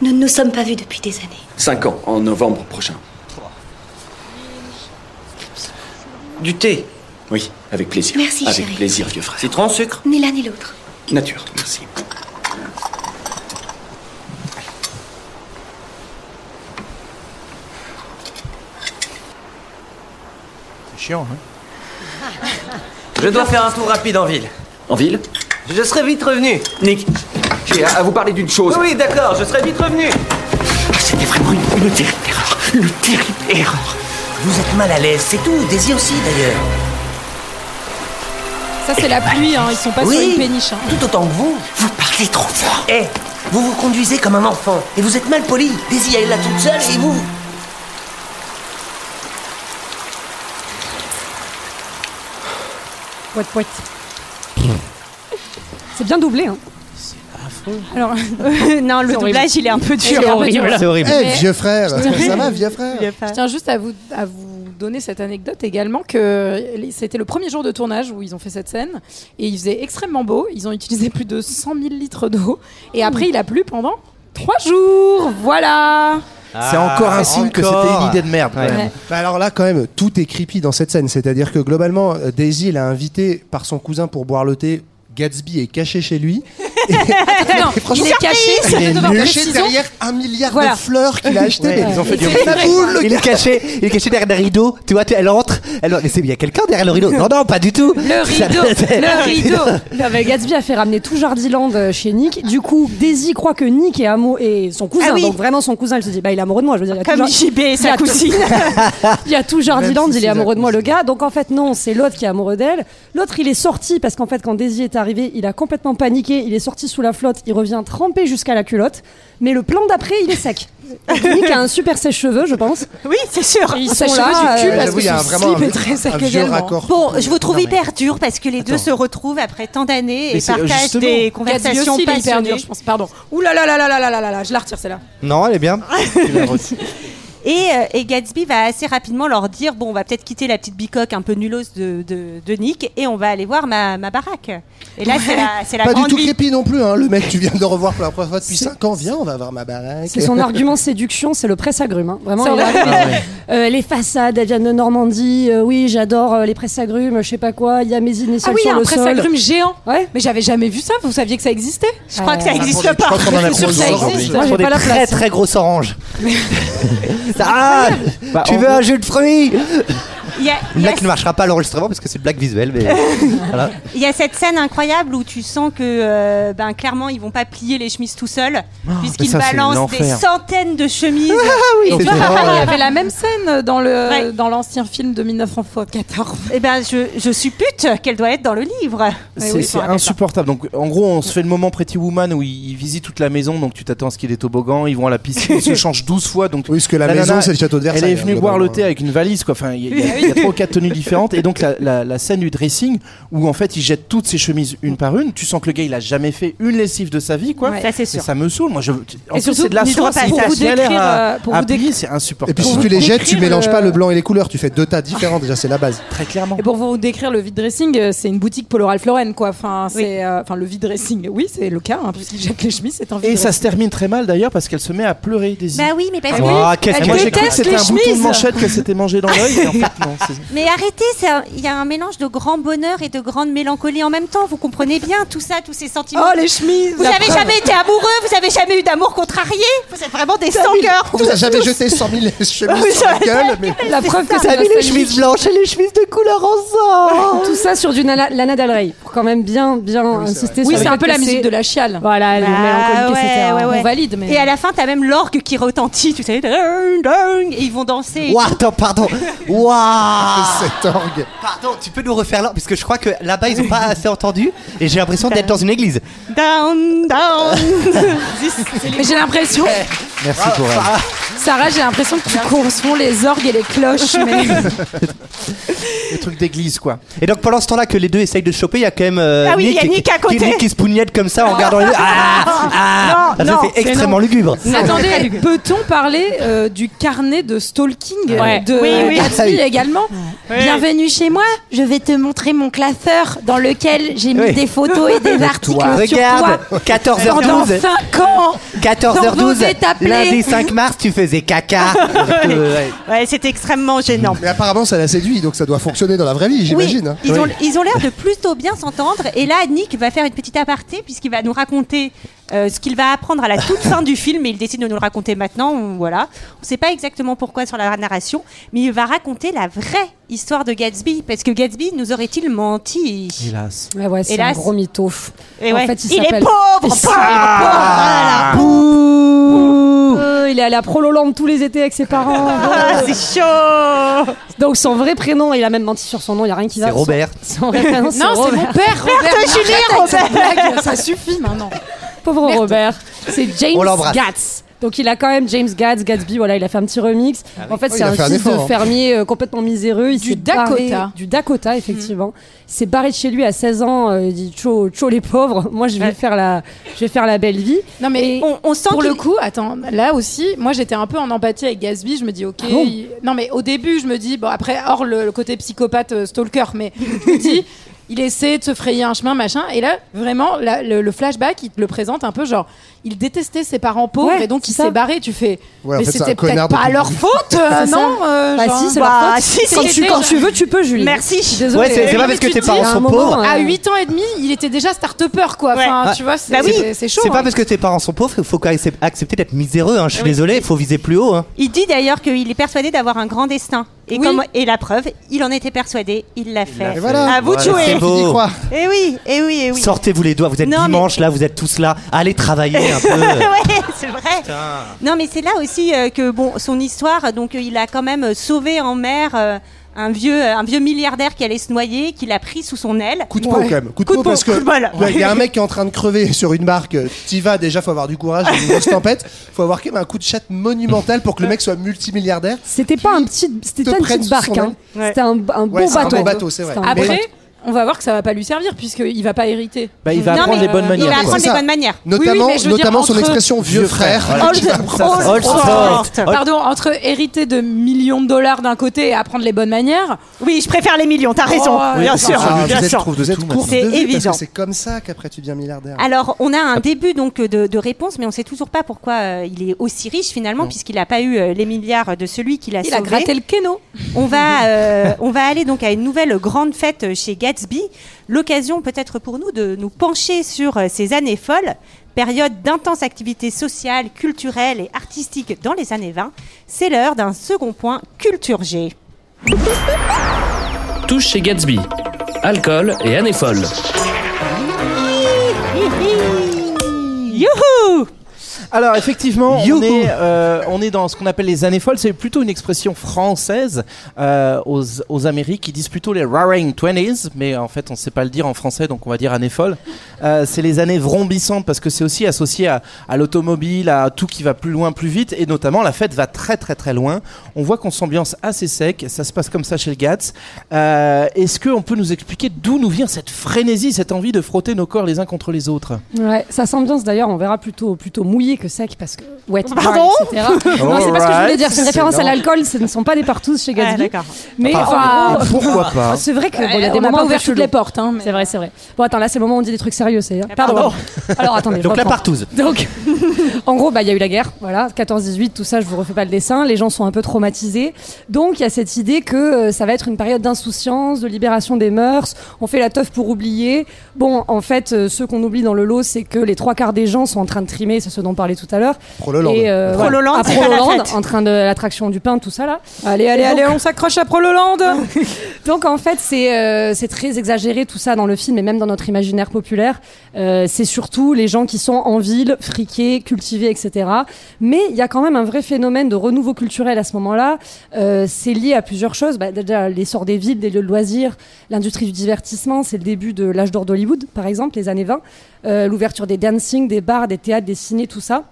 Speaker 3: Nous ne nous sommes pas vus depuis des années.
Speaker 27: 5 ans, en novembre prochain. Du thé Oui, avec plaisir.
Speaker 3: Merci,
Speaker 27: Avec
Speaker 3: chérie.
Speaker 27: plaisir, vieux frère. Citron, sucre
Speaker 3: Ni l'un ni l'autre.
Speaker 27: Nature, merci.
Speaker 28: C'est chiant, hein
Speaker 27: Je dois faire un tour rapide en ville. En ville Je serai vite revenu. Nick, j'ai à, à vous parler d'une chose. Oui, d'accord, je serai vite revenu. C'était vraiment une, terrible erreur. Une terrible erreur. Vous êtes mal à l'aise, c'est tout. Daisy aussi, d'ailleurs.
Speaker 13: Ça, c'est la pluie, hein, ils sont pas
Speaker 3: Oui.
Speaker 13: sur une péniche. hein.
Speaker 3: Tout autant que vous, vous parlez trop fort. Eh, vous vous conduisez comme un enfant et vous êtes mal poli. Daisy, elle est là toute seule et vous.
Speaker 7: Poit, poit. C'est bien doublé. Hein. Alors,
Speaker 10: non, le
Speaker 7: C'est horrible.
Speaker 10: doublage, il est un peu dur.
Speaker 7: C'est horrible.
Speaker 9: C'est horrible. Eh, vieux frère,
Speaker 13: Je tiens-
Speaker 9: ça va, vieux frère
Speaker 13: Je tiens juste à vous, à vous donner cette anecdote également que les- c'était le premier jour de tournage où ils ont fait cette scène et il faisait extrêmement beau. Ils ont utilisé plus de 100 000 litres d'eau et après il a plu pendant trois jours. Voilà.
Speaker 17: Ah, C'est
Speaker 18: Ah,
Speaker 17: encore un signe que
Speaker 9: encore.
Speaker 17: c'était une idée de merde. quand
Speaker 9: Ouais.
Speaker 17: même.
Speaker 9: Bah alors là, quand même, tout est creepy dans cette scène. C'est-à-dire que globalement, euh, Daisy, elle a invité par son cousin pour boire le thé. Gatsby est caché chez lui.
Speaker 13: non,
Speaker 9: Et franchement,
Speaker 13: il est caché, ça
Speaker 9: il
Speaker 13: fait
Speaker 9: est
Speaker 13: devoir
Speaker 9: nul.
Speaker 13: précision.
Speaker 9: Caché derrière un milliard
Speaker 13: Voilà.
Speaker 9: de fleurs qu'il a achetées.
Speaker 18: Ouais,
Speaker 9: mais
Speaker 18: ils ont fait du
Speaker 9: c'est la boule, le
Speaker 18: Il
Speaker 9: gars.
Speaker 18: est caché, il est caché derrière des rideaux. Tu vois, tu- elle entre, elle mais c'est il y a quelqu'un derrière le rideau. Non, non, pas du tout.
Speaker 7: Le rideau,
Speaker 18: Ça-
Speaker 7: le rideau. Non, mais Euh, Gatsby a fait ramener tout Jardiland euh, chez Nick. Du coup, Daisy croit que Nick est amoureux et son cousin,
Speaker 10: Ah oui.
Speaker 7: donc vraiment son cousin, elle se dit bah il est amoureux de moi. Je veux dire, il y a
Speaker 10: Comme
Speaker 7: tout Jar-
Speaker 10: JB et sa
Speaker 7: il y a tout-
Speaker 10: cousine.
Speaker 7: il y a tout Jardiland,
Speaker 10: Même si
Speaker 7: il est
Speaker 10: c'est
Speaker 7: amoureux de moi le gars. Donc en fait non, c'est l'autre qui est amoureux d'elle. L'autre il est sorti parce qu'en fait quand Daisy est arrivé, il a complètement paniqué. Il est sorti sous la flotte, il revient trempé jusqu'à la culotte. Mais le plan d'après il est sec. Nick a un super sèche-cheveux, je pense.
Speaker 10: Oui, c'est sûr.
Speaker 7: Et ils
Speaker 10: Un
Speaker 7: sont
Speaker 10: sèche-cheveux
Speaker 7: là,
Speaker 10: du cul,
Speaker 7: euh,
Speaker 10: parce que
Speaker 7: oui, il y a
Speaker 10: son
Speaker 7: vraiment
Speaker 10: slip
Speaker 7: un-
Speaker 10: est très sec
Speaker 7: un vieux
Speaker 10: également.
Speaker 7: raccord.
Speaker 10: Bon, je vous trouve
Speaker 7: Non, mais-
Speaker 10: hyper dur parce que les deux se retrouvent après tant d'années
Speaker 13: Mais
Speaker 10: et
Speaker 13: c'est- euh,
Speaker 10: partagent
Speaker 13: justement,
Speaker 10: des
Speaker 13: Gatsby
Speaker 10: conversations
Speaker 13: aussi, il est hyper
Speaker 10: passionnées.
Speaker 13: dur, je pense. Pardon. Ouh là là là là là là là là là, je la retire celle-là.
Speaker 18: Non, elle est bien.
Speaker 10: Et, euh, et Gatsby va assez rapidement leur dire bon, on va peut-être quitter la petite bicoque un peu nulose de, de- de Nick et on va aller voir ma, ma baraque. Et là, c'est la, c'est la
Speaker 9: Pas du
Speaker 10: grande
Speaker 9: tout
Speaker 10: vie.
Speaker 9: creepy non plus, hein. le mec, tu viens de le revoir pour la première fois depuis 5 ans. Viens, on va voir ma baraque.
Speaker 7: C'est son argument séduction, c'est le presse-agrumes. hein. Vraiment,
Speaker 9: C'est
Speaker 7: il
Speaker 9: vrai.
Speaker 7: arrive,
Speaker 9: Ah ouais.
Speaker 7: euh, les façades, elles viennent de Normandie. euh, oui, j'adore euh, les presse-agrumes, je sais pas quoi. Il y a mes
Speaker 13: Ah
Speaker 7: initiales
Speaker 13: oui, il y
Speaker 7: sur
Speaker 13: a un
Speaker 7: le sol.
Speaker 13: presse-agrumes géant.
Speaker 7: Ouais. Euh, ah
Speaker 13: Mais j'avais jamais vu ça. Vous saviez que ça existait Je
Speaker 10: crois
Speaker 9: Ah,
Speaker 10: que ça existe pas.
Speaker 18: Je crois qu'on en a
Speaker 13: suis sûre que
Speaker 18: pour
Speaker 13: ça
Speaker 18: deux aujourd'hui.
Speaker 13: existe.
Speaker 18: Pour des très très grosses oranges. ah,
Speaker 17: Bah,
Speaker 18: tu veux un jus de fruits
Speaker 10: Il y a-
Speaker 18: Une blague qui ne marchera pas à l'enregistrement parce que c'est une blague visuelle, mais voilà.
Speaker 10: Il y a cette scène incroyable où tu sens que euh, ben, clairement ils vont pas plier les chemises tout seuls puisqu'ils
Speaker 17: Ah, ben ça, c'est
Speaker 10: balancent des
Speaker 17: l'enfer.
Speaker 10: centaines de chemises.
Speaker 13: Et tu
Speaker 10: tu
Speaker 13: vois,
Speaker 10: vois,
Speaker 13: pareil, il y avait la même scène dans le dans l'ancien film de 1914.
Speaker 10: Eh ben, je, je suppute qu'elle doit être dans le livre.
Speaker 17: C'est c'est insupportable. Donc, en gros, on se fait le moment Pretty Woman où ils, ils visitent toute la maison. Donc, tu t'attends à ce qu'il y ait des toboggans. Ils vont à la piscine, ils se changent 12 fois. Donc, oui,
Speaker 9: parce que la maison, c'est le château de
Speaker 17: Elle
Speaker 9: Versailles,
Speaker 17: est venue
Speaker 9: hein,
Speaker 17: boire le
Speaker 9: globalement.
Speaker 17: thé avec une valise. Quoi. Enfin, il y, a- il y a- il y a trois ou quatre tenues différentes. Et donc, la, la- la scène du dressing où en fait, ils jettent toutes ces chemises une par une. Tu sens que le gars, il a jamais fait une lessive de sa vie, quoi.
Speaker 13: Ouais. Ça, c'est
Speaker 17: Et
Speaker 13: sûr.
Speaker 17: ça me saoule. Moi, je. En plus,
Speaker 13: surtout,
Speaker 17: c'est de la
Speaker 13: ni de
Speaker 17: soie, c'est
Speaker 13: repassage. Pour vous
Speaker 17: galère
Speaker 13: décrire,
Speaker 17: à-
Speaker 13: euh, pour
Speaker 17: à
Speaker 13: vous
Speaker 17: plier,
Speaker 13: décrire-
Speaker 17: c'est
Speaker 9: Et
Speaker 17: insupportable.
Speaker 9: puis si tu les jettes, tu
Speaker 13: décrire
Speaker 9: mélanges
Speaker 13: le-
Speaker 9: pas le blanc et les couleurs, tu fais deux tas différents déjà, c'est la base.
Speaker 17: Très clairement.
Speaker 13: Et pour vous décrire le vide dressing, euh, c'est une boutique Polo Ralph Lauren quoi. Enfin, c'est euh, enfin le vide dressing. Oui, c'est le cas hein, puisqu'il jette les chemises, c'est un vide
Speaker 17: Et ça se termine très mal d'ailleurs parce qu'elle se met à pleurer Daisy.
Speaker 10: Bah oui, mais parce que-
Speaker 17: Ah, qu'est-ce
Speaker 10: Elle
Speaker 17: que- Moi j'ai cru que
Speaker 10: déteste
Speaker 17: c'était
Speaker 10: les
Speaker 17: un bouton de
Speaker 10: chemises.
Speaker 17: manchette que c'était mangé dans l'œil. et en fait, non, c'est-
Speaker 10: Mais arrêtez, c'est un- il y a un mélange de grand bonheur et de grande mélancolie en même temps. Vous comprenez bien tout ça, tous ces sentiments.
Speaker 13: Oh, les chemises,
Speaker 10: Vous
Speaker 13: la
Speaker 10: n'avez
Speaker 13: preuve.
Speaker 10: jamais été amoureux, vous n'avez jamais eu d'amour contrarié. Vous êtes vraiment des sans
Speaker 9: On vous a jamais jeté 100 000 chemises sur la gueule, mais
Speaker 7: La preuve que
Speaker 9: ça
Speaker 7: ça
Speaker 9: a mis les chemises
Speaker 7: blanches et les chemises de couleur
Speaker 9: ensemble.
Speaker 7: Tout ça sur du Nala- Lana Del Rey. Pour quand même bien, bien insister
Speaker 13: Oui,
Speaker 7: sur
Speaker 13: c'est
Speaker 7: le
Speaker 13: un
Speaker 7: fait
Speaker 13: peu la
Speaker 7: que
Speaker 13: musique
Speaker 7: c'est-
Speaker 13: de la chiale.
Speaker 7: Voilà, le
Speaker 10: Bah,
Speaker 7: mélancolique,
Speaker 10: ouais,
Speaker 7: etc.
Speaker 10: ouais, ouais.
Speaker 7: On valide, mais.
Speaker 10: Et à la fin, t'as même l'orgue qui retentit, tu sais, ding, ding, et ils vont danser. et
Speaker 18: Ouah,
Speaker 10: tout.
Speaker 18: attends, pardon. Waouh
Speaker 9: Cet orgue.
Speaker 18: Pardon, tu peux nous refaire là Parce que je crois que là-bas, ils ont pas assez entendu et j'ai l'impression d'être dans une église.
Speaker 10: Down, down. Mais
Speaker 13: j'ai l'impression.
Speaker 18: Merci pour elle.
Speaker 17: Sarah, j'ai l'impression que tu conçois les orgues et les cloches. Mais...
Speaker 18: Le truc d'église, quoi.
Speaker 29: Et donc pendant ce temps-là que les deux essayent de se choper, il y a quand même euh,
Speaker 10: Ah oui, il y a Nick à côté.
Speaker 29: qui, qui se pougnette comme ça en regardant les deux. Ah, ah, ça
Speaker 10: Non, non,
Speaker 29: c'est
Speaker 10: c'est
Speaker 29: extrêmement
Speaker 10: non.
Speaker 29: lugubre.
Speaker 17: Attendez, peut-on parler euh, du carnet de stalking euh,
Speaker 10: Ouais.
Speaker 17: de
Speaker 10: Oui,
Speaker 17: euh,
Speaker 10: oui. Ah
Speaker 17: Gatsby
Speaker 10: Oui.
Speaker 17: également
Speaker 10: Oui.
Speaker 17: Bienvenue chez moi, je vais te montrer mon classeur dans lequel j'ai mis
Speaker 10: Oui.
Speaker 17: des photos et des
Speaker 10: Toi,
Speaker 17: articles sur
Speaker 29: Regarde,
Speaker 17: toi.
Speaker 29: 14h12.
Speaker 17: Pendant 5 ans
Speaker 29: 14h12,
Speaker 10: Sans oser t'appeler.
Speaker 29: lundi 5 mars, tu faisais caca. Euh, ouais.
Speaker 10: Ouais, c'est extrêmement gênant.
Speaker 9: Mais apparemment, ça l'a séduit, donc ça doit fonctionner dans la vraie vie, j'imagine. hein.
Speaker 10: Ils ont, ils ont l'air de plutôt bien s'entendre. Et là, Nick va faire une petite aparté puisqu'il va nous raconter euh, ce qu'il va apprendre à la toute fin du film. Et il décide de nous le raconter maintenant. on- Voilà. On ne sait pas exactement pourquoi sur la narration, mais il va raconter la vraie histoire de Gatsby parce que Gatsby nous aurait-il menti
Speaker 18: Hélas.
Speaker 13: Ouais, ouais, c'est un
Speaker 10: Hélas.
Speaker 13: gros mytho.
Speaker 10: Et
Speaker 13: En
Speaker 10: ouais.
Speaker 13: fait, il
Speaker 10: il, est
Speaker 13: s'appelle-
Speaker 10: pauvre,
Speaker 13: Il
Speaker 10: pauvre,
Speaker 13: s'appelle-
Speaker 10: pauvre, voilà.
Speaker 13: Euh, il est allé à Prololand tous les étés avec ses parents.
Speaker 10: Ah, c'est chaud
Speaker 13: Donc son vrai prénom, il a même menti sur son nom, il n'y a rien qui va.
Speaker 29: C'est Robert.
Speaker 13: Son, son vrai prénom, c'est
Speaker 17: Non, c'est
Speaker 13: Robert.
Speaker 17: mon père,
Speaker 10: Merde,
Speaker 17: Robert.
Speaker 10: je
Speaker 17: arrête
Speaker 10: suis née,
Speaker 17: avec cette
Speaker 10: Robert.
Speaker 17: blague, Ça suffit maintenant.
Speaker 13: Pauvre
Speaker 17: Merde.
Speaker 13: Robert. C'est
Speaker 17: On
Speaker 13: James
Speaker 17: l'embrasse.
Speaker 13: Gatz. Donc il a quand même James Gatz, Gatsby, voilà, il a fait un petit remix. En fait,
Speaker 9: Oh,
Speaker 13: c'est
Speaker 9: il a
Speaker 13: un
Speaker 9: fait un
Speaker 13: fils
Speaker 9: effort,
Speaker 13: de
Speaker 9: hein.
Speaker 13: fermier euh, complètement miséreux. Il du
Speaker 17: Dakota.
Speaker 13: du Dakota, effectivement. Il s'est barré de chez lui à 16 ans. euh, il dit, tcho, tcho les pauvres, moi je vais, faire, la, je vais faire la belle vie.
Speaker 17: Non mais
Speaker 10: on, on sent
Speaker 17: pour
Speaker 10: qu'il-
Speaker 17: le coup, attends, là aussi, moi j'étais un peu en empathie avec Gatsby, je me dis ok,
Speaker 13: Ah bon
Speaker 17: il- non mais au début je me dis bon après hors le, le côté psychopathe euh, stalker, mais je me dis il essaie de se frayer un chemin machin, et là vraiment la- le, le flashback il te le présente un peu genre il détestait ses parents pauvres
Speaker 13: Ouais,
Speaker 17: et donc
Speaker 13: c'est
Speaker 17: il
Speaker 13: ça.
Speaker 17: s'est barré, tu fais
Speaker 9: Ouais, en
Speaker 17: mais
Speaker 9: fait, c'est un
Speaker 17: c'était
Speaker 9: connard
Speaker 17: peut-être pas
Speaker 9: depuis le
Speaker 17: leur
Speaker 9: début.
Speaker 17: faute, euh,
Speaker 13: C'est ça.
Speaker 17: non euh,
Speaker 13: Bah
Speaker 17: genre-
Speaker 13: si, c'est
Speaker 10: Bah,
Speaker 13: leur faute.
Speaker 10: si, c'est
Speaker 13: quand,
Speaker 10: leur
Speaker 13: tu,
Speaker 10: faute.
Speaker 13: quand tu veux, tu peux, Julie.
Speaker 10: Merci.
Speaker 13: Désolée.
Speaker 29: Ouais, c'est- c'est pas parce que tes parents
Speaker 13: à un
Speaker 29: sont
Speaker 13: moment,
Speaker 29: pauvres.
Speaker 13: euh,
Speaker 17: À 8 ans et demi, il était déjà start-upper quoi. Enfin,
Speaker 13: Ah.
Speaker 17: tu vois, c'est
Speaker 10: Bah oui.
Speaker 17: c'est- c'est chaud.
Speaker 29: C'est pas
Speaker 17: hein.
Speaker 29: parce que tes parents sont pauvres qu'il faut accep- accepter d'être miséreux. hein. Je suis
Speaker 10: Oui.
Speaker 29: désolé, il faut viser plus haut. hein.
Speaker 10: Il dit d'ailleurs qu'il est persuadé d'avoir un grand destin. Et,
Speaker 17: Oui.
Speaker 10: comme- et la preuve, il en était persuadé, il l'a fait.
Speaker 9: Et voilà.
Speaker 10: À vous de
Speaker 29: Voilà,
Speaker 10: jouer.
Speaker 29: c'est beau.
Speaker 10: Et oui, et oui, et oui.
Speaker 29: Sortez-vous les doigts, vous êtes
Speaker 10: Non, mais-
Speaker 29: dimanche là, vous êtes tous là. Allez travailler un peu.
Speaker 10: ouais, c'est vrai.
Speaker 29: Putain.
Speaker 10: Non, mais c'est là aussi euh, que bon, son histoire. Donc, euh, il a quand même euh, sauvé en mer euh, un vieux, euh, un vieux milliardaire qui allait se noyer, qu'il a pris sous son aile.
Speaker 9: Coup de peau, quand même. Coup de peau, parce que
Speaker 10: coup de bol.
Speaker 9: ouais, il y a un mec qui est en train de crever sur une barque. T'y vas déjà, faut avoir du courage, il y a une grosse tempête. Faut avoir quand même un coup de chatte monumental pour que le mec soit multimilliardaire.
Speaker 13: C'était pas un petit, c'était
Speaker 9: te
Speaker 13: pas une
Speaker 9: prennent
Speaker 13: petite
Speaker 9: sous son
Speaker 13: barque, hein.
Speaker 9: aile. Ouais.
Speaker 13: C'était un, un beau
Speaker 9: Ouais, c'est un
Speaker 13: bateau.
Speaker 9: beau bateau, c'est vrai.
Speaker 13: C'était un beau
Speaker 17: Après,
Speaker 13: bateau.
Speaker 17: on va voir que ça va pas lui servir puisqu'il va pas hériter.
Speaker 18: Bah, il va
Speaker 10: Non,
Speaker 18: apprendre
Speaker 10: mais,
Speaker 18: les bonnes
Speaker 10: euh,
Speaker 18: manières.
Speaker 10: Il va
Speaker 18: quoi.
Speaker 10: apprendre les bonnes manières.
Speaker 9: Notamment,
Speaker 17: mais je veux dire,
Speaker 9: notamment son
Speaker 17: entre-
Speaker 9: expression vieux frère.
Speaker 29: frère,
Speaker 10: Old, old,
Speaker 29: Old
Speaker 10: old
Speaker 29: Fort.
Speaker 10: Fort.
Speaker 18: Oh.
Speaker 17: Pardon, entre hériter de millions de dollars d'un côté et apprendre les bonnes manières.
Speaker 10: Oui, je préfère les millions. T'as raison,
Speaker 17: Oh,
Speaker 10: bien
Speaker 17: oui,
Speaker 10: sûr,
Speaker 9: Ah, vous
Speaker 10: bien
Speaker 9: êtes,
Speaker 10: sûr.
Speaker 9: trouve, vous êtes courte
Speaker 10: C'est
Speaker 9: de vue, parce que
Speaker 10: évident.
Speaker 9: C'est comme ça qu'après tu deviens milliardaire.
Speaker 10: Alors, on a un début donc euh, de, de réponse, mais on sait toujours pas pourquoi euh, il est aussi riche finalement, puisqu'il n'a pas eu euh, les milliards de celui qui l'a
Speaker 17: Il
Speaker 10: sauvé.
Speaker 17: a gratté le kéno.
Speaker 10: On va, euh, on va aller donc à une nouvelle grande fête chez Gatsby. L'occasion peut-être pour nous de nous pencher sur euh, ces années folles, période d'intense activité sociale, culturelle et artistique dans les années 20. C'est l'heure d'un second point culture G.
Speaker 7: Touche chez Gatsby. Alcool et année folle.
Speaker 10: Youhou
Speaker 18: Alors effectivement, on
Speaker 29: Youhou.
Speaker 18: est, euh, on est dans ce qu'on appelle les années folles. C'est plutôt une expression française euh, aux, aux Amériques. Ils disent plutôt les roaring twenties, mais en fait on ne sait pas le dire en français, donc on va dire années folles. Euh, c'est les années vrombissantes parce que c'est aussi associé à, à l'automobile, à tout qui va plus loin, plus vite, et notamment la fête va très très très loin. On voit qu'on s'ambiance assez sec. Ça se passe comme ça chez le Gats. Euh, Est-ce qu'on peut nous expliquer d'où nous vient cette frénésie, cette envie de frotter nos corps les uns contre les autres
Speaker 13: Ouais, ça s'ambiance d'ailleurs, on verra plutôt plutôt mouillé que sec parce que wet bar,
Speaker 10: Pardon
Speaker 13: etc. non, c'est pas ce que je voulais
Speaker 18: Alright.
Speaker 13: dire. C'est une référence à
Speaker 18: C'est
Speaker 13: l'alcool. Ce ne sont pas des partous chez
Speaker 10: Ah,
Speaker 13: Gatsby.
Speaker 10: d'accord.
Speaker 13: mais
Speaker 18: Ah,
Speaker 13: enfin, euh,
Speaker 18: mais pourquoi pas
Speaker 13: c'est vrai que bon, il y a
Speaker 17: Eh, On
Speaker 13: des
Speaker 17: n'a
Speaker 13: moments
Speaker 17: pas
Speaker 13: où
Speaker 17: ouvert
Speaker 13: c'est
Speaker 17: toutes les portes. hein, mais-
Speaker 13: C'est vrai, c'est vrai. Bon, attends, là, c'est le moment où on dit des trucs sérieux, c'est. hein.
Speaker 10: pardon.
Speaker 13: Pardon. Alors, attendez. je
Speaker 29: Donc la
Speaker 13: reprends.
Speaker 29: partouze.
Speaker 13: Donc, en gros, bah, il y a eu la guerre, voilà, 14-18, tout ça, je vous refais pas le dessin, les gens sont un peu traumatisés. Donc, il y a cette idée que euh, ça va être une période d'insouciance, de libération des mœurs, on fait la teuf pour oublier. Bon, en fait, euh, ce qu'on oublie dans le lot, c'est que les trois quarts des gens sont en train de trimer, c'est ce dont on parlait tout à l'heure.
Speaker 9: Prololand.
Speaker 13: Et, euh, voilà.
Speaker 10: Prololand,
Speaker 13: À
Speaker 10: c'est pas la
Speaker 13: Prololand,
Speaker 10: fête.
Speaker 13: en train de l'attraction du pain, tout ça, là.
Speaker 17: Allez, allez,
Speaker 13: Et donc-
Speaker 17: allez, on s'accroche à Prololand.
Speaker 13: donc en fait, c'est euh, c'est très exagéré tout ça dans le film et même dans notre imaginaire populaire. Euh, c'est surtout les gens qui sont en ville, friqués, cultivés, etc. Mais il y a quand même un vrai phénomène de renouveau culturel à ce moment-là. Euh, c'est lié à plusieurs choses. Bah, déjà, l'essor des villes, des lieux de loisirs, l'industrie du divertissement. C'est le début de l'âge d'or d'Hollywood, par exemple, les années 20. Euh, L'ouverture des dancing, des bars, des théâtres, des ciné, tout ça.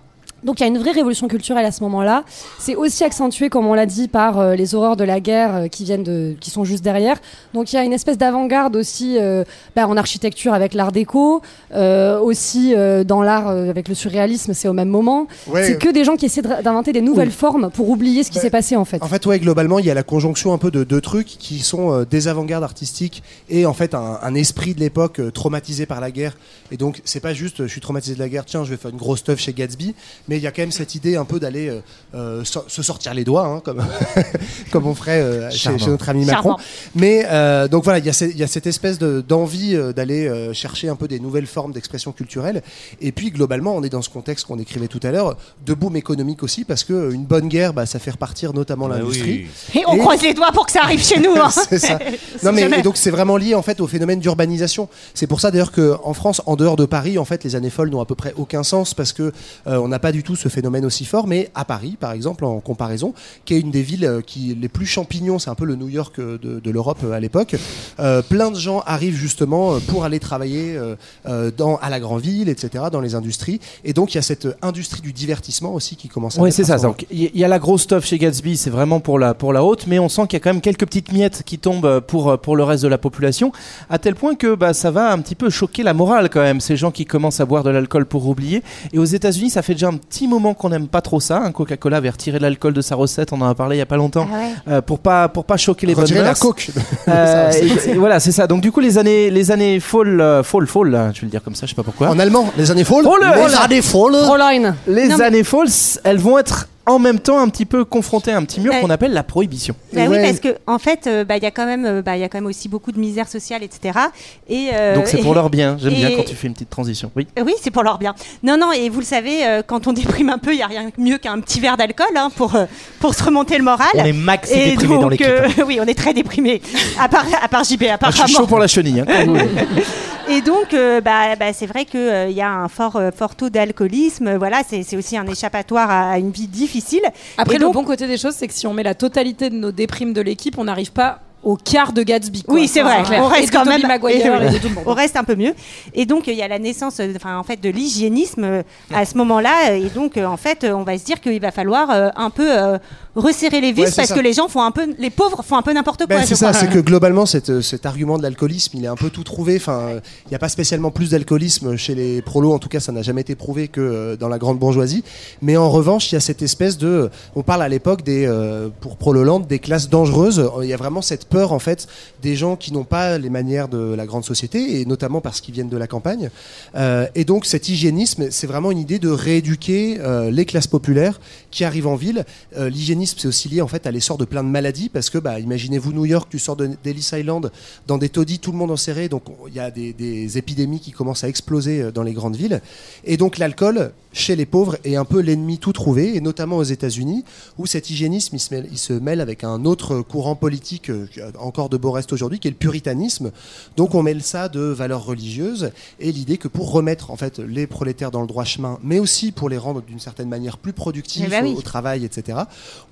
Speaker 13: Donc il y a une vraie révolution culturelle à ce moment-là. C'est aussi accentué, comme on l'a dit, par euh, les horreurs de la guerre euh, qui viennent de, qui sont juste derrière. Donc il y a une espèce d'avant-garde aussi euh, bah, en architecture avec l'art déco, euh, aussi euh, dans l'art euh, avec le surréalisme. C'est au même moment.
Speaker 9: Ouais.
Speaker 13: c'est que des gens qui essaient de- d'inventer des nouvelles
Speaker 9: Oui.
Speaker 13: formes pour oublier ce qui s'est passé en fait.
Speaker 9: En fait, ouais, globalement, il y a la conjonction un peu de deux trucs qui sont euh, des avant-gardes artistiques et en fait un, un esprit de l'époque euh, traumatisé par la guerre. Et donc, c'est pas juste euh, je suis traumatisé de la guerre, tiens, je vais faire une grosse stuff chez Gatsby, mais il y a quand même cette idée un peu d'aller euh, euh, so- se sortir les doigts, hein, comme, comme on ferait euh, chez,
Speaker 30: Charmant.
Speaker 9: chez notre ami
Speaker 30: Charmant.
Speaker 9: Macron. Mais euh, donc voilà, il y, a ce- il y a cette espèce de- d'envie euh, d'aller euh, chercher un peu des nouvelles formes d'expression culturelle. Et puis globalement, on est dans ce contexte qu'on décrivait tout à l'heure, de boom économique aussi, parce que euh, une bonne guerre, bah, ça fait repartir notamment l'industrie.
Speaker 10: Et on croise les doigts pour que ça arrive chez nous. hein.
Speaker 9: c'est ça.
Speaker 10: Si
Speaker 9: Non mais
Speaker 10: jamais.
Speaker 9: et donc c'est vraiment lié en fait au phénomène d'urbanisation. C'est pour ça d'ailleurs que en France, en dehors de Paris, en fait, les années folles n'ont à peu près aucun sens parce que euh, on n'a pas du tout ce phénomène aussi fort. Mais à Paris, par exemple, en comparaison, qui est une des villes euh, qui les plus champignons, c'est un peu le New York euh, de, de l'Europe euh, à l'époque. euh, plein de gens arrivent justement euh, pour aller travailler euh, euh, dans à la grande ville, etc., dans les industries. Et donc il y a cette euh, industrie du divertissement aussi qui commence. à
Speaker 18: Oui,
Speaker 9: naître
Speaker 18: c'est
Speaker 9: à
Speaker 18: ça.
Speaker 9: ce moment-là.
Speaker 18: Donc, il y, il y a la grosse stuff chez Gatsby, c'est vraiment pour la, pour la haute, mais on sent qu'il y a quand même quelques petites miettes qui tombent euh, pour, euh, pour le reste de la population, à tel point que bah, ça va un petit peu choquer la morale quand même, ces gens qui commencent à boire de l'alcool pour oublier. Et aux États-Unis, ça fait déjà un petit moment qu'on n'aime pas trop ça. Un Coca-Cola avait retiré l'alcool de sa recette, on en a parlé il y a pas longtemps, euh, pour, pas, pour pas choquer les
Speaker 9: Retirer
Speaker 18: bonnes
Speaker 9: la
Speaker 18: mœurs.
Speaker 9: coke.
Speaker 18: Euh,
Speaker 9: Ça, c'est-
Speaker 18: et- et voilà, c'est ça. Donc, du coup, les années, les années fall, euh, fall, fall, euh, je vais le dire comme ça, je sais pas pourquoi.
Speaker 9: En allemand, les années folles.
Speaker 18: Fall.
Speaker 9: Les années folles.
Speaker 13: Fräulein.
Speaker 18: Les
Speaker 10: Non, mais-
Speaker 18: années folles, elles vont être en même temps un petit peu confrontées à un petit mur
Speaker 10: Ouais.
Speaker 18: qu'on appelle la prohibition.
Speaker 10: Bah oui, parce que en fait, euh, bah, il y a quand même, euh, bah, il y a quand même aussi beaucoup de misère sociale, etc. Et euh,
Speaker 18: Donc c'est pour
Speaker 10: et-
Speaker 18: leur bien. J'aime bien
Speaker 10: et-
Speaker 18: quand tu fais une petite transition. Oui.
Speaker 10: Oui, c'est pour leur bien. Non, non, et vous le savez, euh, quand on déprime un peu, il n'y a rien de mieux qu'un petit verre d'alcool hein, pour, euh, pour se remonter le moral.
Speaker 18: On est max
Speaker 10: Et
Speaker 18: déprimés dans
Speaker 10: donc,
Speaker 18: l'équipe.
Speaker 10: euh, oui, on est très déprimés. À part, à part JB, à part
Speaker 18: Ah, je suis
Speaker 10: Ramon.
Speaker 18: chaud pour la chenille. hein, quand même.
Speaker 10: Et donc, euh, bah, bah, c'est vrai qu'il y a un fort, euh, fort taux d'alcoolisme. Euh, Voilà, c'est c'est aussi un échappatoire à, à une vie difficile.
Speaker 31: Après,
Speaker 10: Et donc-
Speaker 31: le bon côté des choses, c'est que si on met la totalité de nos déprimes de l'équipe, on n'arrive pas au quart de Gatsby. quoi.
Speaker 10: Oui, c'est
Speaker 31: Enfin,
Speaker 10: vrai.
Speaker 31: clair.
Speaker 10: On
Speaker 31: Et
Speaker 10: reste
Speaker 31: de
Speaker 10: quand
Speaker 31: Tobey
Speaker 10: même.
Speaker 31: Maguire
Speaker 10: et
Speaker 31: et
Speaker 10: oui,
Speaker 31: de tout le monde.
Speaker 10: on reste un peu mieux. Et donc il y a la naissance, euh, enfin en fait, de l'hygiénisme euh, à ce moment-là. Et donc euh, en fait, euh, on va se dire qu'il va falloir euh, un peu euh, resserrer les vis
Speaker 9: Ouais, c'est
Speaker 10: parce
Speaker 9: ça.
Speaker 10: que les gens font un peu, les pauvres font un peu n'importe quoi.
Speaker 9: Ben,
Speaker 10: je
Speaker 9: c'est ça,
Speaker 10: crois.
Speaker 9: c'est que globalement, cet, euh, cet argument de l'alcoolisme, il est un peu tout trouvé. Enfin, euh, il n'y a pas spécialement plus d'alcoolisme chez les prolos, en tout cas, ça n'a jamais été prouvé que euh, dans la grande bourgeoisie. Mais en revanche, il y a cette espèce de. On parle à l'époque des, euh, pour Prololand, des classes dangereuses. Il y a vraiment cette peur, en fait, des gens qui n'ont pas les manières de la grande société, et notamment parce qu'ils viennent de la campagne. Euh, et donc, cet hygiénisme, c'est vraiment une idée de rééduquer euh, les classes populaires qui arrivent en ville. Euh, L'hygiénisme, c'est aussi lié en fait à l'essor de plein de maladies parce que, bah, imaginez-vous New York, tu sors de d'Ellis Island dans des taudis, tout le monde enserré, donc on- il y a des, des épidémies qui commencent à exploser euh, dans les grandes villes. Et donc l'alcool, chez les pauvres, est un peu l'ennemi tout trouvé, et notamment aux États-Unis, où cet hygiénisme, il se mêle, il se mêle avec un autre courant politique euh, qui a encore de beau reste aujourd'hui, qui est le puritanisme. Donc on mêle ça de valeurs religieuses et l'idée que pour remettre en fait les prolétaires dans le droit chemin, mais aussi pour les rendre d'une certaine manière plus productifs
Speaker 32: Eh ben oui.
Speaker 9: au- au travail, etc.,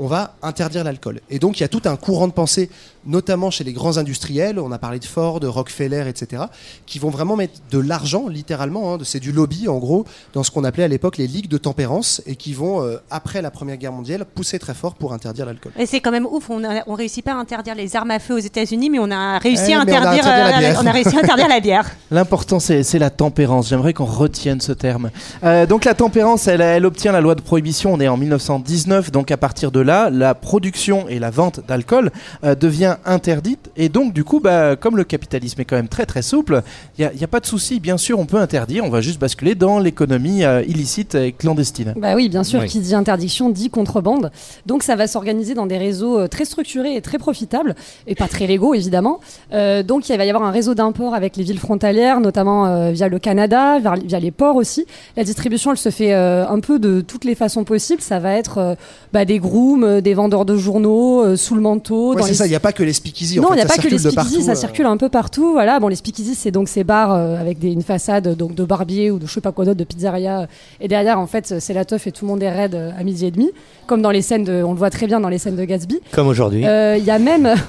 Speaker 9: on va interdire l'alcool. Et donc il y a tout un courant de pensée, notamment chez les grands industriels, on a parlé de Ford, de Rockefeller, etc., qui vont vraiment mettre de l'argent, littéralement, hein, de- c'est du lobby en gros, dans ce qu'on appelait à l'époque les ligues de tempérance, et qui vont, euh, après la Première Guerre mondiale, pousser très fort pour interdire l'alcool.
Speaker 10: Et c'est quand même ouf, on, a- on réussit pas à interdire les armes à feu aux États-Unis, mais on a réussi
Speaker 9: Eh,
Speaker 10: à
Speaker 9: mais on a
Speaker 10: interdire,
Speaker 9: interdit la
Speaker 10: euh,
Speaker 9: bière.
Speaker 10: on a réussi à interdire la bière.
Speaker 18: L'important, c'est c'est la tempérance. J'aimerais qu'on retienne ce terme. Euh, donc la tempérance, elle, elle obtient la loi de prohibition. On est en 1919. Donc à partir de là, la production et la vente d'alcool euh, devient interdite. Et donc du coup, bah, comme le capitalisme est quand même très très souple, il n'y a, pas de souci. Bien sûr, on peut interdire. On va juste basculer dans l'économie euh, illicite et clandestine.
Speaker 13: Bah oui, bien sûr,
Speaker 18: Oui.
Speaker 13: qui dit interdiction dit contrebande. Donc ça va s'organiser dans des réseaux euh, très structurés et très profitables, et pas très légaux évidemment. Euh, donc il va y avoir un réseau d'import avec les villes frontalières, notamment euh, via le Canada, vers- via les ports aussi. La distribution, elle se fait euh, un peu de toutes les façons possibles. Ça va être euh, bah, des grooms, euh, des vendeurs de journaux, euh, sous le manteau.
Speaker 9: Ouais,
Speaker 13: dans
Speaker 9: c'est
Speaker 13: les-
Speaker 9: ça, il n'y a pas que les speakeasy. en
Speaker 13: non,
Speaker 9: fait,
Speaker 13: il n'y
Speaker 9: ça
Speaker 13: a pas que
Speaker 9: circule
Speaker 13: les
Speaker 9: de partout,
Speaker 13: speakeasy, ça
Speaker 9: euh.
Speaker 13: circule un peu partout. Voilà, bon, les speakeasy, c'est donc ces bars euh, avec des, une façade euh, donc de barbier ou de je sais pas quoi d'autre, de pizzeria. euh, Et derrière, en fait, euh, c'est la teuf et tout le monde est raide euh, à midi et demi, comme dans les scènes de, on le voit très bien dans les scènes de Gatsby.
Speaker 30: Comme aujourd'hui.
Speaker 13: Euh, Il Euh, y a même,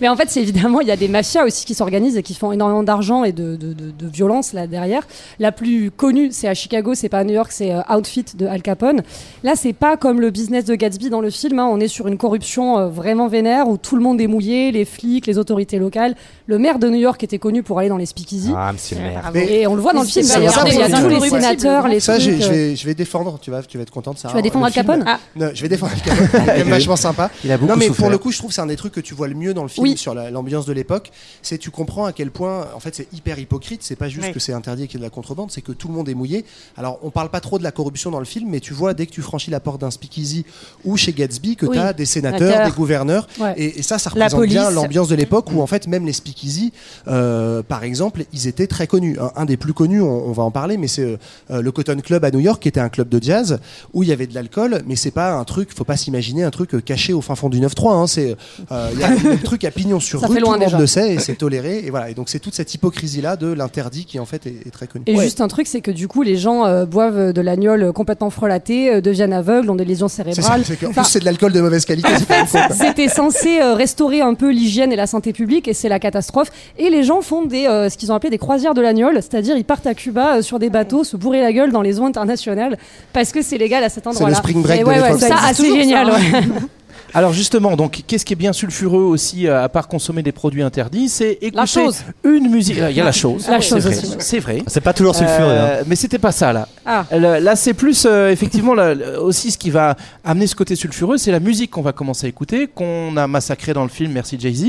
Speaker 13: Mais en fait, c'est évidemment, il y a des mafias aussi qui s'organisent et qui font énormément d'argent et de, de, de- de violence là derrière. La plus connue, c'est à Chicago, c'est pas à New York, c'est euh, Outfit de Al Capone. Là, c'est pas comme le business de Gatsby dans le film. hein. On est sur une corruption euh, vraiment vénère où tout le monde est mouillé, les flics, les autorités locales. Le maire de New York était connu pour aller dans les speakeasy.
Speaker 33: Ah, monsieur le maire.
Speaker 13: et on le voit dans le film.
Speaker 9: Ça,
Speaker 13: Il y a
Speaker 9: ça,
Speaker 13: il y a
Speaker 9: pour le
Speaker 13: tous
Speaker 9: coup,
Speaker 13: les
Speaker 9: ouais.
Speaker 13: sénateurs, les
Speaker 9: Ça, j'ai-
Speaker 13: trucs,
Speaker 9: je
Speaker 13: euh,
Speaker 9: vais, je vais défendre. Tu vas, tu vas être contente, Sarah.
Speaker 13: Tu vas défendre
Speaker 9: hein. Le
Speaker 13: Al Capone
Speaker 9: film- Ah. Non, je vais défendre Al Capone. C'est quand même vachement sympa.
Speaker 33: Il a beaucoup
Speaker 9: non, mais
Speaker 33: souffert.
Speaker 9: pour le coup, je trouve que c'est un des trucs que tu vois le mieux dans le film sur la- l'ambiance de l'époque. C'est tu comprends à quel point, en fait, c'est hyper hypocrite. C'est pas juste
Speaker 34: Oui.
Speaker 9: que c'est interdit et qu'il y a de la contrebande, c'est que tout le monde est mouillé. Alors, on parle pas trop de la corruption dans le film, mais tu vois dès que tu franchis la porte d'un speakeasy ou chez Gatsby que
Speaker 34: Oui.
Speaker 9: tu as des sénateurs,
Speaker 34: Sénateurs.
Speaker 9: des gouverneurs.
Speaker 34: Ouais.
Speaker 9: Et, et ça, ça
Speaker 34: La
Speaker 9: représente bien
Speaker 34: police.
Speaker 9: l'ambiance de l'époque où en fait même les speakeasy, euh, par exemple, ils étaient très connus. Un, un des plus connus, on, on va en parler, mais c'est euh, euh, le Cotton Club à New York, qui était un club de jazz où il y avait de l'alcool, mais c'est pas un truc, faut pas s'imaginer un truc euh, caché au fin fond du 9-3. Hein, c'est euh, il y a un truc à pignon sur
Speaker 13: Ça
Speaker 9: rue,
Speaker 13: fait
Speaker 9: tout
Speaker 13: loin
Speaker 9: le monde
Speaker 13: déjà.
Speaker 9: le sait et c'est toléré. Et voilà. Et donc c'est toute cette hypocrisie là de l'interdit qui en fait est, est très connue.
Speaker 13: Et juste un truc, c'est que du coup, les gens euh, boivent de l'agnole complètement frelatée, euh, deviennent aveugles, ont des lésions
Speaker 9: C'est ça,
Speaker 13: cérébrales.
Speaker 9: c'est qu'en
Speaker 13: Enfin,
Speaker 9: plus c'est de l'alcool de mauvaise qualité. c'est pas une faute.
Speaker 13: C'était censé euh, restaurer un peu l'hygiène et la santé publique, et c'est la catastrophe. Et les gens font des, euh, ce qu'ils ont appelé des croisières de l'agnole, c'est-à-dire ils partent à Cuba euh, sur
Speaker 35: Ah
Speaker 13: des bateaux, se bourrer la gueule dans les eaux internationales, parce que c'est légal à cet endroit-là.
Speaker 18: spring break
Speaker 13: Et
Speaker 18: de
Speaker 13: ouais, ouais,
Speaker 18: l'époque.
Speaker 13: Ça,
Speaker 18: Ça existe
Speaker 13: assez
Speaker 18: toujours,
Speaker 13: génial.
Speaker 18: ça,
Speaker 13: ouais.
Speaker 18: hein. Alors justement, donc qu'est-ce qui est bien sulfureux aussi euh, à part consommer des produits interdits, c'est écouter
Speaker 13: chose.
Speaker 18: une musique. Il y a la chose.
Speaker 13: La
Speaker 18: c'est
Speaker 13: chose
Speaker 18: vrai,
Speaker 13: aussi.
Speaker 18: C'est vrai.
Speaker 33: C'est pas toujours sulfureux,
Speaker 13: Euh,
Speaker 33: hein.
Speaker 18: Euh, Mais c'était pas ça là.
Speaker 13: Ah.
Speaker 18: Le- Là, c'est plus euh, effectivement là, le- aussi ce qui va amener ce côté sulfureux, c'est la musique qu'on va commencer à écouter, qu'on a massacré dans le film, merci Jay Z.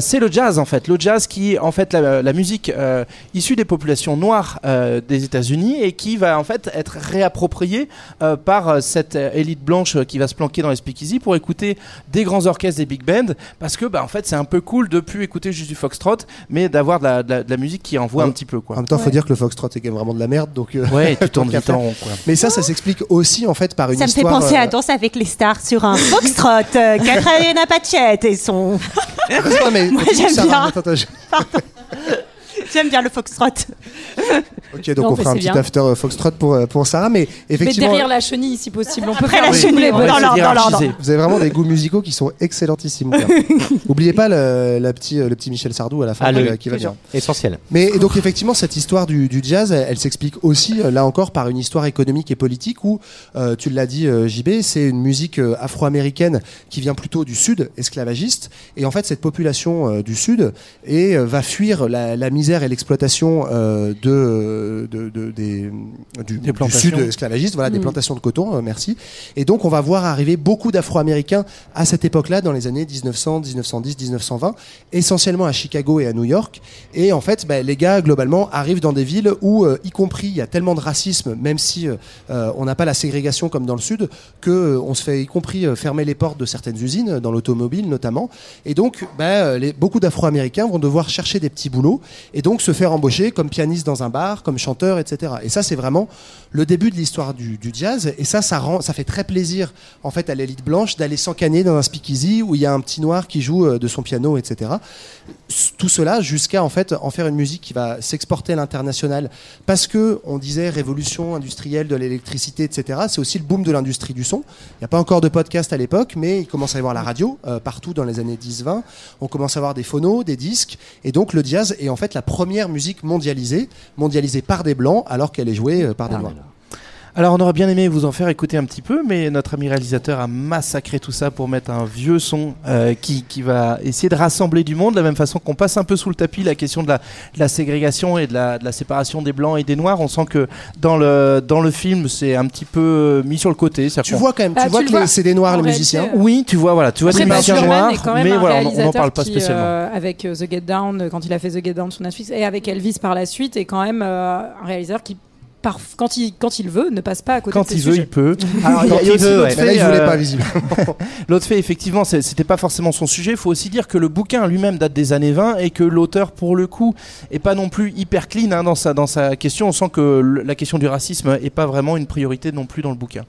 Speaker 18: c'est le jazz en fait, le jazz qui est en fait la, la musique euh, issue des populations noires euh, des États-Unis et qui va en fait être réappropriée euh, par euh, cette euh, élite blanche euh, qui va se planquer dans les speakeasy pour écouter des grands orchestres, des big bands, parce que bah, en fait c'est un peu cool de plus écouter juste du foxtrot, mais d'avoir de la, de la- de la musique qui envoie un petit peu quoi.
Speaker 9: En même temps, faut dire que le foxtrot est quand même vraiment de la merde, donc. euh,
Speaker 18: Ouais, tu tournes
Speaker 9: tant qu'à
Speaker 18: vite en
Speaker 9: faire.
Speaker 18: rond, quoi.
Speaker 9: Mais ça, ça s'explique aussi en fait par une
Speaker 10: Ça me fait
Speaker 9: histoire.
Speaker 10: penser
Speaker 9: euh,
Speaker 10: à Danse avec les stars sur un foxtrot, euh, Catherine Apachette et son...
Speaker 9: Non, mais
Speaker 10: Moi,
Speaker 9: continue,
Speaker 10: j'aime
Speaker 9: Sarah,
Speaker 10: bien.
Speaker 9: attends, attends, je-
Speaker 10: J'aime bien le foxtrot.
Speaker 9: Ok, donc
Speaker 35: Non,
Speaker 9: on
Speaker 35: mais
Speaker 9: fera un
Speaker 35: c'est
Speaker 9: petit
Speaker 35: bien.
Speaker 9: after euh, foxtrot pour, euh, pour Sarah, mais
Speaker 35: Mais
Speaker 9: effectivement.
Speaker 35: derrière la chenille, si possible, on peut
Speaker 10: Après
Speaker 35: faire
Speaker 10: la
Speaker 35: tous
Speaker 10: chenille,
Speaker 35: les
Speaker 10: dans
Speaker 35: bonnes-
Speaker 10: l'ordre, dans l'ordre.
Speaker 9: Vous avez vraiment des goûts musicaux qui sont excellentissimes. quoi. Oubliez pas le, la petit, le petit Michel Sardou à la fin
Speaker 33: Ah,
Speaker 9: qui
Speaker 33: le-
Speaker 9: va- qui va bien.
Speaker 33: Essentiel.
Speaker 9: Mais et donc effectivement, cette histoire du, du jazz, elle, elle s'explique aussi, euh, là encore, par une histoire économique et politique où, euh, tu l'as dit euh, JB, c'est une musique euh, afro-américaine qui vient plutôt du sud, esclavagiste. Et en fait, cette population euh, du sud et, va fuir la, la misère et l'exploitation euh, de, de- de- des, du, du
Speaker 18: plantations.
Speaker 9: sud esclavagiste, euh, voilà, des
Speaker 18: Mm.
Speaker 9: plantations de coton, euh, merci. Et donc, on va voir arriver beaucoup d'Afro-Américains à cette époque-là, dans les années 1900, 1910, 1920, essentiellement à Chicago et à New York. Et en fait, bah, les gars, globalement, arrivent dans des villes où, euh, y compris, il y a tellement de racisme, même si euh, euh, on n'a pas la ségrégation comme dans le Sud, que euh, on se fait, y compris, euh, fermer les portes de certaines usines, euh, dans l'automobile notamment. Et donc, bah, euh, les- beaucoup d'Afro-Américains vont devoir chercher des petits boulots et donc se faire embaucher comme pianiste dans un bar, comme chanteur, etc. Et ça, c'est vraiment le début de l'histoire du, du jazz. Et ça, ça rend, ça fait très plaisir en fait à l'élite blanche d'aller s'encanner dans un speakeasy où il y a un petit noir qui joue euh, de son piano, etc. S- Tout cela jusqu'à en fait en faire une musique qui va s'exporter à l'international parce que on disait révolution industrielle de l'électricité, etc. C'est aussi le boom de l'industrie du son. Il n'y a pas encore de podcast à l'époque, mais il commence à y avoir la radio euh, partout dans les années 10-20. On commence à avoir des phonos, des disques, et donc le jazz est en fait la première musique mondialisée, mondialisée par des blancs alors qu'elle est jouée euh, par des noirs.
Speaker 18: Alors on aurait bien aimé vous en faire écouter un petit peu, mais notre ami réalisateur a massacré tout ça pour mettre un vieux son euh, qui, qui va essayer de rassembler du monde, de la même façon qu'on passe un peu sous le tapis la question de la, de la ségrégation et de la, de la séparation des blancs et des noirs. On sent que dans le, dans le film c'est un petit peu mis sur le côté.
Speaker 9: Tu vois quand même, Bah, tu vois euh, que les- c'est des noirs les musiciens.
Speaker 18: Oui, tu vois, voilà, tu vois
Speaker 35: Après,
Speaker 18: des
Speaker 35: Baz
Speaker 18: musiciens
Speaker 35: Luhrmann
Speaker 18: noirs,
Speaker 35: est quand même
Speaker 18: mais
Speaker 35: un
Speaker 18: voilà, on- on n'en
Speaker 35: réalisateur
Speaker 18: parle pas
Speaker 35: qui,
Speaker 18: spécialement.
Speaker 35: euh, avec euh, The Get Down, euh, quand il a fait The Get Down sur Netflix, et avec Elvis par la suite, est quand même euh, un réalisateur qui, parf- quand, il, quand il veut, ne passe pas à côté de
Speaker 18: Quand
Speaker 35: ses
Speaker 18: il veut,
Speaker 35: sujets.
Speaker 18: il peut.
Speaker 35: Alors,
Speaker 18: il y a- il y a aussi euh, l'autre
Speaker 9: ouais. Mais euh, là, il voulait pas, visiblement.
Speaker 18: L'autre fait, effectivement, c'est- c'était pas forcément son sujet. Il faut aussi dire que le bouquin lui-même date des années 20 et que l'auteur, pour le coup, est pas non plus hyper clean hein, dans, sa, dans sa question. On sent que le- la question du racisme est pas vraiment une priorité non plus dans le bouquin.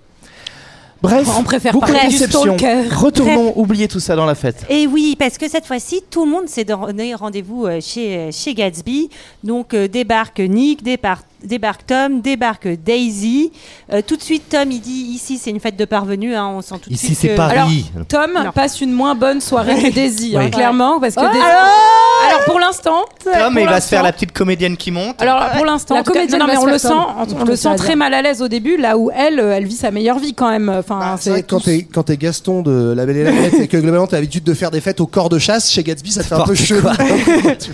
Speaker 18: Bref,
Speaker 35: On préfère
Speaker 18: beaucoup
Speaker 10: parler
Speaker 18: de
Speaker 10: du
Speaker 18: déceptions.
Speaker 10: stalker.
Speaker 18: Retournons oublier tout ça dans la fête.
Speaker 10: Et oui, parce que cette fois-ci, tout le monde s'est donné rendez-vous euh, chez, euh, chez Gatsby. Donc euh, débarque Nick, débarque débarque Tom, débarque Daisy. Euh, tout de suite, Tom, il dit ici, c'est une fête de parvenus. hein, on sent tout de
Speaker 36: Ici,
Speaker 10: suite
Speaker 36: c'est
Speaker 10: que-
Speaker 36: Paris. Alors,
Speaker 13: Tom
Speaker 10: Non.
Speaker 13: passe une moins bonne soirée que Daisy, hein,
Speaker 36: Oui. Ah
Speaker 13: clairement, parce que
Speaker 10: Oh,
Speaker 13: Daisy-
Speaker 10: alors
Speaker 13: Alors, pour l'instant, pour
Speaker 36: Tom, il va se
Speaker 13: l'instant-
Speaker 36: faire la petite comédienne qui monte.
Speaker 13: Alors pour l'instant,
Speaker 37: La
Speaker 13: en tout cas-
Speaker 37: comédienne
Speaker 13: non, non, mais
Speaker 37: va
Speaker 13: on
Speaker 37: se
Speaker 13: le sent,
Speaker 37: faire
Speaker 13: on,
Speaker 37: tendre.
Speaker 13: on le
Speaker 37: Je
Speaker 13: sent
Speaker 37: te
Speaker 13: très
Speaker 37: l'adore.
Speaker 13: mal à l'aise au début, là où elle, euh, elle vit sa meilleure vie quand même. euh, Enfin,
Speaker 9: Bah,
Speaker 10: Ah,
Speaker 9: C'est vrai
Speaker 13: c'est
Speaker 9: que quand
Speaker 13: tous-
Speaker 9: t'es quand t'es Gaston de La Belle et la Bête et que globalement t'as l'habitude de faire des fêtes au corps de chasse chez Gatsby ça te fait un peu chelou.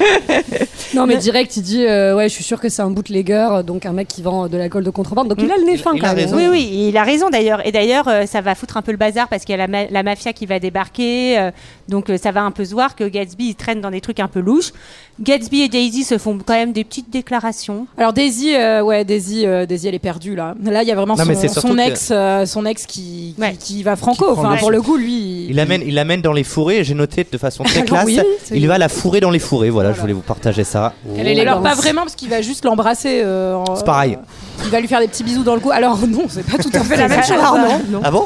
Speaker 37: Non, mais direct, il dit euh, Ouais, je suis sûr que c'est un
Speaker 13: euh,
Speaker 37: bootlegger, donc un mec qui vend de l'alcool de contrebande.
Speaker 36: Mm.
Speaker 37: Donc il a le nez fin quand même.
Speaker 10: Ah Oui, oui, il a raison d'ailleurs. Et d'ailleurs, euh, ça va foutre un peu le bazar parce qu'il y a la, ma- la mafia qui va débarquer. euh, donc euh, ça va un peu se voir que Gatsby il traîne dans des trucs un peu louches. Gatsby et Daisy se font quand même des petites déclarations.
Speaker 13: Alors Daisy, euh, ouais, Daisy, euh, Daisy, elle est perdue là. Là, il y a vraiment
Speaker 36: Non, mais c'est
Speaker 13: son,
Speaker 36: surtout
Speaker 13: son
Speaker 36: que-
Speaker 13: ex, euh, son ex qui, qui- qui va franco.
Speaker 36: prend
Speaker 13: Enfin,
Speaker 36: le
Speaker 13: pour le
Speaker 36: sou-
Speaker 13: coup, lui.
Speaker 36: Il amène, il amène dans les fourrés, j'ai noté de façon très
Speaker 13: Alors
Speaker 36: classe.
Speaker 13: oui, c'est-
Speaker 36: il va la fourrer dans les fourrés, voilà, je voulais vous partager ça.
Speaker 13: Elle est alors pas vraiment parce qu'il va juste l'embrasser. euh, en-
Speaker 36: C'est pareil.
Speaker 13: Il va lui faire des petits bisous dans le cou. Alors non, c'est pas tout à fait la même chose.
Speaker 10: Ah,
Speaker 13: hein.
Speaker 36: Ah bon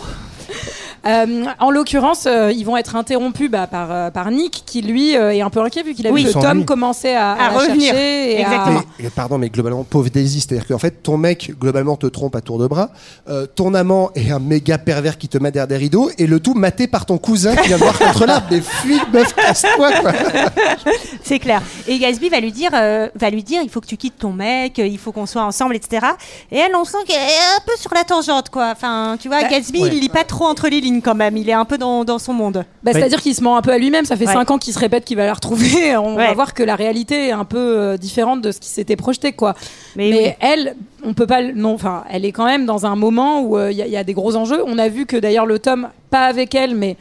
Speaker 13: Euh, en l'occurrence, euh, ils vont être interrompus bah, par, euh, par Nick, qui lui euh, est un peu inquiet vu qu'il a
Speaker 9: Oui.
Speaker 13: vu que
Speaker 9: Sans
Speaker 13: Tom
Speaker 9: lui.
Speaker 13: commençait à,
Speaker 10: À
Speaker 13: la
Speaker 10: revenir.
Speaker 13: chercher et à-
Speaker 9: Mais, euh, pardon, mais globalement, pauvre Daisy, c'est-à-dire qu'en fait, ton mec, globalement, te trompe à tour de bras, euh, ton amant est un méga pervers qui te met derrière des rideaux, et le tout maté par ton cousin qui vient de voir contre l'arbre. Mais fuis, meuf, casse-toi, quoi.
Speaker 10: C'est clair. Et Gatsby va lui dire, euh, va lui dire, il faut que tu quittes ton mec, euh, il faut qu'on soit ensemble, etc. Et elle, on sent qu'elle est un peu sur la tangente, quoi. Enfin, tu vois,
Speaker 13: Bah,
Speaker 10: Gatsby,
Speaker 13: ouais.
Speaker 10: il lit pas trop entre les lignes quand même. Il est un peu dans, dans son monde.
Speaker 13: Bah, C'est-à-dire qu'il se ment un peu à lui-même, ça fait
Speaker 10: Ouais.
Speaker 13: 5 ans qu'il se répète qu'il va la retrouver, on
Speaker 10: Ouais.
Speaker 13: va voir que la réalité est un peu euh, différente de ce qui s'était projeté quoi.
Speaker 10: Mais,
Speaker 13: elle, on peut pas le- non enfin, elle est quand même dans un moment où euh, il y, a- il y a des gros enjeux. On a vu que d'ailleurs le tome pas avec elle mais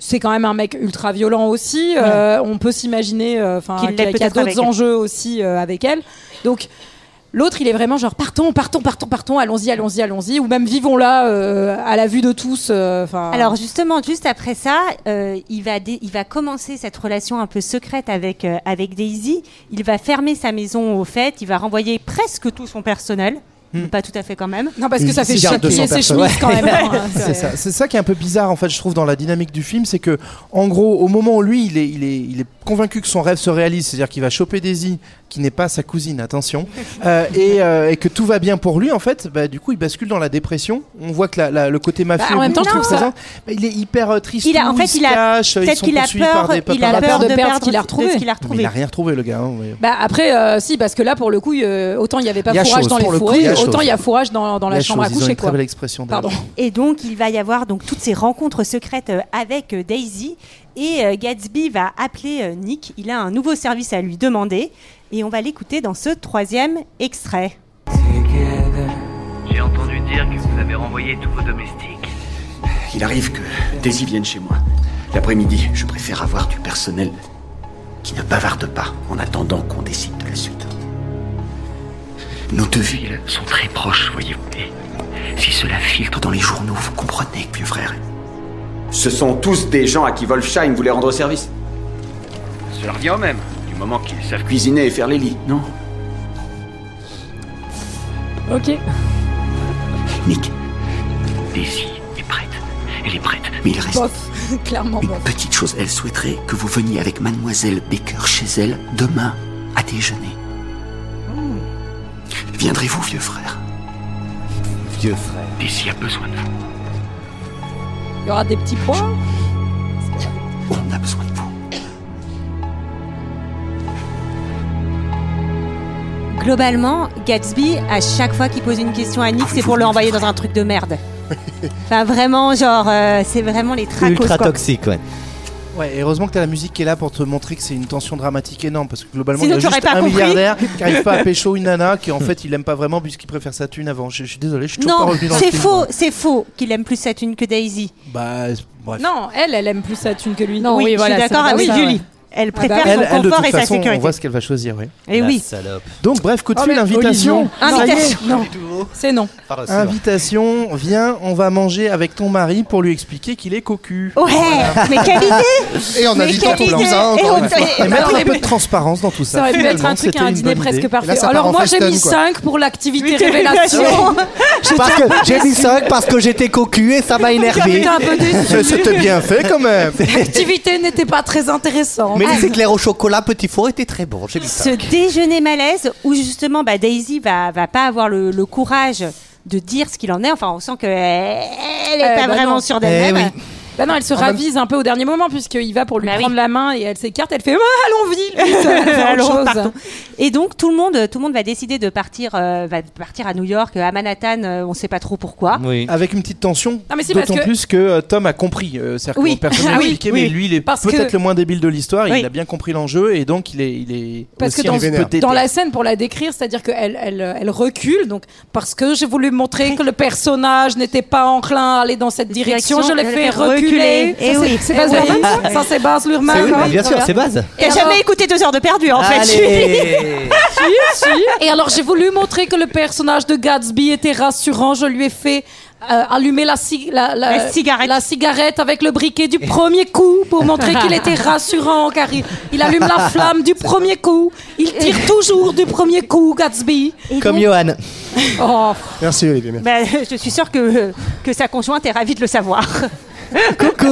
Speaker 13: c'est quand même un mec ultra violent aussi, Euh, on peut s'imaginer euh, enfin
Speaker 10: Qu'il
Speaker 13: qu'il
Speaker 10: l'est
Speaker 13: y a- qu'il y a
Speaker 10: peut-être avec
Speaker 13: d'autres
Speaker 10: elle.
Speaker 13: enjeux aussi euh, avec elle. Donc L'autre, il est vraiment genre partons, partons, partons, partons, allons-y, allons-y, allons-y, ou même vivons là à la vue de tous. euh, enfin
Speaker 10: Alors justement, juste après ça, euh, il va dé- il va commencer cette relation un peu secrète avec euh, avec Daisy. Il va fermer sa maison aux fêtes. Il va renvoyer presque tout son personnel, mais pas tout à fait quand même.
Speaker 13: Non parce que ça fait chatouiller ses chemises quand même. hein.
Speaker 18: C'est ça. C'est ça qui est un peu bizarre en fait, je trouve, dans la dynamique du film, c'est que en gros, au moment où lui, il est, il est, il est convaincu que son rêve se réalise, c'est-à-dire qu'il va choper Daisy, qui n'est pas sa cousine, attention, euh, et, euh, et que tout va bien pour lui, en fait, bah, du coup, il bascule dans la dépression. On voit que la- la- le côté mafieux,
Speaker 10: Bah, en même temps,
Speaker 18: qui
Speaker 10: je trouve
Speaker 18: est
Speaker 10: ça-
Speaker 18: présent, bah, il est hyper euh, triste.
Speaker 10: Il a en fait
Speaker 18: se
Speaker 10: il a
Speaker 18: cache, ils
Speaker 10: peut-être
Speaker 18: sont
Speaker 10: qu'il a
Speaker 18: poursuivis par
Speaker 10: peur,
Speaker 18: des papas.
Speaker 10: il a peur de perdre ce qu'il a
Speaker 13: retrouvé.
Speaker 18: Mais il a rien retrouvé, le gars. hein, mais-
Speaker 13: Bah après, euh, si, parce que là, pour le coup, euh, autant il n'y avait pas
Speaker 18: Il y a
Speaker 13: fourrage
Speaker 18: chose,
Speaker 13: dans les
Speaker 18: pour le coup,
Speaker 13: fourrés,
Speaker 18: il y a
Speaker 13: autant
Speaker 18: chose.
Speaker 13: il y a fourrage dans, dans la,
Speaker 18: Il y a
Speaker 13: chambre
Speaker 18: chose,
Speaker 13: à
Speaker 18: Ils ont
Speaker 13: coucher.
Speaker 18: une
Speaker 13: Quoi.
Speaker 18: très belle expression. d'ailleurs.
Speaker 13: Pardon.
Speaker 10: Et donc, il va y avoir donc toutes ces rencontres secrètes euh, avec euh, Daisy. Et euh, Gatsby va appeler euh, Nick. Il a un nouveau service à lui demander. Et on va l'écouter dans ce troisième extrait.
Speaker 38: J'ai entendu dire que vous avez renvoyé tous vos domestiques.
Speaker 7: Il arrive que Daisy vienne chez moi. L'après-midi, je préfère avoir du personnel qui ne bavarde pas en attendant qu'on décide de la suite. Nos deux villes sont très proches, voyez-vous. Et si cela filtre dans les journaux, vous comprenez, vieux frère.
Speaker 3: Ce sont tous des gens à qui Wolfsheim voulait rendre service.
Speaker 38: Cela revient au même.
Speaker 3: Du moment qu'ils savent cuisiner et faire les lits, non
Speaker 13: Ok.
Speaker 7: Nick,
Speaker 38: Daisy est prête. Elle est prête.
Speaker 7: mais il reste
Speaker 13: Bof, clairement bof.
Speaker 7: petite chose. Elle souhaiterait que vous veniez avec Mademoiselle Baker chez elle demain à déjeuner.
Speaker 36: Hmm.
Speaker 7: Viendrez-vous, vieux frère
Speaker 36: Vieux frère.
Speaker 38: Daisy a besoin de vous.
Speaker 13: Il y aura des petits points.
Speaker 7: On a besoin de vous.
Speaker 10: Globalement, Gatsby, à chaque fois qu'il pose une question à Nick,
Speaker 18: Ah,
Speaker 10: c'est pour le renvoyer dans un truc de merde. Enfin, vraiment, genre, euh, c'est vraiment les tracos.
Speaker 18: Ultra
Speaker 10: quoi.
Speaker 36: toxique, ouais.
Speaker 18: Ouais, et heureusement que t'as la musique qui est là pour te montrer que c'est une tension dramatique énorme parce que globalement
Speaker 10: Sinon,
Speaker 18: il y a
Speaker 10: t'aurais
Speaker 18: juste
Speaker 10: pas
Speaker 18: un
Speaker 10: compris.
Speaker 18: milliardaire qui arrive pas à pécho une nana qui en fait il aime pas vraiment puisqu'il préfère sa thune avant. Je, je suis désolé, je suis toujours pas
Speaker 10: Non,
Speaker 18: revenu dans le
Speaker 10: c'est
Speaker 18: film.
Speaker 10: faux, c'est faux qu'il aime plus sa thune que Daisy.
Speaker 18: Bah,
Speaker 36: Ah,
Speaker 18: bref.
Speaker 13: Non, elle, elle aime plus sa thune que lui.
Speaker 10: Non, oui, je suis d'accord
Speaker 13: c'est
Speaker 10: avec
Speaker 13: ça,
Speaker 10: Julie.
Speaker 13: ouais.
Speaker 10: Elle
Speaker 13: Ah bah
Speaker 10: préfère
Speaker 13: oui.
Speaker 10: son
Speaker 18: elle, elle, de
Speaker 10: confort
Speaker 18: toute
Speaker 10: et sa
Speaker 18: façon, on
Speaker 10: sécurité.
Speaker 18: voit ce qu'elle va choisir, oui.
Speaker 10: Eh La oui.
Speaker 18: Donc bref, coup de
Speaker 10: Oh,
Speaker 18: fil,
Speaker 10: mais
Speaker 18: invitation.
Speaker 10: Olivier.
Speaker 18: Ça y est,
Speaker 10: Invitation.
Speaker 7: mot
Speaker 13: Ah, C'est non.
Speaker 7: Pardon, c'est vrai.
Speaker 17: Invitation, viens, on va manger avec ton mari pour lui expliquer qu'il est cocu.
Speaker 10: Ouais, mais quelle idée
Speaker 9: Et en
Speaker 10: Mais
Speaker 9: invitant
Speaker 10: quelle
Speaker 9: ton
Speaker 10: idée
Speaker 9: cousin,
Speaker 10: Et
Speaker 9: encore
Speaker 10: on-
Speaker 9: une fois.
Speaker 10: et-
Speaker 17: Et mettre
Speaker 10: oui,
Speaker 17: un peu
Speaker 10: mais-
Speaker 17: de transparence dans tout ça.
Speaker 13: Ça aurait pu être
Speaker 17: Finalement,
Speaker 13: un truc
Speaker 17: c'était
Speaker 13: à un
Speaker 17: une
Speaker 13: dîner
Speaker 17: bonne
Speaker 13: presque
Speaker 17: idée.
Speaker 13: parfait. Alors moi j'ai mis 5 pour l'activité révélation. Je
Speaker 7: Parce que
Speaker 13: tiens à
Speaker 7: j'ai mis
Speaker 13: préciser.
Speaker 7: 5 parce que j'étais cocu et ça m'a énervé.
Speaker 13: J'étais un peu
Speaker 17: Euh,
Speaker 13: déçue.
Speaker 9: C'était bien fait quand même.
Speaker 13: L'activité n'était pas très intéressante.
Speaker 7: Mais les éclairs au chocolat petit four étaient très bons. J'ai mis
Speaker 10: ce
Speaker 7: 5.
Speaker 10: déjeuner malaise où justement bah, Daisy va va pas avoir le, le courage de dire ce qu'il en est. Enfin, on sent qu'elle elle est
Speaker 13: Eh
Speaker 10: pas
Speaker 13: bah
Speaker 10: vraiment
Speaker 13: non.
Speaker 10: sûre d'elle-même.
Speaker 13: Bah non, elle se ravise un peu au dernier moment puisqu'il va
Speaker 10: Bah
Speaker 13: pour lui prendre la main et elle s'écarte. Elle fait Ah, allons vite. Elle fait
Speaker 10: Alors,
Speaker 13: autre chose.
Speaker 10: partons. Et donc tout le monde, tout le monde va décider de partir, euh, va partir à New York, à Manhattan. euh, on sait pas trop pourquoi.
Speaker 17: Avec une petite tension,
Speaker 10: Ah, mais si,
Speaker 17: d'autant
Speaker 10: parce que-
Speaker 17: plus que euh, Tom a compris. euh, C'est-à-dire
Speaker 10: Oui.
Speaker 17: que personne n'a
Speaker 10: Ah oui,
Speaker 17: expliqué,
Speaker 10: oui.
Speaker 17: mais lui, il est
Speaker 13: Parce
Speaker 17: peut-être
Speaker 13: que-
Speaker 17: le moins débile de l'histoire. et
Speaker 13: Oui.
Speaker 17: Il a bien compris l'enjeu et donc il est, il est
Speaker 13: Parce que
Speaker 17: aussi un peu
Speaker 13: dans,
Speaker 17: tété.
Speaker 13: dans la scène, pour la décrire, c'est-à-dire qu'elle elle, elle recule, donc parce que j'ai voulu montrer que le personnage n'était pas enclin à aller dans cette direction,
Speaker 10: Direction,
Speaker 13: je l'ai
Speaker 10: elle
Speaker 13: fait
Speaker 10: fait reculer.
Speaker 13: reculer.
Speaker 10: Eh
Speaker 13: Ça,
Speaker 10: oui.
Speaker 13: c'est- C'est
Speaker 10: Eh
Speaker 13: Baz
Speaker 10: oui.
Speaker 13: Luhrmann, ça
Speaker 10: Oui.
Speaker 13: Ça, c'est Baz Luhrmann.
Speaker 7: C'est- oui,
Speaker 13: hein.
Speaker 7: mais bien sûr,
Speaker 13: Voilà.
Speaker 7: c'est Baz.
Speaker 10: T'as
Speaker 13: Et
Speaker 10: jamais
Speaker 13: alors-
Speaker 10: écouté deux heures de perdu en fait. Julie.
Speaker 7: Allez
Speaker 13: Si, si. Et alors, j'ai voulu montrer que le personnage de Gatsby était rassurant. Je lui ai fait euh, allumer la, ci- la,
Speaker 10: La cigarette.
Speaker 13: la cigarette avec le briquet du premier coup pour montrer qu'il était rassurant, car il, il allume la flamme du premier coup. Il tire toujours du premier coup, Gatsby.
Speaker 7: Comme Johan.
Speaker 13: Oh,
Speaker 9: Merci Olivier. merci.
Speaker 10: Bah, je suis sûre que que sa conjointe est ravie de le savoir.
Speaker 7: Coucou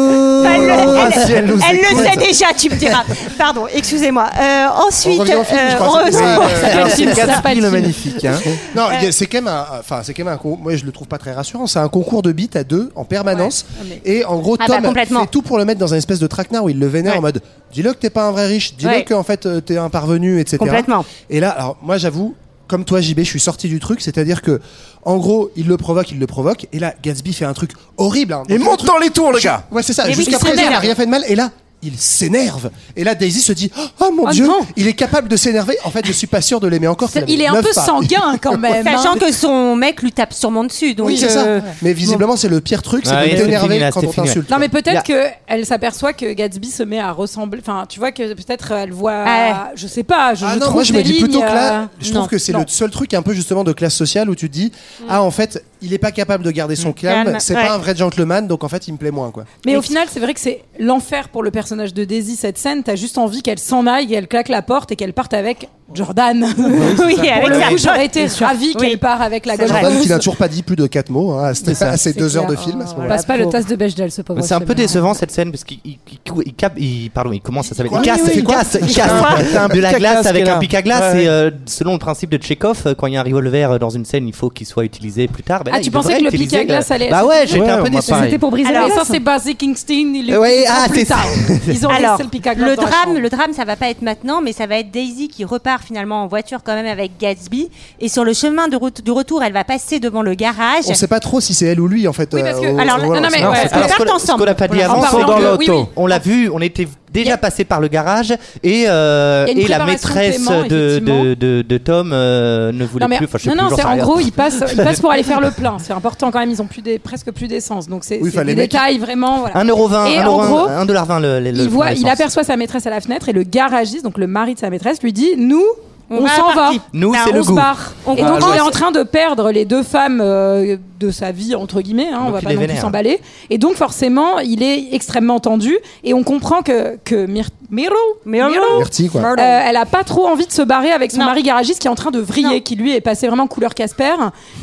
Speaker 10: Elle, le-
Speaker 9: Ah,
Speaker 10: elle-
Speaker 9: si elle nous
Speaker 10: elle le
Speaker 9: écoute.
Speaker 10: sait déjà, tu me diras. Pardon, excusez-moi. Euh, ensuite,
Speaker 9: On revient au film, je crois.
Speaker 10: heureusement-
Speaker 18: Ah,
Speaker 9: Ouais,
Speaker 17: C'est
Speaker 9: ouais, ouais.
Speaker 17: Gatsby le magnifique. hein.
Speaker 9: Non,
Speaker 10: Euh,
Speaker 9: il y a- c'est quand même un, enfin, c'est quand même un con- moi je le trouve pas très rassurant, c'est un concours de beats à deux en permanence et en gros
Speaker 10: Ah bah,
Speaker 9: Tom
Speaker 10: complètement.
Speaker 9: fait tout pour le mettre dans un espèce de traquenard où il le vénère en mode dis-le que t'es pas un vrai riche, dis-le
Speaker 10: Ouais.
Speaker 9: que en fait euh, t'es un parvenu etc.
Speaker 10: Complètement.
Speaker 9: Et là, alors moi j'avoue comme toi JB, je suis sorti du truc, c'est-à-dire que en gros, il le provoque, il le provoque et là Gatsby fait un truc horrible hein.
Speaker 17: Et monte dans les tours, le gars
Speaker 9: Ouais, c'est ça,
Speaker 10: Mais oui,
Speaker 9: jusqu'à
Speaker 10: il
Speaker 9: présent il n'a
Speaker 10: s'énerve.
Speaker 9: rien fait de mal et là il s'énerve. Et là, Daisy se dit Oh mon
Speaker 13: Oh
Speaker 9: dieu,
Speaker 13: non.
Speaker 9: il est capable de s'énerver. En fait, je suis pas sûr de l'aimer encore.
Speaker 13: C'est-
Speaker 9: qu'elle
Speaker 13: il est
Speaker 9: avait
Speaker 13: un peu
Speaker 9: neuf pas.
Speaker 13: sanguin quand même.
Speaker 10: Sachant
Speaker 13: hein.
Speaker 10: que son mec lui tape sûrement dessus. Donc,
Speaker 9: Oui, c'est
Speaker 10: euh,
Speaker 9: ça. Mais visiblement, c'est le pire truc, c'est
Speaker 7: Ouais,
Speaker 9: de
Speaker 7: c'est fini,
Speaker 9: t'énerver
Speaker 7: là,
Speaker 9: quand
Speaker 7: c'est
Speaker 9: on
Speaker 7: fini, ouais.
Speaker 9: t'insulte.
Speaker 13: Non mais peut-être que elle s'aperçoit que Gatsby se met à ressembler. Enfin, tu vois que peut-être euh, elle voit.
Speaker 10: Ah.
Speaker 13: Je sais pas. Je,
Speaker 9: Ah
Speaker 13: je
Speaker 9: non,
Speaker 13: trouve
Speaker 9: moi je me
Speaker 13: des
Speaker 9: dis
Speaker 13: lignes,
Speaker 9: plutôt que
Speaker 13: euh,
Speaker 9: là, je
Speaker 13: non,
Speaker 9: trouve que c'est
Speaker 13: non.
Speaker 9: le seul truc un peu justement de classe sociale où tu te dis ah en fait il est pas capable de garder son calme,
Speaker 10: Calme,
Speaker 9: c'est
Speaker 10: ouais.
Speaker 9: pas un vrai gentleman donc en fait il me plaît moins quoi.
Speaker 13: Mais au final, c'est vrai que c'est l'enfer pour le personnage de Daisy cette scène. T'as juste envie qu'elle s'en aille, et elle claque la porte et qu'elle parte avec Jordan.
Speaker 10: oui,
Speaker 13: pour
Speaker 10: avec
Speaker 13: le
Speaker 10: sa
Speaker 13: coup, j'aurais
Speaker 10: pote.
Speaker 13: été ravie
Speaker 10: Oui.
Speaker 13: qu'elle part avec la
Speaker 10: C'est
Speaker 13: gomme.
Speaker 10: vrai.
Speaker 9: Jordan qui n'a toujours pas dit plus de quatre mots hein, à, cette- à ces deux heures de film à ce
Speaker 18: On
Speaker 9: moment-là.
Speaker 18: passe pas le tasse de Bechdel, ce pauvre.
Speaker 7: C'est un peu
Speaker 18: chelou.
Speaker 7: décevant cette scène parce qu'il il, il cou- il cap- il- pardon, il commence à s'appeler.
Speaker 9: Quoi
Speaker 7: Il casse,
Speaker 9: Oui, oui,
Speaker 7: il
Speaker 9: il
Speaker 7: casse, il
Speaker 9: casse.
Speaker 7: casse
Speaker 17: T'as un
Speaker 7: de la
Speaker 17: pic à
Speaker 7: glace
Speaker 17: glace
Speaker 7: avec
Speaker 17: qui est
Speaker 7: un
Speaker 17: là.
Speaker 7: pic à glace.
Speaker 17: Ouais,
Speaker 7: Et euh, selon le principe de Tchekhov, euh, quand il y a un revolver euh, dans une scène, il faut qu'il soit utilisé plus tard. Ben là,
Speaker 13: Ah, tu
Speaker 7: il
Speaker 13: pensais
Speaker 7: devrait
Speaker 13: que le pic
Speaker 7: utiliser
Speaker 13: à glace allait
Speaker 7: Bah
Speaker 13: être
Speaker 7: ouais,
Speaker 13: utilisé
Speaker 7: j'étais un
Speaker 17: Ouais,
Speaker 7: peu
Speaker 17: moi,
Speaker 7: déçu.
Speaker 17: pareil.
Speaker 18: C'était pour briser
Speaker 13: Alors
Speaker 18: la
Speaker 13: ça,
Speaker 18: glace.
Speaker 13: c'est Basie Kingston. Ils l'ont
Speaker 7: Ouais,
Speaker 13: utilisé
Speaker 7: ah,
Speaker 13: plus
Speaker 7: c'est
Speaker 13: tard. Ils ont
Speaker 10: Alors,
Speaker 13: laissé le pic à glace
Speaker 10: le
Speaker 13: dans la
Speaker 10: drame,
Speaker 13: chambre.
Speaker 10: le drame, ça va pas être maintenant, mais ça va être Daisy qui repart finalement en voiture quand même avec Gatsby. Et sur le chemin de route- du retour, elle va passer devant le garage.
Speaker 9: On sait pas trop si c'est elle ou lui en fait.
Speaker 13: Oui, parce que-
Speaker 9: euh, au-
Speaker 10: Alors,
Speaker 9: au-
Speaker 10: non,
Speaker 9: au-
Speaker 13: non,
Speaker 9: au-
Speaker 13: mais
Speaker 9: au-
Speaker 13: ouais.
Speaker 9: au-
Speaker 7: Parce
Speaker 10: Ils
Speaker 7: que-
Speaker 10: partent
Speaker 7: Ce qu'on n'a pas dit
Speaker 13: ensemble.
Speaker 7: avant,
Speaker 13: En
Speaker 7: c'est
Speaker 13: parlant
Speaker 7: que-
Speaker 13: de- oui, oui.
Speaker 7: On l'a vu, on était déjà passé par le garage et, euh,
Speaker 13: Il y a une
Speaker 7: et la
Speaker 13: préparation
Speaker 7: maîtresse
Speaker 13: de paiement,
Speaker 7: de,
Speaker 13: effectivement.
Speaker 7: de, de, de Tom euh, ne voulait
Speaker 13: Non, mais-
Speaker 7: plus. Enfin, je sais
Speaker 13: non,
Speaker 7: plus,
Speaker 13: non,
Speaker 7: j'en
Speaker 13: c'est
Speaker 7: sais
Speaker 13: en
Speaker 7: rien.
Speaker 13: gros, ils passent, ils passent pour aller faire le plein. C'est important quand même, ils ont plus des, presque plus d'essence. Donc c'est
Speaker 9: Oui,
Speaker 13: c'est
Speaker 9: enfin,
Speaker 13: des
Speaker 9: les mecs-
Speaker 13: détails vraiment. Voilà.
Speaker 7: 1,20€,
Speaker 13: Et en gros,
Speaker 7: 1,20€, le, le, le
Speaker 13: il, voit,
Speaker 7: plein
Speaker 13: il
Speaker 7: essence.
Speaker 13: aperçoit sa maîtresse à la fenêtre et le garagiste, donc le mari de sa maîtresse, lui dit Nous, on,
Speaker 10: va
Speaker 13: s'en
Speaker 10: à
Speaker 13: va.
Speaker 10: partie.
Speaker 7: Nous,
Speaker 10: Bah,
Speaker 7: c'est
Speaker 13: on
Speaker 7: le
Speaker 13: se
Speaker 7: goût.
Speaker 13: barre.
Speaker 10: On
Speaker 13: et donc,
Speaker 10: comprend.
Speaker 13: il est en train de perdre les deux femmes euh, de sa vie, entre guillemets. hein, on
Speaker 7: Donc,
Speaker 13: va
Speaker 7: il
Speaker 13: pas
Speaker 7: est
Speaker 13: non plus
Speaker 7: vénère.
Speaker 13: s'emballer. Et donc, forcément, il est extrêmement tendu. Et on comprend que, que Myr- Myrtle,
Speaker 10: Myrtle.
Speaker 13: Myrtle,
Speaker 9: Merci quoi.
Speaker 13: euh, elle a pas trop envie de se barrer avec son
Speaker 10: Non.
Speaker 13: mari garagiste qui est en train de vriller,
Speaker 10: Non.
Speaker 13: qui lui est passé vraiment couleur Casper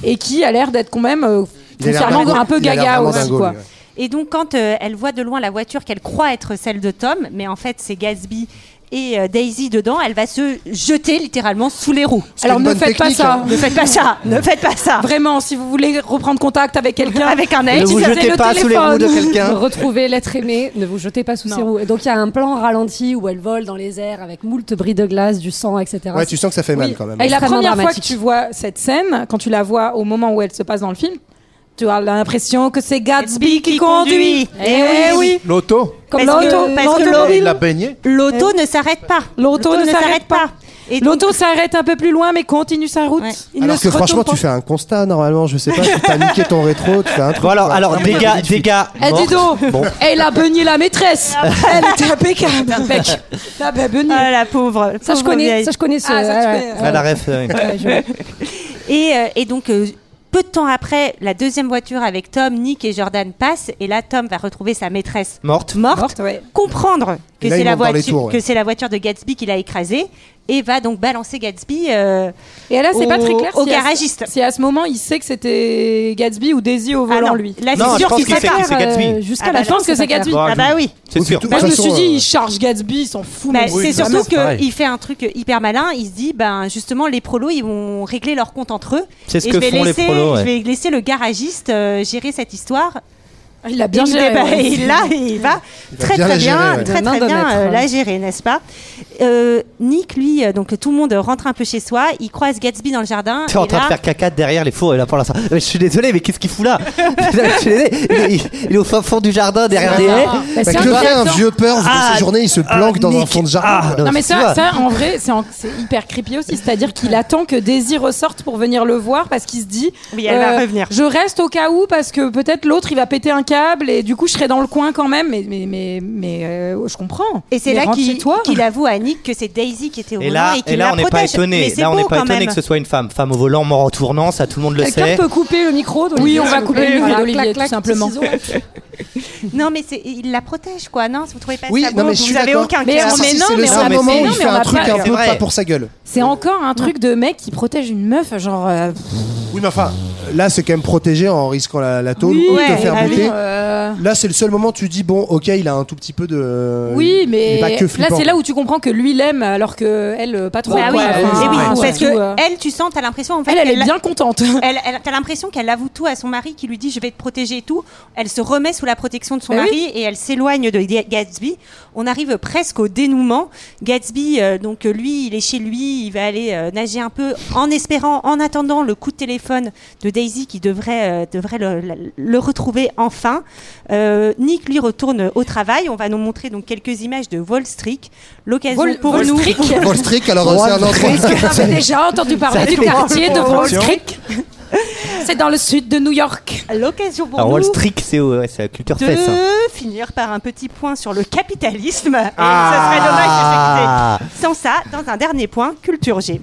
Speaker 13: et qui a l'air d'être quand même euh,
Speaker 9: Il a l'air
Speaker 13: foncièrement
Speaker 9: dingo.
Speaker 13: un peu
Speaker 9: Il a l'air
Speaker 13: gaga
Speaker 9: vraiment
Speaker 13: aussi.
Speaker 9: dingo,
Speaker 13: quoi.
Speaker 9: lui, ouais.
Speaker 10: Et donc, quand euh, elle voit de loin la voiture qu'elle croit être celle de Tom, mais en fait, c'est Gatsby et euh, Daisy dedans, elle va se jeter littéralement sous les roues.
Speaker 9: C'est
Speaker 13: Alors
Speaker 9: une
Speaker 13: ne
Speaker 9: bonne
Speaker 13: faites pas
Speaker 9: technique,
Speaker 13: ça.
Speaker 9: hein.
Speaker 10: Ne faites pas ça, ne faites pas ça.
Speaker 13: Vraiment, si vous voulez reprendre contact avec quelqu'un,
Speaker 10: Avec un
Speaker 7: Ne
Speaker 10: ex.
Speaker 7: vous
Speaker 13: utilisez
Speaker 7: jetez
Speaker 13: le
Speaker 7: pas sous les
Speaker 13: téléphone.
Speaker 7: roues de quelqu'un.
Speaker 18: Retrouvez l'être aimé, ne vous jetez pas sous
Speaker 13: Non.
Speaker 18: ses roues. Et donc il y a un plan ralenti où elle vole dans les airs avec moult bris de glace, du sang, etc.
Speaker 9: Ouais, tu sens que ça fait mal quand même.
Speaker 13: Et la
Speaker 18: Extrêmement
Speaker 13: première fois que
Speaker 18: dramatique.
Speaker 13: tu vois cette scène, quand tu la vois au moment où elle se passe dans le film, tu as l'impression que c'est Gatsby qui conduit. Eh oui, oui.
Speaker 17: L'auto
Speaker 13: Comme
Speaker 10: Parce que-
Speaker 13: l'auto,
Speaker 10: parce que
Speaker 17: Et
Speaker 18: Eh
Speaker 13: l'automobile.
Speaker 17: la baignée
Speaker 10: L'auto ne s'arrête pas.
Speaker 13: L'auto ne s'arrête pas.
Speaker 10: Et donc,
Speaker 13: L'auto s'arrête un peu plus loin, mais continue sa route.
Speaker 10: Ouais.
Speaker 13: Il ne
Speaker 9: Alors
Speaker 13: se
Speaker 9: que franchement,
Speaker 13: retourne
Speaker 9: tu fais un constat normalement, je sais pas, si t'as niqué ton rétro, tu fais un truc.
Speaker 7: Bon, alors,
Speaker 9: quoi.
Speaker 7: alors dégâts, dégâts.
Speaker 13: Eh dis
Speaker 7: morts.
Speaker 13: donc,
Speaker 7: Bon.
Speaker 13: elle a beugné la maîtresse. elle était impeccable, mec. Elle a beugné.
Speaker 10: ah, la pauvre.
Speaker 18: Ça, je
Speaker 10: pauvre
Speaker 18: connais,
Speaker 10: vieille.
Speaker 18: ça, je connais ce.
Speaker 13: Ah, ça, tu
Speaker 18: ouais,
Speaker 13: connais.
Speaker 18: ouais,
Speaker 7: À la ref. euh, oui.
Speaker 18: ouais, je-
Speaker 10: Et, euh, et donc, euh, Peu de temps après, la deuxième voiture avec Tom, Nick et Jordan passe et là Tom va retrouver sa maîtresse
Speaker 7: morte,
Speaker 10: morte, comprendre que
Speaker 7: Et là,
Speaker 10: c'est
Speaker 7: il
Speaker 10: la
Speaker 7: monte dans les
Speaker 10: voiture
Speaker 7: tours, ouais.
Speaker 10: que c'est la voiture de Gatsby qui l'a écrasée et va donc balancer Gatsby. euh,
Speaker 39: Et là, c'est
Speaker 10: au-
Speaker 39: pas très clair
Speaker 10: au
Speaker 39: si à ce-
Speaker 10: garagiste.
Speaker 39: si à ce moment il sait que c'était Gatsby ou Daisy
Speaker 13: Ah
Speaker 39: au volant,
Speaker 10: non.
Speaker 39: lui.
Speaker 10: Là, c'est Non, sûr je pense qu'il qu'il sait sait que que c'est c'est
Speaker 13: euh,
Speaker 10: Gatsby. Gatsby.
Speaker 39: Jusqu'à
Speaker 10: Ah
Speaker 39: la
Speaker 10: bah
Speaker 39: fin,
Speaker 10: non,
Speaker 39: que c'est
Speaker 10: c'est pas
Speaker 39: Gatsby.
Speaker 10: clair. Ah bah oui.
Speaker 7: C'est sûr.
Speaker 39: Moi, je me suis
Speaker 7: façon,
Speaker 39: dit,
Speaker 7: euh,
Speaker 39: il charge Gatsby, il s'en fout.
Speaker 10: Bah,
Speaker 39: mais
Speaker 10: c'est surtout
Speaker 39: vraiment.
Speaker 10: qu'il fait un truc hyper malin. Il se dit, ben justement, les prolos, ils vont régler leur compte entre eux.
Speaker 7: C'est ce
Speaker 10: Et
Speaker 7: que
Speaker 10: je vais
Speaker 7: font les
Speaker 10: laisser-
Speaker 7: prolos, ouais.
Speaker 10: Je vais laisser le garagiste euh, gérer cette histoire.
Speaker 39: Il a bien
Speaker 10: il
Speaker 39: géré,
Speaker 10: déba-
Speaker 39: ouais.
Speaker 10: il
Speaker 13: Bah,
Speaker 10: l'a et il va
Speaker 39: Il va
Speaker 10: très
Speaker 39: bien la
Speaker 10: très bien,
Speaker 39: gérer, ouais.
Speaker 10: très
Speaker 39: Main
Speaker 10: très
Speaker 39: de
Speaker 10: bien
Speaker 39: maître,
Speaker 10: euh,
Speaker 39: ouais.
Speaker 10: la gérer, n'est-ce pas Euh, Nick, lui, euh, donc tout le monde rentre un peu chez soi. Il croise Gatsby dans le jardin.
Speaker 7: T'es en
Speaker 10: et
Speaker 7: train
Speaker 10: là-
Speaker 7: de faire caca derrière les fours et là pour l'instant. Euh, Je suis désolé, mais qu'est-ce qu'il fout là Je suis désolé, il, est- il est au fin fond du jardin derrière
Speaker 9: C'est
Speaker 7: des
Speaker 9: ça.
Speaker 7: haies.
Speaker 9: Bah, Bah, c'est que
Speaker 10: hein,
Speaker 9: un fait un vieux peur de
Speaker 7: Ah,
Speaker 9: ces journées, il se planque dans un fond de jardin.
Speaker 18: Ah,
Speaker 39: Non, mais ça, ça, en vrai, c'est en- c'est hyper creepy aussi. C'est-à-dire qu'il attend que Daisy ressorte pour venir le voir parce qu'il se dit euh,
Speaker 10: Oui, elle va revenir.
Speaker 39: Je reste au cas où parce que peut-être l'autre il va péter un câble et du coup je serai dans le coin quand même. Mais, mais, mais, mais, euh, je comprends.
Speaker 10: Et c'est
Speaker 39: Mais
Speaker 10: là
Speaker 39: rentre chez
Speaker 10: qu'il
Speaker 39: toi.
Speaker 10: qu'il avoue à Nick que c'est Daisy qui était au
Speaker 7: Et
Speaker 10: volant
Speaker 7: là,
Speaker 10: et qu'il
Speaker 7: et là,
Speaker 10: la
Speaker 7: on n'est pas
Speaker 10: protège. Mais
Speaker 7: étonné.
Speaker 10: c'est
Speaker 7: Là, on
Speaker 10: beau
Speaker 7: n'est pas
Speaker 10: quand
Speaker 7: étonné
Speaker 10: même.
Speaker 7: que ce soit une femme. Femme au volant, mort en tournant, ça tout le monde le
Speaker 39: Quelqu'un
Speaker 7: sait.
Speaker 39: peut couper le micro Oui,
Speaker 10: d'Olivier,
Speaker 39: on
Speaker 10: s'il
Speaker 39: va
Speaker 10: vous
Speaker 39: couper
Speaker 10: plaît.
Speaker 39: le micro
Speaker 10: Voilà,
Speaker 39: d'Olivier,
Speaker 10: clac,
Speaker 39: tout
Speaker 10: clac,
Speaker 39: simplement.
Speaker 10: petit Non, mais c'est- il la protège, quoi. Non, vous trouvez pas
Speaker 9: Oui,
Speaker 39: Ah
Speaker 10: ça
Speaker 9: non,
Speaker 10: beau,
Speaker 9: mais je
Speaker 10: vous
Speaker 9: suis
Speaker 10: avez
Speaker 9: d'accord.
Speaker 10: aucun
Speaker 39: Mais
Speaker 10: cœur.
Speaker 39: on- mais
Speaker 9: Si,
Speaker 39: non,
Speaker 9: c'est le
Speaker 39: mais on
Speaker 9: seul
Speaker 39: a
Speaker 9: moment
Speaker 39: pas-
Speaker 9: où
Speaker 39: mais
Speaker 9: il
Speaker 39: non,
Speaker 9: fait
Speaker 39: mais on
Speaker 9: un
Speaker 39: a
Speaker 9: truc
Speaker 39: pas-
Speaker 9: un peu
Speaker 39: c'est vrai.
Speaker 9: pas pour sa gueule.
Speaker 39: C'est encore un truc de mec qui protège une meuf, genre. euh, pff,
Speaker 9: Oui, mais enfin, là, c'est quand même protégé en risquant la, la tôle
Speaker 39: Oui,
Speaker 9: ou de
Speaker 39: ouais,
Speaker 9: te faire
Speaker 39: allez,
Speaker 9: buter.
Speaker 39: euh.
Speaker 9: Là, c'est le seul moment où tu dis, bon, ok, il a un tout petit peu de.
Speaker 39: oui,
Speaker 9: Euh, il
Speaker 39: mais
Speaker 9: est pas que
Speaker 39: là
Speaker 9: flippant.
Speaker 39: c'est là où tu comprends que lui l'aime alors que elle euh, pas trop.
Speaker 10: Bah oui,
Speaker 39: quoi.
Speaker 10: et
Speaker 39: Enfin,
Speaker 10: oui,
Speaker 39: ouais.
Speaker 10: parce
Speaker 39: Tout,
Speaker 10: que
Speaker 39: euh,
Speaker 10: elle, tu sens, t'as l'impression en fait.
Speaker 39: Elle, elle est
Speaker 10: qu'elle-
Speaker 39: bien contente.
Speaker 10: Elle, elle- t'as l'impression qu'elle avoue tout à son mari qui lui dit je vais te protéger et tout. Elle se remet sous la protection de son
Speaker 39: Bah oui.
Speaker 10: mari et elle s'éloigne de Ga- Gatsby. On arrive presque au dénouement. Gatsby, euh, donc euh, lui, il est chez lui, il va aller euh, nager un peu en espérant, en attendant le coup de téléphone de Daisy qui devrait, euh, devrait le, le- le retrouver enfin. Euh, Nick lui retourne au travail. On va nous montrer donc quelques images de Wall Street. L'occasion
Speaker 39: Vol-
Speaker 10: pour
Speaker 39: Wall
Speaker 10: nous.
Speaker 39: Street.
Speaker 9: Wall Street, alors, euh, c'est un endroit-
Speaker 39: Est-ce que t'avais déjà entendu
Speaker 9: Ça
Speaker 39: parler du
Speaker 9: fait
Speaker 39: quartier de
Speaker 9: beaucoup
Speaker 39: Wall
Speaker 9: de
Speaker 39: Street C'est dans le sud de New York.
Speaker 10: L'occasion pour
Speaker 18: Ah,
Speaker 7: Alors,
Speaker 10: nous.
Speaker 7: Wall Street, c'est au- ouais, c'est la culture
Speaker 10: de
Speaker 7: fesse. hein.
Speaker 10: finir par un petit point sur le capitalisme. Et
Speaker 7: Ah.
Speaker 10: ça serait dommage de s'écouter sans ça dans un dernier point, culture G.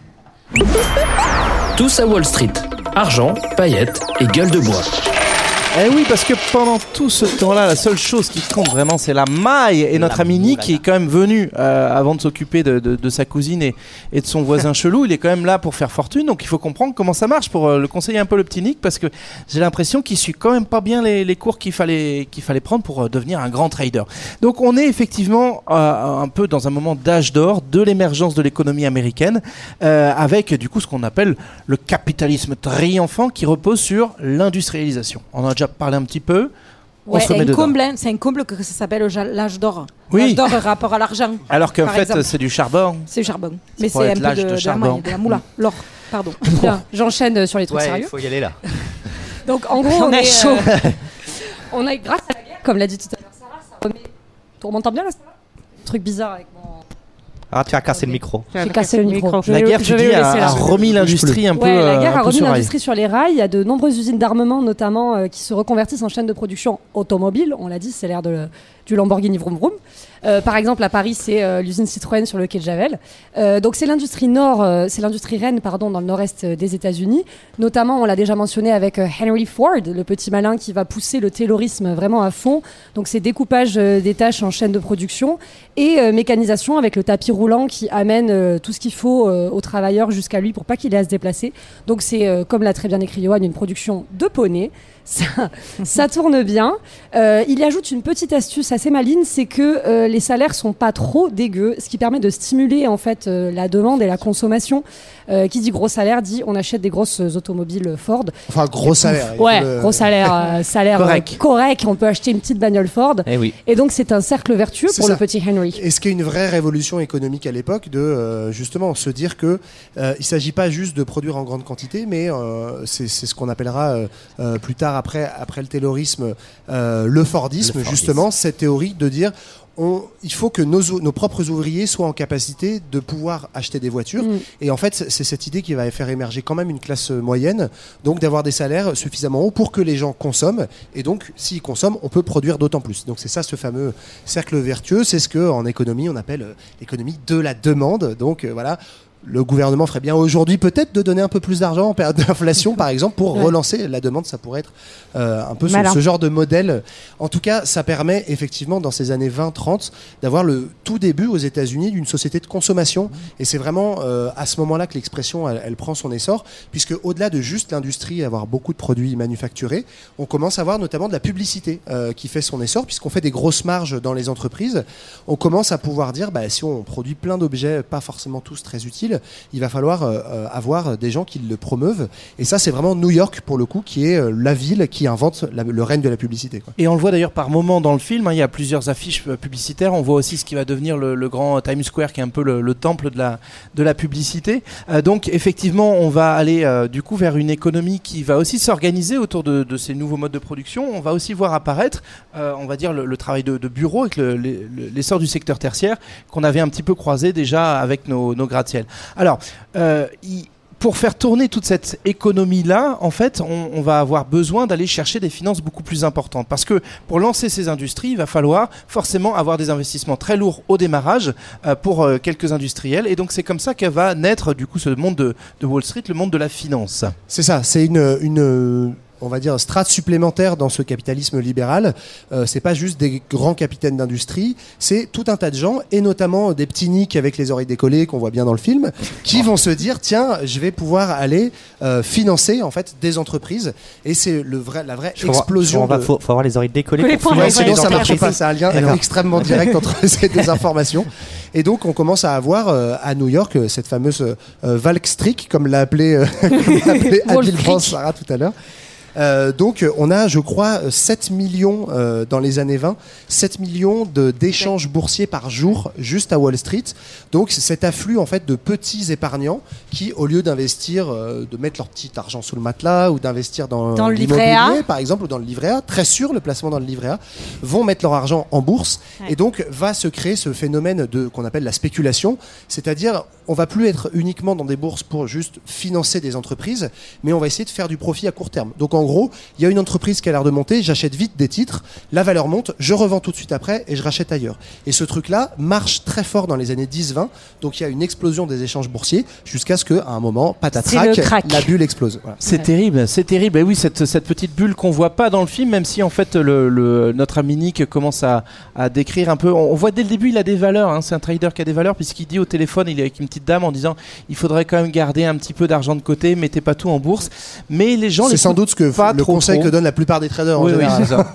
Speaker 40: Tous à Wall Street. Argent, paillettes et gueule de bois.
Speaker 18: Eh oui, parce que pendant tout ce temps-là, la seule chose qui compte vraiment, c'est la maille. Et notre ami Nick, qui est quand même venu euh, avant de s'occuper de, de- de sa cousine et, et de son voisin chelou, il est quand même là pour faire fortune. Donc il faut comprendre comment ça marche pour euh, le conseiller un peu le petit Nick, parce que j'ai l'impression qu'il suit quand même pas bien les, les cours qu'il fallait, qu'il fallait prendre pour euh, devenir un grand trader. Donc on est effectivement euh, un peu dans un moment d'âge d'or de l'émergence de l'économie américaine, euh, avec du coup ce qu'on appelle le capitalisme triomphant qui repose sur l'industrialisation. On en a déjà parlé un petit peu. On
Speaker 39: Ouais,
Speaker 18: se
Speaker 39: c'est
Speaker 18: met
Speaker 39: un
Speaker 18: dedans.
Speaker 39: comble, c'est un comble que ça s'appelle ja- l'âge d'or. L'âge
Speaker 18: Oui.
Speaker 39: d'or rapport à l'argent.
Speaker 18: Alors qu'en
Speaker 39: par
Speaker 18: fait,
Speaker 39: exemple.
Speaker 18: c'est du charbon.
Speaker 39: c'est charbon. Mais
Speaker 18: pourrait
Speaker 39: c'est un
Speaker 18: être
Speaker 39: peu
Speaker 18: l'âge
Speaker 39: de,
Speaker 18: de
Speaker 39: de la
Speaker 18: charbon.
Speaker 39: maille, de la moula, l'or, pardon. Bien, J'enchaîne euh, sur les trucs sérieux.
Speaker 7: faut y aller là.
Speaker 39: Donc en gros,
Speaker 13: On
Speaker 39: on,
Speaker 13: a
Speaker 39: est,
Speaker 13: chaud.
Speaker 39: euh,
Speaker 13: On a, grâce à la guerre, comme l'a dit tout à l'heure Sarah, ça remet. Tu m'entends bien là, Sarah Truc bizarre avec mon.
Speaker 7: Ah, tu vas casser le micro.
Speaker 13: J'ai cassé le micro. Je
Speaker 18: La
Speaker 13: vais-
Speaker 18: guerre,
Speaker 13: je
Speaker 18: tu
Speaker 13: vais
Speaker 18: dis,
Speaker 13: le
Speaker 18: a,
Speaker 13: laisser là.
Speaker 18: a remis l'industrie un peu.
Speaker 13: Ouais, la
Speaker 18: euh,
Speaker 13: guerre
Speaker 18: un
Speaker 13: a
Speaker 18: peu
Speaker 13: remis
Speaker 18: sur rail.
Speaker 13: l'industrie sur les rails. Il y a de nombreuses usines d'armement, notamment, euh, qui se reconvertissent en chaîne de production automobile. On l'a dit, c'est l'ère de le- du Lamborghini Vroom Vroom. Euh, par exemple, à Paris, c'est euh, l'usine Citroën sur le quai de Javel. Euh, donc, c'est l'industrie nord, euh, c'est l'industrie reine, pardon, dans le nord-est euh, des États-Unis. Notamment, on l'a déjà mentionné avec euh, Henry Ford, le petit malin qui va pousser le taylorisme vraiment à fond. Donc, c'est découpage euh, des tâches en chaîne de production et euh, mécanisation avec le tapis roulant qui amène euh, tout ce qu'il faut euh, aux travailleurs jusqu'à lui pour pas qu'il ait à se déplacer. Donc c'est, euh, comme l'a très bien écrit Johan, une production de poney. Ça, ça tourne bien. Euh, il y ajoute une petite astuce assez maligne, c'est que euh, les salaires sont pas trop dégueux, ce qui permet de stimuler en fait euh, la demande et la consommation. Euh, qui dit gros salaire dit on achète des grosses automobiles Ford.
Speaker 9: Enfin, gros salaire. Ah, il faut
Speaker 13: Ouais,
Speaker 9: le-
Speaker 13: gros salaire, euh, salaire correct.
Speaker 9: Correct.
Speaker 13: correct. On peut acheter une petite bagnole Ford.
Speaker 9: Eh oui.
Speaker 13: Et donc c'est un cercle vertueux
Speaker 9: C'est
Speaker 13: pour le
Speaker 9: ça.
Speaker 13: petit Henry.
Speaker 9: Et ce qui est une vraie révolution économique à l'époque, de euh, justement se dire que euh, il s'agit pas juste de produire en grande quantité, mais euh, c'est c'est ce qu'on appellera euh, euh, plus tard après après le taylorisme, euh, le fordisme,
Speaker 41: Le fordisme.
Speaker 9: justement cette théorie de dire on, il faut que nos, ou- nos propres ouvriers soient en capacité de pouvoir acheter des voitures.
Speaker 13: Mm.
Speaker 9: Et en fait, c'est c'est cette idée qui va faire émerger quand même une classe euh, moyenne, donc d'avoir des salaires suffisamment hauts pour que les gens consomment. Et donc, s'ils consomment, on peut produire d'autant plus. Donc c'est ça ce fameux cercle vertueux. C'est ce que en économie on appelle euh, l'économie de la demande. Donc euh, voilà. le gouvernement ferait bien aujourd'hui peut-être de donner un peu plus d'argent en période d'inflation, par exemple, pour
Speaker 10: Ouais.
Speaker 9: relancer la demande. Ça pourrait être euh, un peu ce,
Speaker 10: Malin.
Speaker 9: ce genre de modèle. En tout cas, ça permet effectivement, dans ces années 20-30, d'avoir le tout début aux États-Unis d'une société de consommation. Et c'est vraiment euh, à ce moment-là que l'expression, elle, elle prend son essor, puisque au-delà de juste l'industrie, avoir beaucoup de produits manufacturés, on commence à voir notamment de la publicité euh, qui fait son essor, puisqu'on fait des grosses marges dans les entreprises. On commence à pouvoir dire, bah, si on produit plein d'objets, pas forcément tous très utiles, il va falloir euh, euh, avoir des gens qui le promeuvent. Et ça, c'est vraiment New York, pour le coup, qui est euh, la ville qui invente la- le règne de la publicité. quoi.
Speaker 18: Et on le voit d'ailleurs par moment dans le film, hein, il y a plusieurs affiches euh, publicitaires, on voit aussi ce qui va devenir le, le grand Times Square qui est un peu le, le temple de la, de la publicité. Euh, donc effectivement on va aller euh, du coup vers une économie qui va aussi s'organiser autour de, de ces nouveaux modes de production. On va aussi voir apparaître, euh, on va dire, le, le travail de, de bureau avec le- le- le- l'essor du secteur tertiaire qu'on avait un petit peu croisé déjà avec nos, nos gratte-ciel. Alors, euh, il- pour faire tourner toute cette économie-là, en fait, on, on va avoir besoin d'aller chercher des finances beaucoup plus importantes. Parce que pour lancer ces industries, il va falloir forcément avoir des investissements très lourds au démarrage euh, pour euh, quelques industriels. Et donc, c'est comme ça que va naître, du coup, ce monde de, de Wall Street, le monde de la finance.
Speaker 9: C'est ça, c'est une, une, euh, on va dire, strate supplémentaire dans ce capitalisme libéral. Euh, c'est pas juste des grands capitaines d'industrie, c'est tout un tas de gens, et notamment des petits niques avec les oreilles décollées qu'on voit bien dans le film,
Speaker 17: Oh.
Speaker 9: qui vont se dire tiens, je vais pouvoir aller euh, financer en fait des entreprises, et c'est le vrai, la vraie
Speaker 17: Je comprends- je
Speaker 9: explosion.
Speaker 17: comprends pas,
Speaker 9: de-
Speaker 17: faut, faut avoir les oreilles décollées.
Speaker 9: Ouais,
Speaker 17: pour financer
Speaker 9: sinon
Speaker 17: les
Speaker 9: ça marche
Speaker 17: entreprises.
Speaker 9: pas, c'est un lien
Speaker 17: D'accord.
Speaker 9: extrêmement direct entre ces deux informations. Et donc on commence à avoir euh, à New York euh, cette fameuse euh, Valkstrik, comme l'a appelé, euh, comme l'a appelé
Speaker 10: Wall
Speaker 9: habile
Speaker 10: Street.
Speaker 9: France Sarah tout à l'heure. Euh, donc euh, on a, je crois, euh, 7 millions euh, dans les années 20, 7 millions de- d'échanges boursiers par jour juste à Wall Street. Donc c'est cet afflux en fait de petits épargnants qui, au lieu d'investir, euh, de mettre leur petit argent sous le matelas ou d'investir dans,
Speaker 42: Dans le livret A.
Speaker 9: l'immobilier, par exemple, ou dans le livret A, très sûr, le placement dans le livret A, vont mettre leur argent en bourse. Et donc, va se créer ce phénomène de qu'on appelle la spéculation. C'est-à-dire, on va plus être uniquement dans des bourses pour juste financer des entreprises, mais on va essayer de faire du profit à court terme. Donc, en gros, il y a une entreprise qui a l'air de monter, j'achète vite des titres, la valeur monte, je revends tout de suite après et je rachète ailleurs. Et ce truc-là marche très fort dans les années 10-20. Donc, il y a une explosion des échanges boursiers jusqu'à ce qu'à un moment,
Speaker 18: C'est le
Speaker 9: patatrac,
Speaker 18: crack.
Speaker 9: la bulle explose. Voilà.
Speaker 18: C'est terrible, c'est terrible. Et oui, cette, cette petite bulle qu'on voit pas dans le film, même si en fait le, le- notre ami Nick commence à, à décrire un peu. On, on voit dès le début, il a des valeurs. hein. C'est un trader qui a des valeurs puisqu'il dit au téléphone, il est avec une petite dame en disant, il faudrait quand même garder un petit peu d'argent de côté, mettez pas tout en bourse. Mais les gens,
Speaker 9: C'est sans doute ce que
Speaker 18: pas
Speaker 9: le
Speaker 18: trop,
Speaker 9: conseil
Speaker 18: trop.
Speaker 9: que donnent la plupart des traders en
Speaker 18: Oui, oui,
Speaker 9: général.
Speaker 18: c'est ça.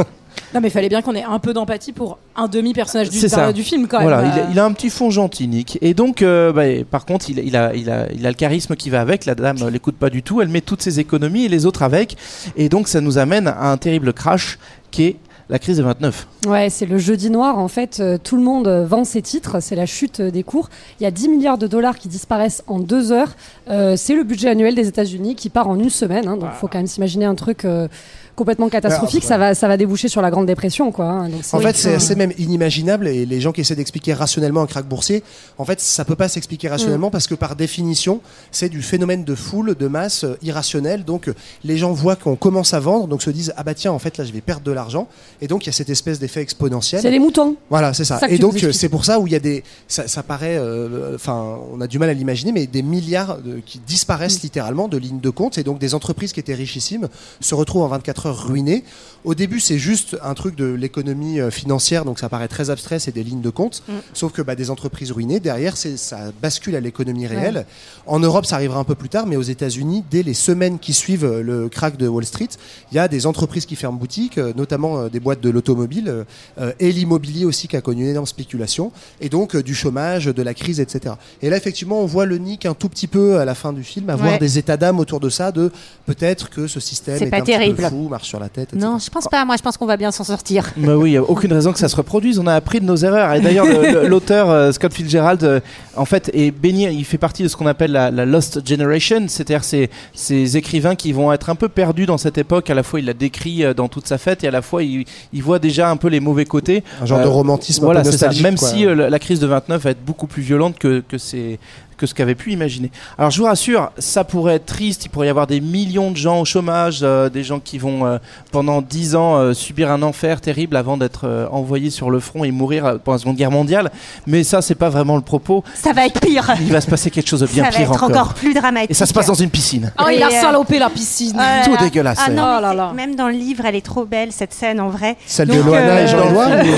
Speaker 43: Non, mais il fallait bien qu'on ait un peu d'empathie pour un demi-personnage du,
Speaker 18: C'est ça.
Speaker 43: du film, quand même.
Speaker 18: Voilà, il,
Speaker 43: Euh,
Speaker 18: a, il a un petit fond gentil, Nick. Et donc, euh, bah, et par contre, il, il a, il, a, il a le charisme qui va avec. La dame euh, l'écoute pas du tout. Elle met toutes ses économies et les autres avec. Et donc, ça nous amène à un terrible crash qui est la crise de 29.
Speaker 13: Ouais, c'est le jeudi noir en fait. euh, Tout le monde euh, vend ses titres, c'est la chute euh, des cours. Il y a 10 milliards de dollars qui disparaissent en deux heures. Euh, c'est le budget annuel des États-Unis qui part en une semaine. hein, donc il faut quand même s'imaginer un truc euh, complètement catastrophique.
Speaker 9: Ah. Ouais,
Speaker 13: ça va, ça va déboucher sur la Grande Dépression, quoi. hein. donc
Speaker 9: En fait, c'est
Speaker 13: enfin,
Speaker 9: assez même inimaginable et les gens qui essaient d'expliquer rationnellement un crack boursier, en fait, ça peut pas s'expliquer rationnellement parce que par définition, c'est du phénomène de foule, de masse euh, irrationnel. Donc, euh, les gens voient qu'on commence à vendre, donc se disent ah bah tiens, en fait là, je vais perdre de l'argent. Et donc, il y a cette espèce d'effet exponentiel.
Speaker 13: C'est les moutons.
Speaker 9: Voilà, c'est ça.
Speaker 13: C'est ça que
Speaker 9: et
Speaker 13: tu nous
Speaker 9: donc, euh,
Speaker 13: expliques.
Speaker 9: c'est pour ça où il y a des, ça, ça paraît, euh, enfin, on a du mal à l'imaginer, mais des milliards de- qui
Speaker 13: Mm.
Speaker 9: disparaissent littéralement de lignes de compte, et donc des entreprises qui étaient richissimes se retrouvent en 24 heures ruinées. Au début, c'est juste un truc de l'économie euh, financière, donc ça paraît très abstrait, c'est des lignes de compte.
Speaker 10: Mm.
Speaker 9: Sauf que bah, des entreprises ruinées, derrière, c'est- ça bascule à l'économie
Speaker 10: Ouais.
Speaker 9: réelle. En Europe, ça arrivera un peu plus tard, mais aux États-Unis, dès les semaines qui suivent euh, le crack de Wall Street, il y a des entreprises qui ferment boutique, euh, notamment euh, des boîtes de l'automobile euh, euh, et l'immobilier aussi qui a connu une énorme spéculation, et donc euh, du chômage, de la crise, etc. Et là, effectivement, on voit le Nick un tout petit peu à la fin du film avoir
Speaker 10: Ouais.
Speaker 9: des états d'âme autour de ça, de peut-être que ce système
Speaker 10: C'est
Speaker 9: est,
Speaker 10: pas
Speaker 9: un petit peu
Speaker 10: terrible.
Speaker 9: fou, marche sur la tête.
Speaker 10: Non, je pense pas. Moi, je pense qu'on va bien s'en sortir.
Speaker 18: Bah oui, il n'y a aucune raison que ça se reproduise. On a appris de nos erreurs. Et d'ailleurs, le- le- l'auteur euh, Scott Fitzgerald, euh, en fait, est baigné. Il fait partie de ce qu'on appelle la, la Lost Generation, c'est-à-dire ces, ces écrivains qui vont être un peu perdus dans cette époque. À la fois, il la décrit euh, dans toute sa fête, et à la fois, il, il voit déjà un peu les mauvais côtés. Euh,
Speaker 9: Un genre de romantisme un
Speaker 18: Voilà,
Speaker 9: peu
Speaker 18: c'est ça.
Speaker 9: nostalgique,
Speaker 18: Même
Speaker 9: quoi.
Speaker 18: si euh, la, la crise de 29 va être beaucoup plus violente que, que c'est que ce qu'avait pu imaginer. Alors je vous rassure, ça pourrait être triste, il pourrait y avoir des millions de gens au chômage, euh, des gens qui vont euh, pendant 10 ans euh, subir un enfer terrible avant d'être euh, envoyés sur le front et mourir euh, pendant la Seconde Guerre mondiale, mais ça c'est pas vraiment le propos.
Speaker 10: Ça va être pire. pire.
Speaker 17: Il va se passer quelque chose de bien
Speaker 10: ça
Speaker 17: pire
Speaker 10: va être encore plus dramatique.
Speaker 17: Et ça se passe dans une piscine.
Speaker 13: Oh, il a
Speaker 10: Et, euh,
Speaker 13: salopé la piscine.
Speaker 10: Ah là
Speaker 17: Tout
Speaker 10: là.
Speaker 17: dégueulasse,
Speaker 10: Ah
Speaker 17: elle.
Speaker 10: non, mais
Speaker 17: Oh là
Speaker 10: c'est-
Speaker 17: là.
Speaker 10: Même dans le livre, elle est trop belle cette scène en vrai.
Speaker 9: Celle
Speaker 10: Donc,
Speaker 9: de Loana
Speaker 10: euh,
Speaker 9: et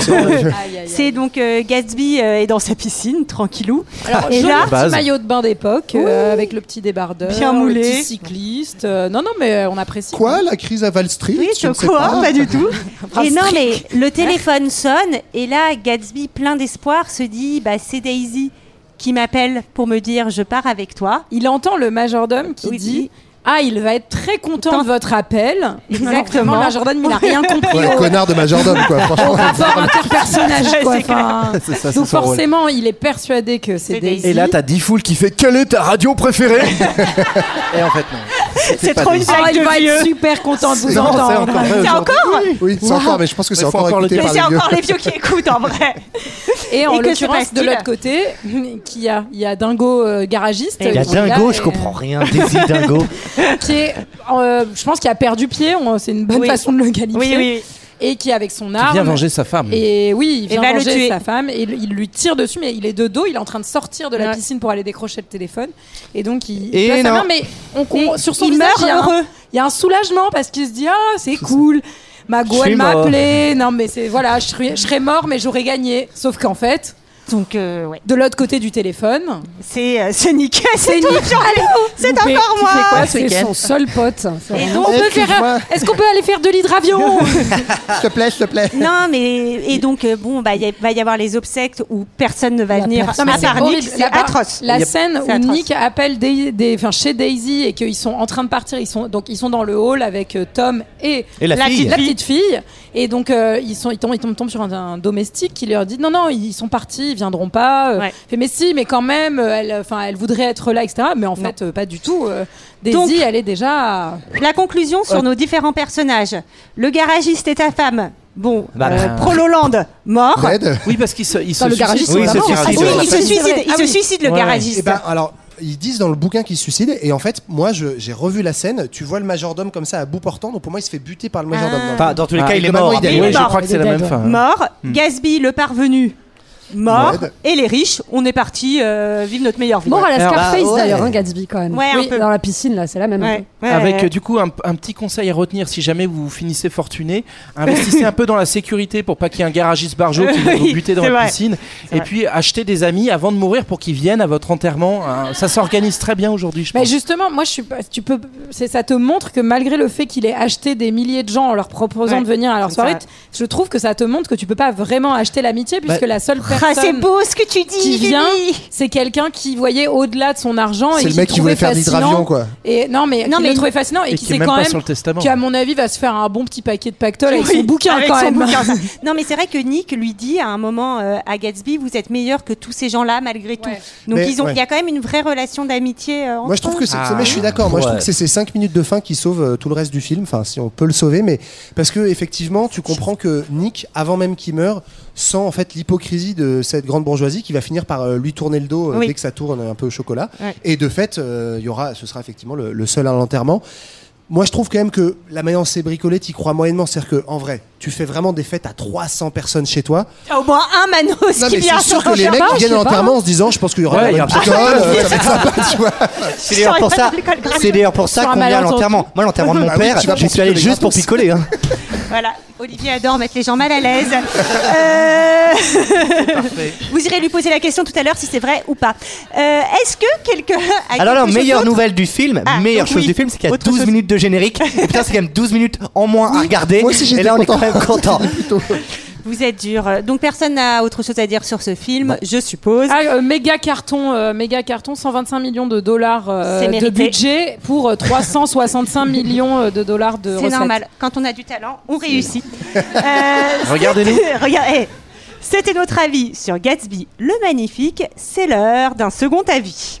Speaker 9: Jean-Éloi
Speaker 10: C'est donc euh, Gatsby euh, est dans sa piscine, tranquillou.
Speaker 13: Alors,
Speaker 10: et
Speaker 13: joli
Speaker 10: là,
Speaker 13: petit maillot de bain d'époque, euh, avec le petit débardeur,
Speaker 10: Bien moulé.
Speaker 13: le petit cycliste. euh, non, non, mais euh, on apprécie.
Speaker 9: Quoi, la crise à Wall Street
Speaker 10: Oui,
Speaker 9: Je ne sais
Speaker 10: quoi
Speaker 9: pas.
Speaker 10: Pas du tout. et non, mais le téléphone sonne et là, Gatsby, plein d'espoir, se dit bah, c'est Daisy qui m'appelle pour me dire je pars avec toi.
Speaker 13: Il entend le majordome qui dit Ah, il va être très content de votre appel.
Speaker 10: Exactement.
Speaker 13: Le majordome, il n'a rien compris.
Speaker 9: Ouais,
Speaker 13: au-
Speaker 9: connard de majordome, quoi.
Speaker 13: au
Speaker 9: Franchement,
Speaker 13: rapport interpersonnage, quoi.
Speaker 10: C'est clair.
Speaker 13: Enfin,
Speaker 17: C'est ça, c'est
Speaker 13: donc,
Speaker 17: son rôle.
Speaker 13: forcément, il est persuadé que c'est Daisy.
Speaker 17: Et là, t'as 10 foules qui fait Quelle est ta radio préférée Et en fait, non. C'était
Speaker 13: C'est
Speaker 17: pas
Speaker 13: trop une
Speaker 17: Daisy.
Speaker 13: blague Ah, il de va être vieux. super content de vous
Speaker 17: Non,
Speaker 13: entendre.
Speaker 17: c'est encore vrai
Speaker 13: C'est
Speaker 7: Euh,
Speaker 17: aujourd'hui.
Speaker 10: encore
Speaker 9: Oui, oui, c'est
Speaker 17: Wow.
Speaker 9: encore, mais je pense que c'est
Speaker 17: Mais faut
Speaker 9: encore,
Speaker 17: le
Speaker 9: écouté
Speaker 10: Mais
Speaker 18: Ah,
Speaker 9: par
Speaker 10: c'est
Speaker 9: les vieux.
Speaker 10: encore les vieux qui écoutent en vrai.
Speaker 13: Et en
Speaker 10: Et que se
Speaker 13: l'occurrence, de
Speaker 10: passe-t-il
Speaker 13: l'autre côté, qui a, il y a Dingo euh, garagiste.
Speaker 7: Il y a
Speaker 13: qui
Speaker 10: Eh
Speaker 13: est là
Speaker 7: Dingo,
Speaker 13: et-
Speaker 7: je comprends rien. Daisy Dingo.
Speaker 13: qui est, euh, je pense, qu'il a perdu pied. on- C'est une bonne
Speaker 10: Oui.
Speaker 13: façon de le qualifier.
Speaker 10: Oui, oui.
Speaker 13: Et qui, avec son
Speaker 17: Il
Speaker 13: arme.
Speaker 17: vient venger sa femme.
Speaker 13: Ah, Et oui, il
Speaker 10: Et
Speaker 13: vient
Speaker 10: va ben, le
Speaker 13: venger
Speaker 10: tuer.
Speaker 13: sa femme et il il lui tire dessus, mais il est de dos, il est en train de sortir de la piscine pour aller décrocher le téléphone. Et donc il, il
Speaker 10: Et
Speaker 13: place sa
Speaker 10: non.
Speaker 13: main, mais on, on-
Speaker 10: Et
Speaker 13: sur son
Speaker 10: il
Speaker 13: visage,
Speaker 10: meurt
Speaker 13: il y a un-
Speaker 10: heureux.
Speaker 13: Il y a un soulagement parce qu'il se dit ah c'est cool. Mago,
Speaker 10: Je suis
Speaker 13: elle m'a
Speaker 10: mort.
Speaker 13: appelé. Non, mais c'est voilà, je serais, je serais mort, mais j'aurais gagné. Sauf qu'en fait,
Speaker 10: donc euh,
Speaker 13: de l'autre côté du téléphone,
Speaker 10: c'est euh, c'est niqué, c'est tout.
Speaker 13: niqué.
Speaker 10: genre, C'est
Speaker 13: Loupé.
Speaker 10: encore
Speaker 13: Tu
Speaker 10: moi.
Speaker 13: fais quoi ce
Speaker 10: C'est
Speaker 13: week-end
Speaker 10: son
Speaker 13: seul pote.
Speaker 10: Et
Speaker 13: Et
Speaker 10: donc,
Speaker 13: on peut faire un- Est-ce qu'on peut aller faire de l'hydravion
Speaker 9: S'il te plaît, s'il te plaît.
Speaker 10: Non, mais et donc euh, bon, bah il y a- va y avoir les obsèques où personne ne va venir.
Speaker 13: Non, mais
Speaker 10: à
Speaker 13: c'est
Speaker 10: part Ah, Nick,
Speaker 13: horrible.
Speaker 10: c'est
Speaker 13: La-
Speaker 10: atroce.
Speaker 13: La scène
Speaker 10: C'est
Speaker 13: où
Speaker 10: atroce.
Speaker 13: Nick appelle Dai- Dai- enfin, chez Daisy et qu'ils sont en train de partir, ils sont donc ils sont dans le hall avec euh, Tom et,
Speaker 7: Et la fille.
Speaker 13: Petite, petite fille. Et donc euh, ils sont ils tombent, ils tombent, tombent sur un, un domestique qui leur dit non non ils sont partis, ils viendront pas. Euh, fait, mais si mais quand même euh, elle enfin elle voudrait être là etc. Mais en fait euh, pas du tout. euh, Daisy
Speaker 10: Donc-
Speaker 13: elle est déjà à-
Speaker 10: La conclusion sur nos différents personnages. Le garagiste et ta femme. Bon,
Speaker 17: Bah,
Speaker 10: euh,
Speaker 17: bah.
Speaker 10: Prololand, mort.
Speaker 17: Oui, parce qu'il se, il se
Speaker 13: le
Speaker 17: suicide.
Speaker 13: garagiste, Oui, il se
Speaker 10: Ah, oui, il se suicide, il se suicide le
Speaker 9: Ouais.
Speaker 10: garagiste.
Speaker 9: Eh ben, alors, ils disent dans le bouquin qu'il se suicide, et en fait, moi, je- j'ai revu la scène. Tu vois le majordome comme ça à bout portant, donc pour moi, il se fait buter par le majordome.
Speaker 7: Ah. Enfin, dans tous les cas, il est
Speaker 9: globalement,
Speaker 7: mort.
Speaker 9: est
Speaker 7: Oui,
Speaker 9: mort.
Speaker 7: je crois que c'est la même fin.
Speaker 9: hein.
Speaker 10: Mort,
Speaker 9: Hmm.
Speaker 10: Gatsby le parvenu, mort,
Speaker 9: Dead.
Speaker 10: et les riches, on est parti euh, vivre notre meilleure vie.
Speaker 18: Mort à la Scarface
Speaker 13: bah,
Speaker 10: ouais.
Speaker 18: d'ailleurs, hein, Gatsby quand même.
Speaker 10: Ouais, un
Speaker 18: Oui,
Speaker 10: peu.
Speaker 18: Dans la piscine là, c'est la même.
Speaker 10: Ouais.
Speaker 17: Avec euh, du coup un, un petit conseil à retenir si jamais vous finissez fortuné, investissez un peu dans la sécurité pour pas qu'il y ait un garagiste barjot qui va vous
Speaker 10: Oui,
Speaker 17: buter dans
Speaker 10: c'est
Speaker 17: la
Speaker 10: vrai.
Speaker 17: piscine.
Speaker 10: C'est
Speaker 17: Et
Speaker 10: vrai.
Speaker 17: puis achetez des amis avant de mourir pour qu'ils viennent à votre enterrement. hein. Ça s'organise très bien aujourd'hui, je
Speaker 13: Mais
Speaker 17: pense.
Speaker 13: justement, moi, je suis pas. Tu peux. c'est- Ça te montre que malgré le fait qu'il ait acheté des milliers de gens en leur proposant
Speaker 10: Ouais,
Speaker 13: de venir à leur
Speaker 10: c'est
Speaker 13: soirée,
Speaker 10: ça.
Speaker 13: t- je trouve que ça te montre que tu peux pas vraiment acheter l'amitié puisque
Speaker 10: Bah,
Speaker 13: la seule
Speaker 10: Ah, c'est
Speaker 13: personne
Speaker 10: beau ce que tu dis,
Speaker 13: qui vient,
Speaker 10: Julie.
Speaker 13: c'est quelqu'un qui voyait au-delà de son argent et
Speaker 9: C'est le mec qui
Speaker 13: trouvait
Speaker 9: voulait faire de
Speaker 13: fascinant.
Speaker 9: l'hydravion, quoi.
Speaker 13: Et non, mais
Speaker 10: Non,
Speaker 13: qui
Speaker 10: mais il-
Speaker 13: le trouvait fascinant et,
Speaker 17: et
Speaker 13: qui
Speaker 17: qui est
Speaker 13: sait
Speaker 17: même
Speaker 13: quand
Speaker 17: pas
Speaker 13: même
Speaker 17: sur le testament.
Speaker 13: qui à mon avis va se faire un bon petit paquet de pactole avec
Speaker 10: Oui,
Speaker 13: son bouquin
Speaker 10: avec
Speaker 13: quand
Speaker 10: son
Speaker 13: même.
Speaker 10: bouquin. non, mais c'est vrai que Nick lui dit à un moment euh, à Gatsby, vous êtes meilleur que tous ces gens-là malgré tout. Donc
Speaker 9: Mais-
Speaker 10: ils ont, il
Speaker 9: ouais.
Speaker 10: y a quand même une vraie relation d'amitié. euh, entre
Speaker 9: Moi je trouve que c'est
Speaker 10: eux.
Speaker 9: mais je suis d'accord. Moi je
Speaker 7: Ouais.
Speaker 9: trouve que c'est ces 5 minutes de fin qui sauvent euh, tout le reste du film. Enfin si on peut le sauver, mais parce que effectivement tu comprends que Nick, avant même qu'il meure, sent en fait l'hypocrisie de cette grande bourgeoisie qui va finir par euh, lui tourner le dos euh,
Speaker 10: Oui.
Speaker 9: dès que ça tourne un peu au chocolat.
Speaker 10: Ouais.
Speaker 9: Et de fait, euh, il y aura, ce sera effectivement le, le seul à l'enterrement. Moi, je trouve quand même que la manière dont c'est bricolé, t'y crois moyennement. C'est-à-dire que, en vrai, tu fais vraiment des fêtes à 300 personnes chez toi.
Speaker 10: Il y a Ah, au moins un Manos
Speaker 9: Non,
Speaker 10: qui
Speaker 9: mais
Speaker 10: vient
Speaker 9: c'est sûr que les mecs
Speaker 13: Ah,
Speaker 9: qui viennent à l'enterrement en se disant, je pense qu'il y aura
Speaker 17: Ouais, il y
Speaker 9: une
Speaker 17: a-
Speaker 9: petite euh, ça va être sympa, tu vois.
Speaker 7: C'est d'ailleurs pour ça. C'est d'ailleurs pour ça
Speaker 13: Sur un
Speaker 7: qu'on vient à
Speaker 13: malentendu.
Speaker 7: l'enterrement. Moi, l'enterrement de
Speaker 9: Bah
Speaker 7: mon
Speaker 17: Ah
Speaker 9: oui,
Speaker 7: père,
Speaker 9: tu vas
Speaker 7: j'y
Speaker 9: pour
Speaker 7: suis allé
Speaker 9: picoler
Speaker 7: juste pour
Speaker 9: gratos.
Speaker 7: picoler. hein.
Speaker 10: Voilà, Olivier adore mettre les gens mal à l'aise. Euh, Vous irez lui poser la question tout à l'heure si c'est vrai ou pas. Euh, Est-ce que quelqu'un a
Speaker 7: Alors,
Speaker 10: quelque
Speaker 7: alors
Speaker 10: chose
Speaker 7: meilleure
Speaker 10: d'autre
Speaker 7: nouvelle du film,
Speaker 10: Ah,
Speaker 7: meilleure
Speaker 10: donc
Speaker 7: chose
Speaker 10: oui.
Speaker 7: du film, c'est qu'il y a
Speaker 10: Autre
Speaker 7: 12
Speaker 10: chose.
Speaker 7: minutes de générique. Et putain, c'est quand même 12 minutes en moins à regarder.
Speaker 9: Moi aussi, j'étais
Speaker 7: et là, on
Speaker 9: content.
Speaker 7: est quand même content.
Speaker 10: Vous êtes dur. Donc personne n'a autre chose à dire sur ce film, je suppose.
Speaker 13: Ah, euh, méga carton, euh, méga carton, 125 millions de dollars euh,
Speaker 10: C'est
Speaker 13: de
Speaker 10: mérité.
Speaker 13: budget pour euh, 365 millions euh, de dollars de
Speaker 10: C'est
Speaker 13: recettes.
Speaker 10: normal. Quand on a du talent, on réussit. Euh,
Speaker 17: Regardez-nous.
Speaker 10: c'était- Regardez. eh, C'était notre avis sur Gatsby le Magnifique. C'est l'heure d'un second avis.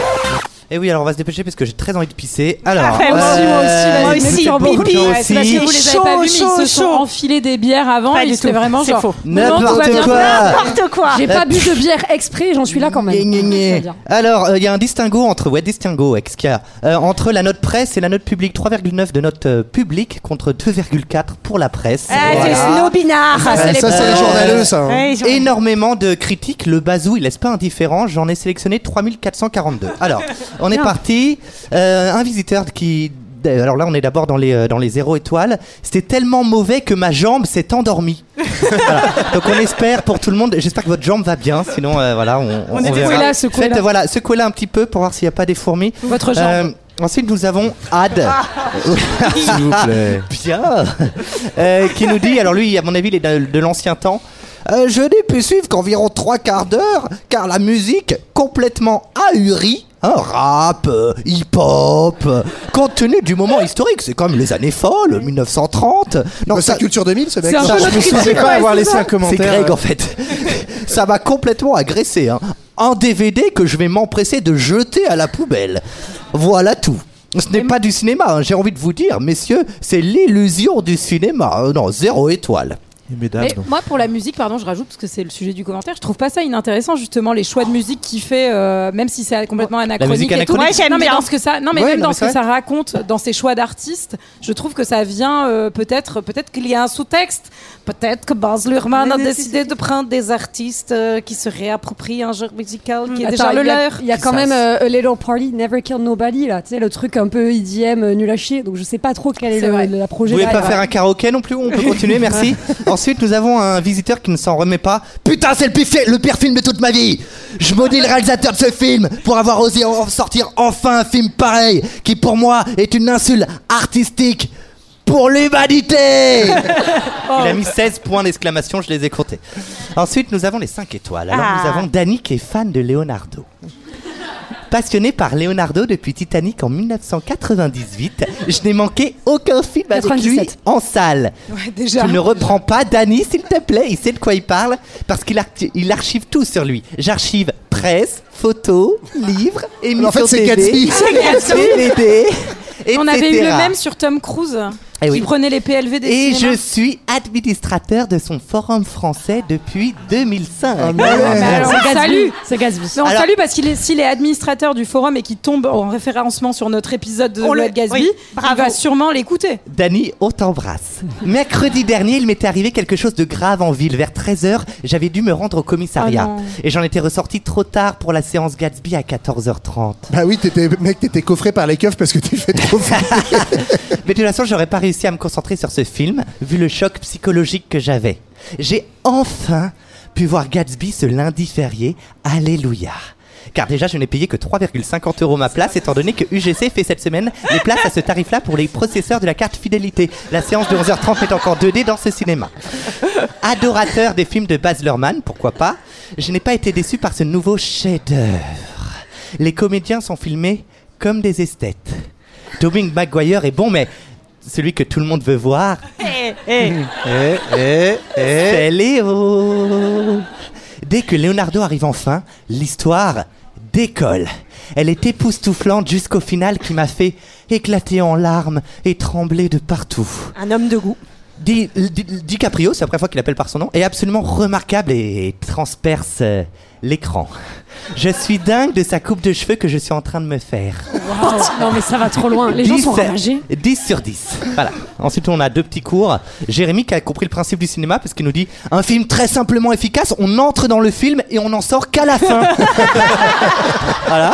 Speaker 7: Et Eh oui, alors on va se dépêcher parce que j'ai très envie de pisser. Alors,
Speaker 13: Ah, moi aussi, moi aussi, moi aussi,
Speaker 7: beaucoup de
Speaker 13: pipi.
Speaker 7: gens
Speaker 13: Ouais, c'est parce que
Speaker 7: aussi.
Speaker 13: vous les avez pas vus, mais ils se sont enfilés des bières avant
Speaker 10: Pas
Speaker 13: et
Speaker 10: du
Speaker 13: c'était
Speaker 10: tout,
Speaker 13: vraiment
Speaker 10: c'est
Speaker 13: genre
Speaker 10: faux.
Speaker 13: non, non, tout va
Speaker 7: N'importe
Speaker 13: bien.
Speaker 7: quoi.
Speaker 10: N'importe quoi.
Speaker 18: J'ai pas bu de bière exprès, j'en suis là quand même. Je veux dire.
Speaker 7: Alors, euh, il y a un distinguo entre, ouais, distinguo, Exkia, Euh, entre la note presse et la note publique. 3,9 de note euh, publique contre 2,4 pour la presse.
Speaker 10: Ah,
Speaker 7: Voilà.
Speaker 10: c'est snobinard.
Speaker 7: Euh,
Speaker 10: Ouais, les journalistes.
Speaker 7: Énormément de critiques. Le bazou, il laisse pas indifférent. J'en ai sélectionné 3442. Alors, on est
Speaker 1: Bien.
Speaker 7: parti. Euh, un visiteur qui. Alors là, on est d'abord dans les, euh, dans les zéro étoiles. C'était tellement mauvais que ma jambe s'est endormie. Voilà. Donc on espère pour tout le monde. J'espère que votre jambe va bien. Sinon, euh, voilà, on, on,
Speaker 13: On est
Speaker 7: verra.
Speaker 13: secoué là, secoué
Speaker 7: Faites, Euh,
Speaker 13: là.
Speaker 7: voilà, secouez-la un petit peu pour voir s'il n'y a pas des fourmis.
Speaker 13: Votre jambe.
Speaker 7: ensuite, nous avons Ad.
Speaker 1: S'il vous plaît.
Speaker 7: Bien. Euh, qui nous dit, alors lui, à mon avis, il est de, de l'ancien temps. Euh, je n'ai pu suivre qu'environ trois quarts d'heure, car la musique, complètement ahurie, hein, rap, euh, hip-hop, euh, compte tenu du moment historique, c'est comme les années folles, 1930. Non, ça,
Speaker 9: culture 2000, ce mec.
Speaker 7: Ça,
Speaker 9: Ça, je me souviens pas avoir laissé un commentaire. euh.
Speaker 7: C'est Greg en fait. ça m'a complètement agressé. hein. Un DVD que je vais m'empresser de jeter à la poubelle. Voilà tout. Ce n'est pas du cinéma, hein, j'ai envie de vous dire, messieurs, c'est l'illusion du cinéma. Euh, non, zéro étoile.
Speaker 13: Mais moi, pour la musique, pardon, je rajoute parce que c'est le sujet du commentaire. Je trouve pas ça inintéressant, justement, les choix de musique qu'il fait, euh, même si c'est complètement anachronique.
Speaker 7: musique
Speaker 13: et tout.
Speaker 7: anachronique. Ouais, j'aime
Speaker 13: non, mais
Speaker 7: bien.
Speaker 13: dans ce que ça, non, mais
Speaker 7: Ouais,
Speaker 13: même
Speaker 7: non,
Speaker 13: dans
Speaker 7: mais
Speaker 13: ce
Speaker 7: c'est
Speaker 13: que ça
Speaker 7: vrai.
Speaker 13: raconte, dans ses choix d'artistes, je trouve que ça vient euh, peut-être, peut-être qu'il y a un sous-texte. Peut-être que Baz Luhrmann a décidé de prendre des artistes euh, qui se réapproprient un genre musical qui est déjà
Speaker 18: Attends,
Speaker 13: le
Speaker 18: il y a-
Speaker 13: leur.
Speaker 18: Il y a quand même euh, A Little Party, Never Kill Nobody, là, tu sais, le truc un peu IDM, euh, nul à chier. Donc je sais pas trop quel est,
Speaker 13: C'est
Speaker 18: le,
Speaker 13: vrai.
Speaker 18: la
Speaker 7: Vous
Speaker 18: projet.
Speaker 7: voulez pas faire un karaoké non plus On peut continuer, merci. Ensuite, nous avons un visiteur qui ne s'en remet pas. Putain, c'est le pire, fi- le pire film de toute ma vie Je maudis le réalisateur de ce film pour avoir osé en sortir enfin un film pareil, qui pour moi est une insulte artistique pour l'humanité Oh. Il a mis 16 points d'exclamation, je les ai comptés. Ensuite, nous avons les 5 étoiles. Alors, nous
Speaker 1: Ah.
Speaker 7: avons Dany qui est fan de Leonardo. Passionné par Leonardo depuis Titanic en 1998, je n'ai manqué aucun film avec lui
Speaker 13: 97.
Speaker 7: en salle.
Speaker 13: Ouais, déjà.
Speaker 7: Tu ne reprends pas Dany, s'il te plaît, il sait de quoi il parle, parce qu'il archi- il archive tout sur lui. J'archive presse, photos, livres, émissions
Speaker 9: en fait, c'est
Speaker 7: TV,
Speaker 9: Gatsby. C'est Gatsby.
Speaker 7: DVD,
Speaker 13: On avait eu
Speaker 7: etc..
Speaker 13: le même sur Tom Cruise,
Speaker 7: Eh
Speaker 13: qui
Speaker 7: oui.
Speaker 13: prenait les PLV des
Speaker 7: Et
Speaker 13: cinémas.
Speaker 7: je suis administrateur de son forum français depuis 2005.
Speaker 13: on salue,
Speaker 18: c'est Gatsby.
Speaker 13: Non, on
Speaker 7: Alors-
Speaker 13: salue parce qu'il est, s'il est administrateur du forum et qu'il tombe en référencement sur notre épisode de
Speaker 10: On le-
Speaker 13: Noël Gatsby,
Speaker 10: oui,
Speaker 13: il va sûrement l'écouter.
Speaker 7: Dany, on t'embrasse. Mercredi dernier, il m'était arrivé quelque chose de grave en ville. Vers 13h, j'avais dû me rendre au commissariat.
Speaker 9: Ah non.
Speaker 7: et j'en étais ressorti trop tard pour la séance Gatsby à 14h30.
Speaker 9: Bah oui, t'étais, mec, t'étais coffré par les keufs parce que t'es fait trop
Speaker 7: Mais de toute façon, j'aurais pas réussi à me concentrer sur ce film, vu le choc psychologique que j'avais. J'ai enfin pu voir Gatsby ce lundi férié. Alléluia. Car déjà, je n'ai payé que 3,50 euros ma place, étant donné que UGC fait cette semaine les places à ce tarif-là pour les processeurs de la carte fidélité. La séance de 11h30 est encore 2D dans ce cinéma. Adorateur des films de Baz Luhrmann, pourquoi pas, je n'ai pas été déçu par ce nouveau chef-d'œuvre. Les comédiens sont filmés comme des esthètes. Tobing Maguire est bon, mais celui que tout le monde veut voir,
Speaker 10: Eh, eh.
Speaker 7: c'est Léo. Dès que Leonardo arrive enfin, l'histoire décolle. Elle est époustouflante jusqu'au final qui m'a fait éclater en larmes et trembler de partout.
Speaker 10: Un homme de goût.
Speaker 7: Di- Di- DiCaprio, c'est la première fois qu'il appelle par son nom, est absolument remarquable et transperce euh, l'écran. Je suis dingue de sa coupe de cheveux que je suis en train de me faire.
Speaker 18: Non, mais ça va trop loin. Les gens
Speaker 7: 10,
Speaker 18: sont
Speaker 7: euh,
Speaker 18: ravagés.
Speaker 7: 10 sur 10. Voilà. Ensuite, on a deux petits cours. Jérémy qui a compris le principe du cinéma parce qu'il nous dit un film très simplement efficace, on entre dans le film et on n'en sort qu'à la fin. voilà.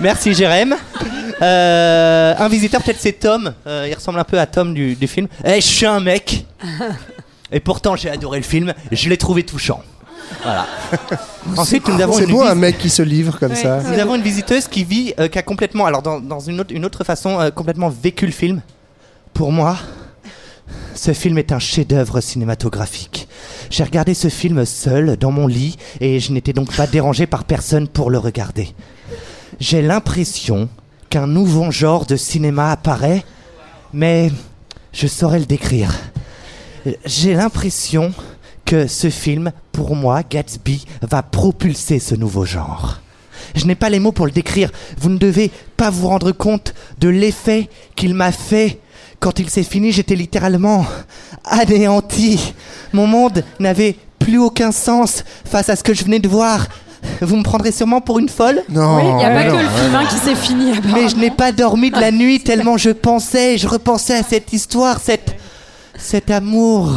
Speaker 7: Merci Jérémy. Euh, un visiteur, peut-être c'est Tom. Euh, il ressemble un peu à Tom du, du film. Eh, je suis un mec. Et pourtant, j'ai adoré le film. Je l'ai trouvé touchant. Voilà. Ensuite, nous avons
Speaker 9: C'est
Speaker 7: une
Speaker 9: beau un
Speaker 7: vis-
Speaker 9: mec qui se livre comme ça.
Speaker 7: nous avons une visiteuse qui vit, euh, qui a complètement, alors dans, dans une, autre, une autre façon, euh, complètement vécu le film. Pour moi, ce film est un chef-d'œuvre cinématographique. J'ai regardé ce film seul, dans mon lit, et je n'étais donc pas dérangé par personne pour le regarder. J'ai l'impression qu'un nouveau genre de cinéma apparaît, mais je saurais le décrire. J'ai l'impression que ce film, pour moi, Gatsby, va propulser ce nouveau genre. Je n'ai pas les mots pour le décrire. Vous ne devez pas vous rendre compte de l'effet qu'il m'a fait. Quand il s'est fini, j'étais littéralement anéanti. Mon monde n'avait plus aucun sens face à ce que je venais de voir. Vous me prendrez sûrement pour une folle
Speaker 9: Non.
Speaker 13: Oui, il
Speaker 7: Oh,
Speaker 13: n'y a pas que le film hein, qui s'est fini.
Speaker 7: Mais je n'ai pas dormi de la nuit tellement je pensais, je repensais à cette histoire, cette, cet amour.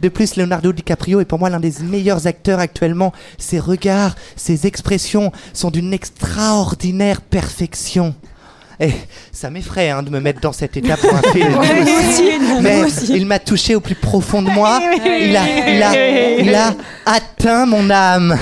Speaker 7: De plus, Leonardo DiCaprio est pour moi l'un des meilleurs acteurs actuellement. Ses regards, ses expressions sont d'une extraordinaire perfection. Et ça m'effraie hein, de me mettre dans cet état pour un film.
Speaker 13: Ouais, moi aussi,
Speaker 7: Mais
Speaker 13: moi aussi.
Speaker 7: il m'a touché au plus profond de moi.
Speaker 13: Oui, oui,
Speaker 7: Il a,
Speaker 13: oui,
Speaker 7: il a-
Speaker 13: oui, oui,
Speaker 7: il a
Speaker 13: oui.
Speaker 7: atteint mon âme.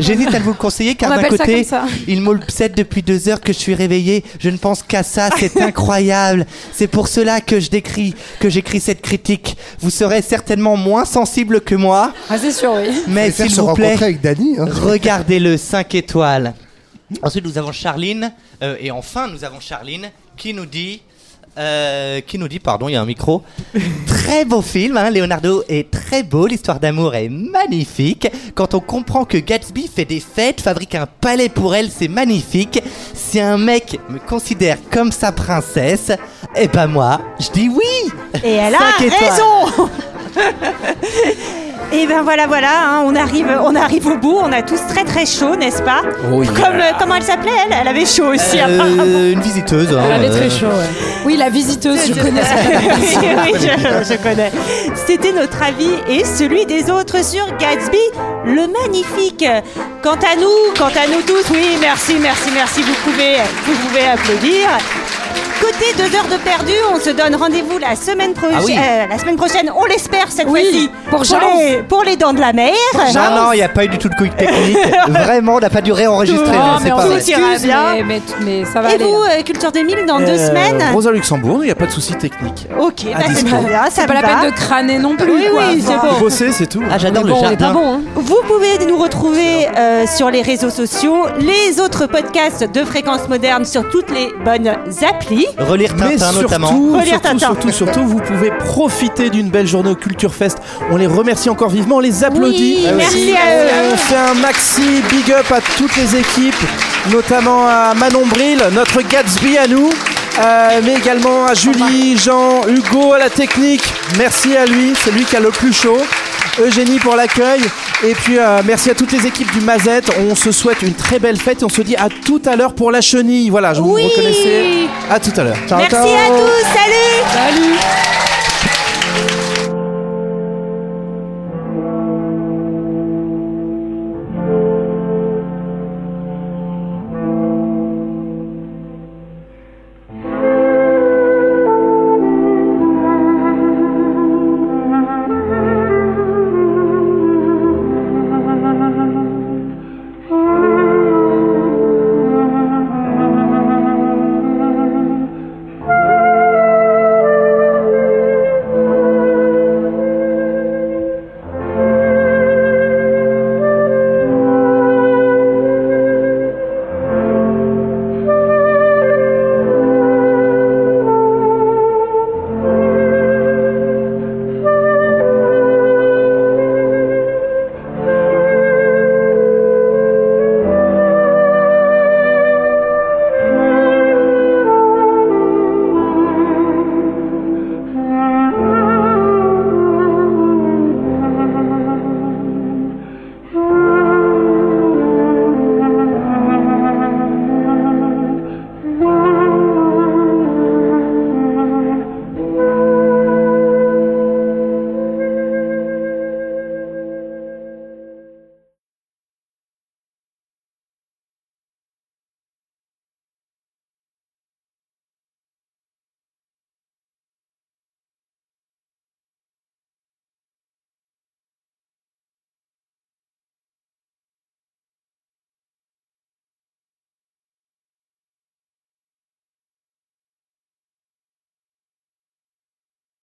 Speaker 7: J'hésite à vous le conseiller car
Speaker 13: On
Speaker 7: d'un
Speaker 13: appelle ça
Speaker 7: côté,
Speaker 13: comme ça.
Speaker 7: il m'obsède depuis deux heures que je suis réveillé. Je ne pense qu'à ça, c'est incroyable. C'est pour cela que je décris, que j'écris cette critique. Vous serez certainement moins sensible que moi,
Speaker 13: Ah, c'est sûr, oui.
Speaker 7: mais
Speaker 9: faire
Speaker 7: s'il
Speaker 9: se
Speaker 7: vous plaît,
Speaker 9: rencontrer avec Dany. hein.
Speaker 7: regardez-le 5 étoiles. Ensuite, nous avons Charline euh, et enfin, nous avons Charline qui nous dit. euh, qui nous dit, pardon, il y a un micro. très beau film, hein, Leonardo est très beau, l'histoire d'amour est magnifique. Quand on comprend que Gatsby fait des fêtes, fabrique un palais pour elle, c'est magnifique. Si un mec me considère comme sa princesse, eh ben moi, je dis oui
Speaker 10: Et elle a
Speaker 7: Cinq étoiles.
Speaker 10: raison Et ben voilà, voilà, hein, on, arrive, on arrive au bout, on a tous très très chaud, n'est-ce pas
Speaker 7: Oh yeah.
Speaker 10: Comme, euh, Comment elle s'appelait elle Elle avait chaud aussi,
Speaker 7: Euh,
Speaker 10: apparemment.
Speaker 7: Une visiteuse. hein,
Speaker 13: Elle avait
Speaker 7: euh,
Speaker 13: très chaud, ouais. Oui, la visiteuse, je connais ça.
Speaker 10: oui, oui, je, je connais. C'était notre avis et celui des autres sur Gatsby, le magnifique. Quant à nous, quant à nous tous, oui, merci, merci, merci. Vous pouvez, vous pouvez applaudir. Côté deux heures de perdu, on se donne rendez-vous la semaine prochaine.
Speaker 7: Ah oui.
Speaker 10: la semaine prochaine, on l'espère cette fois-ci.
Speaker 13: pour Jaws.
Speaker 10: les, pour les dents de la mer.
Speaker 13: Ah
Speaker 7: Non, non, il n'y a pas eu du tout de quick technique. Vraiment, on n'a pas dû réenregistrer.
Speaker 13: Non,
Speaker 7: hein, c'est
Speaker 13: Ah, mais
Speaker 7: pas
Speaker 13: on
Speaker 7: vrai.
Speaker 13: s'excuse,
Speaker 10: C'est pas
Speaker 13: mais, mais, mais ça va
Speaker 10: Et
Speaker 13: aller.
Speaker 10: vous, euh, Culture 2000, dans deux
Speaker 18: Euh,
Speaker 10: semaines
Speaker 18: Rosa Luxembourg, il n'y a pas de souci technique.
Speaker 10: Ok, bah, c'est
Speaker 18: dispo.
Speaker 10: très bien, ça
Speaker 13: C'est pas
Speaker 10: me
Speaker 13: la peine
Speaker 10: va.
Speaker 13: de crâner non plus.
Speaker 10: Oui,
Speaker 13: quoi.
Speaker 10: oui, c'est
Speaker 13: Enfin,
Speaker 10: bon.
Speaker 18: Bosser, c'est tout.
Speaker 7: Ah, j'adore
Speaker 13: Mais
Speaker 7: le
Speaker 13: bon, on est
Speaker 7: jardin.
Speaker 13: pas bon. hein.
Speaker 10: Vous pouvez nous retrouver euh, sur les réseaux sociaux, les autres podcasts de Fréquence Moderne sur toutes les bonnes applis.
Speaker 7: Relire
Speaker 18: Mais
Speaker 7: Tintin
Speaker 18: surtout,
Speaker 7: notamment.
Speaker 10: Relire
Speaker 18: surtout,
Speaker 10: Tintin.
Speaker 18: surtout, surtout, vous pouvez profiter d'une belle journée au Culture Fest. On les remercie encore vivement, on les applaudit.
Speaker 10: Oui, merci à eux.
Speaker 18: On fait un maxi big up à toutes les équipes, notamment à Manon Bril, notre Gatsby à nous, euh, mais également à Julie, Jean, Hugo à la technique. Merci à lui, c'est lui qui a le plus chaud. Eugénie pour l'accueil. Et puis euh, merci à toutes les équipes du Mazette. On se souhaite une très belle fête et on se dit à tout à l'heure pour la chenille. Voilà, je vous
Speaker 10: Oui.
Speaker 18: reconnaissez. À tout à l'heure. Ciao,
Speaker 10: Merci
Speaker 18: ciao.
Speaker 10: à tous, salut
Speaker 13: Salut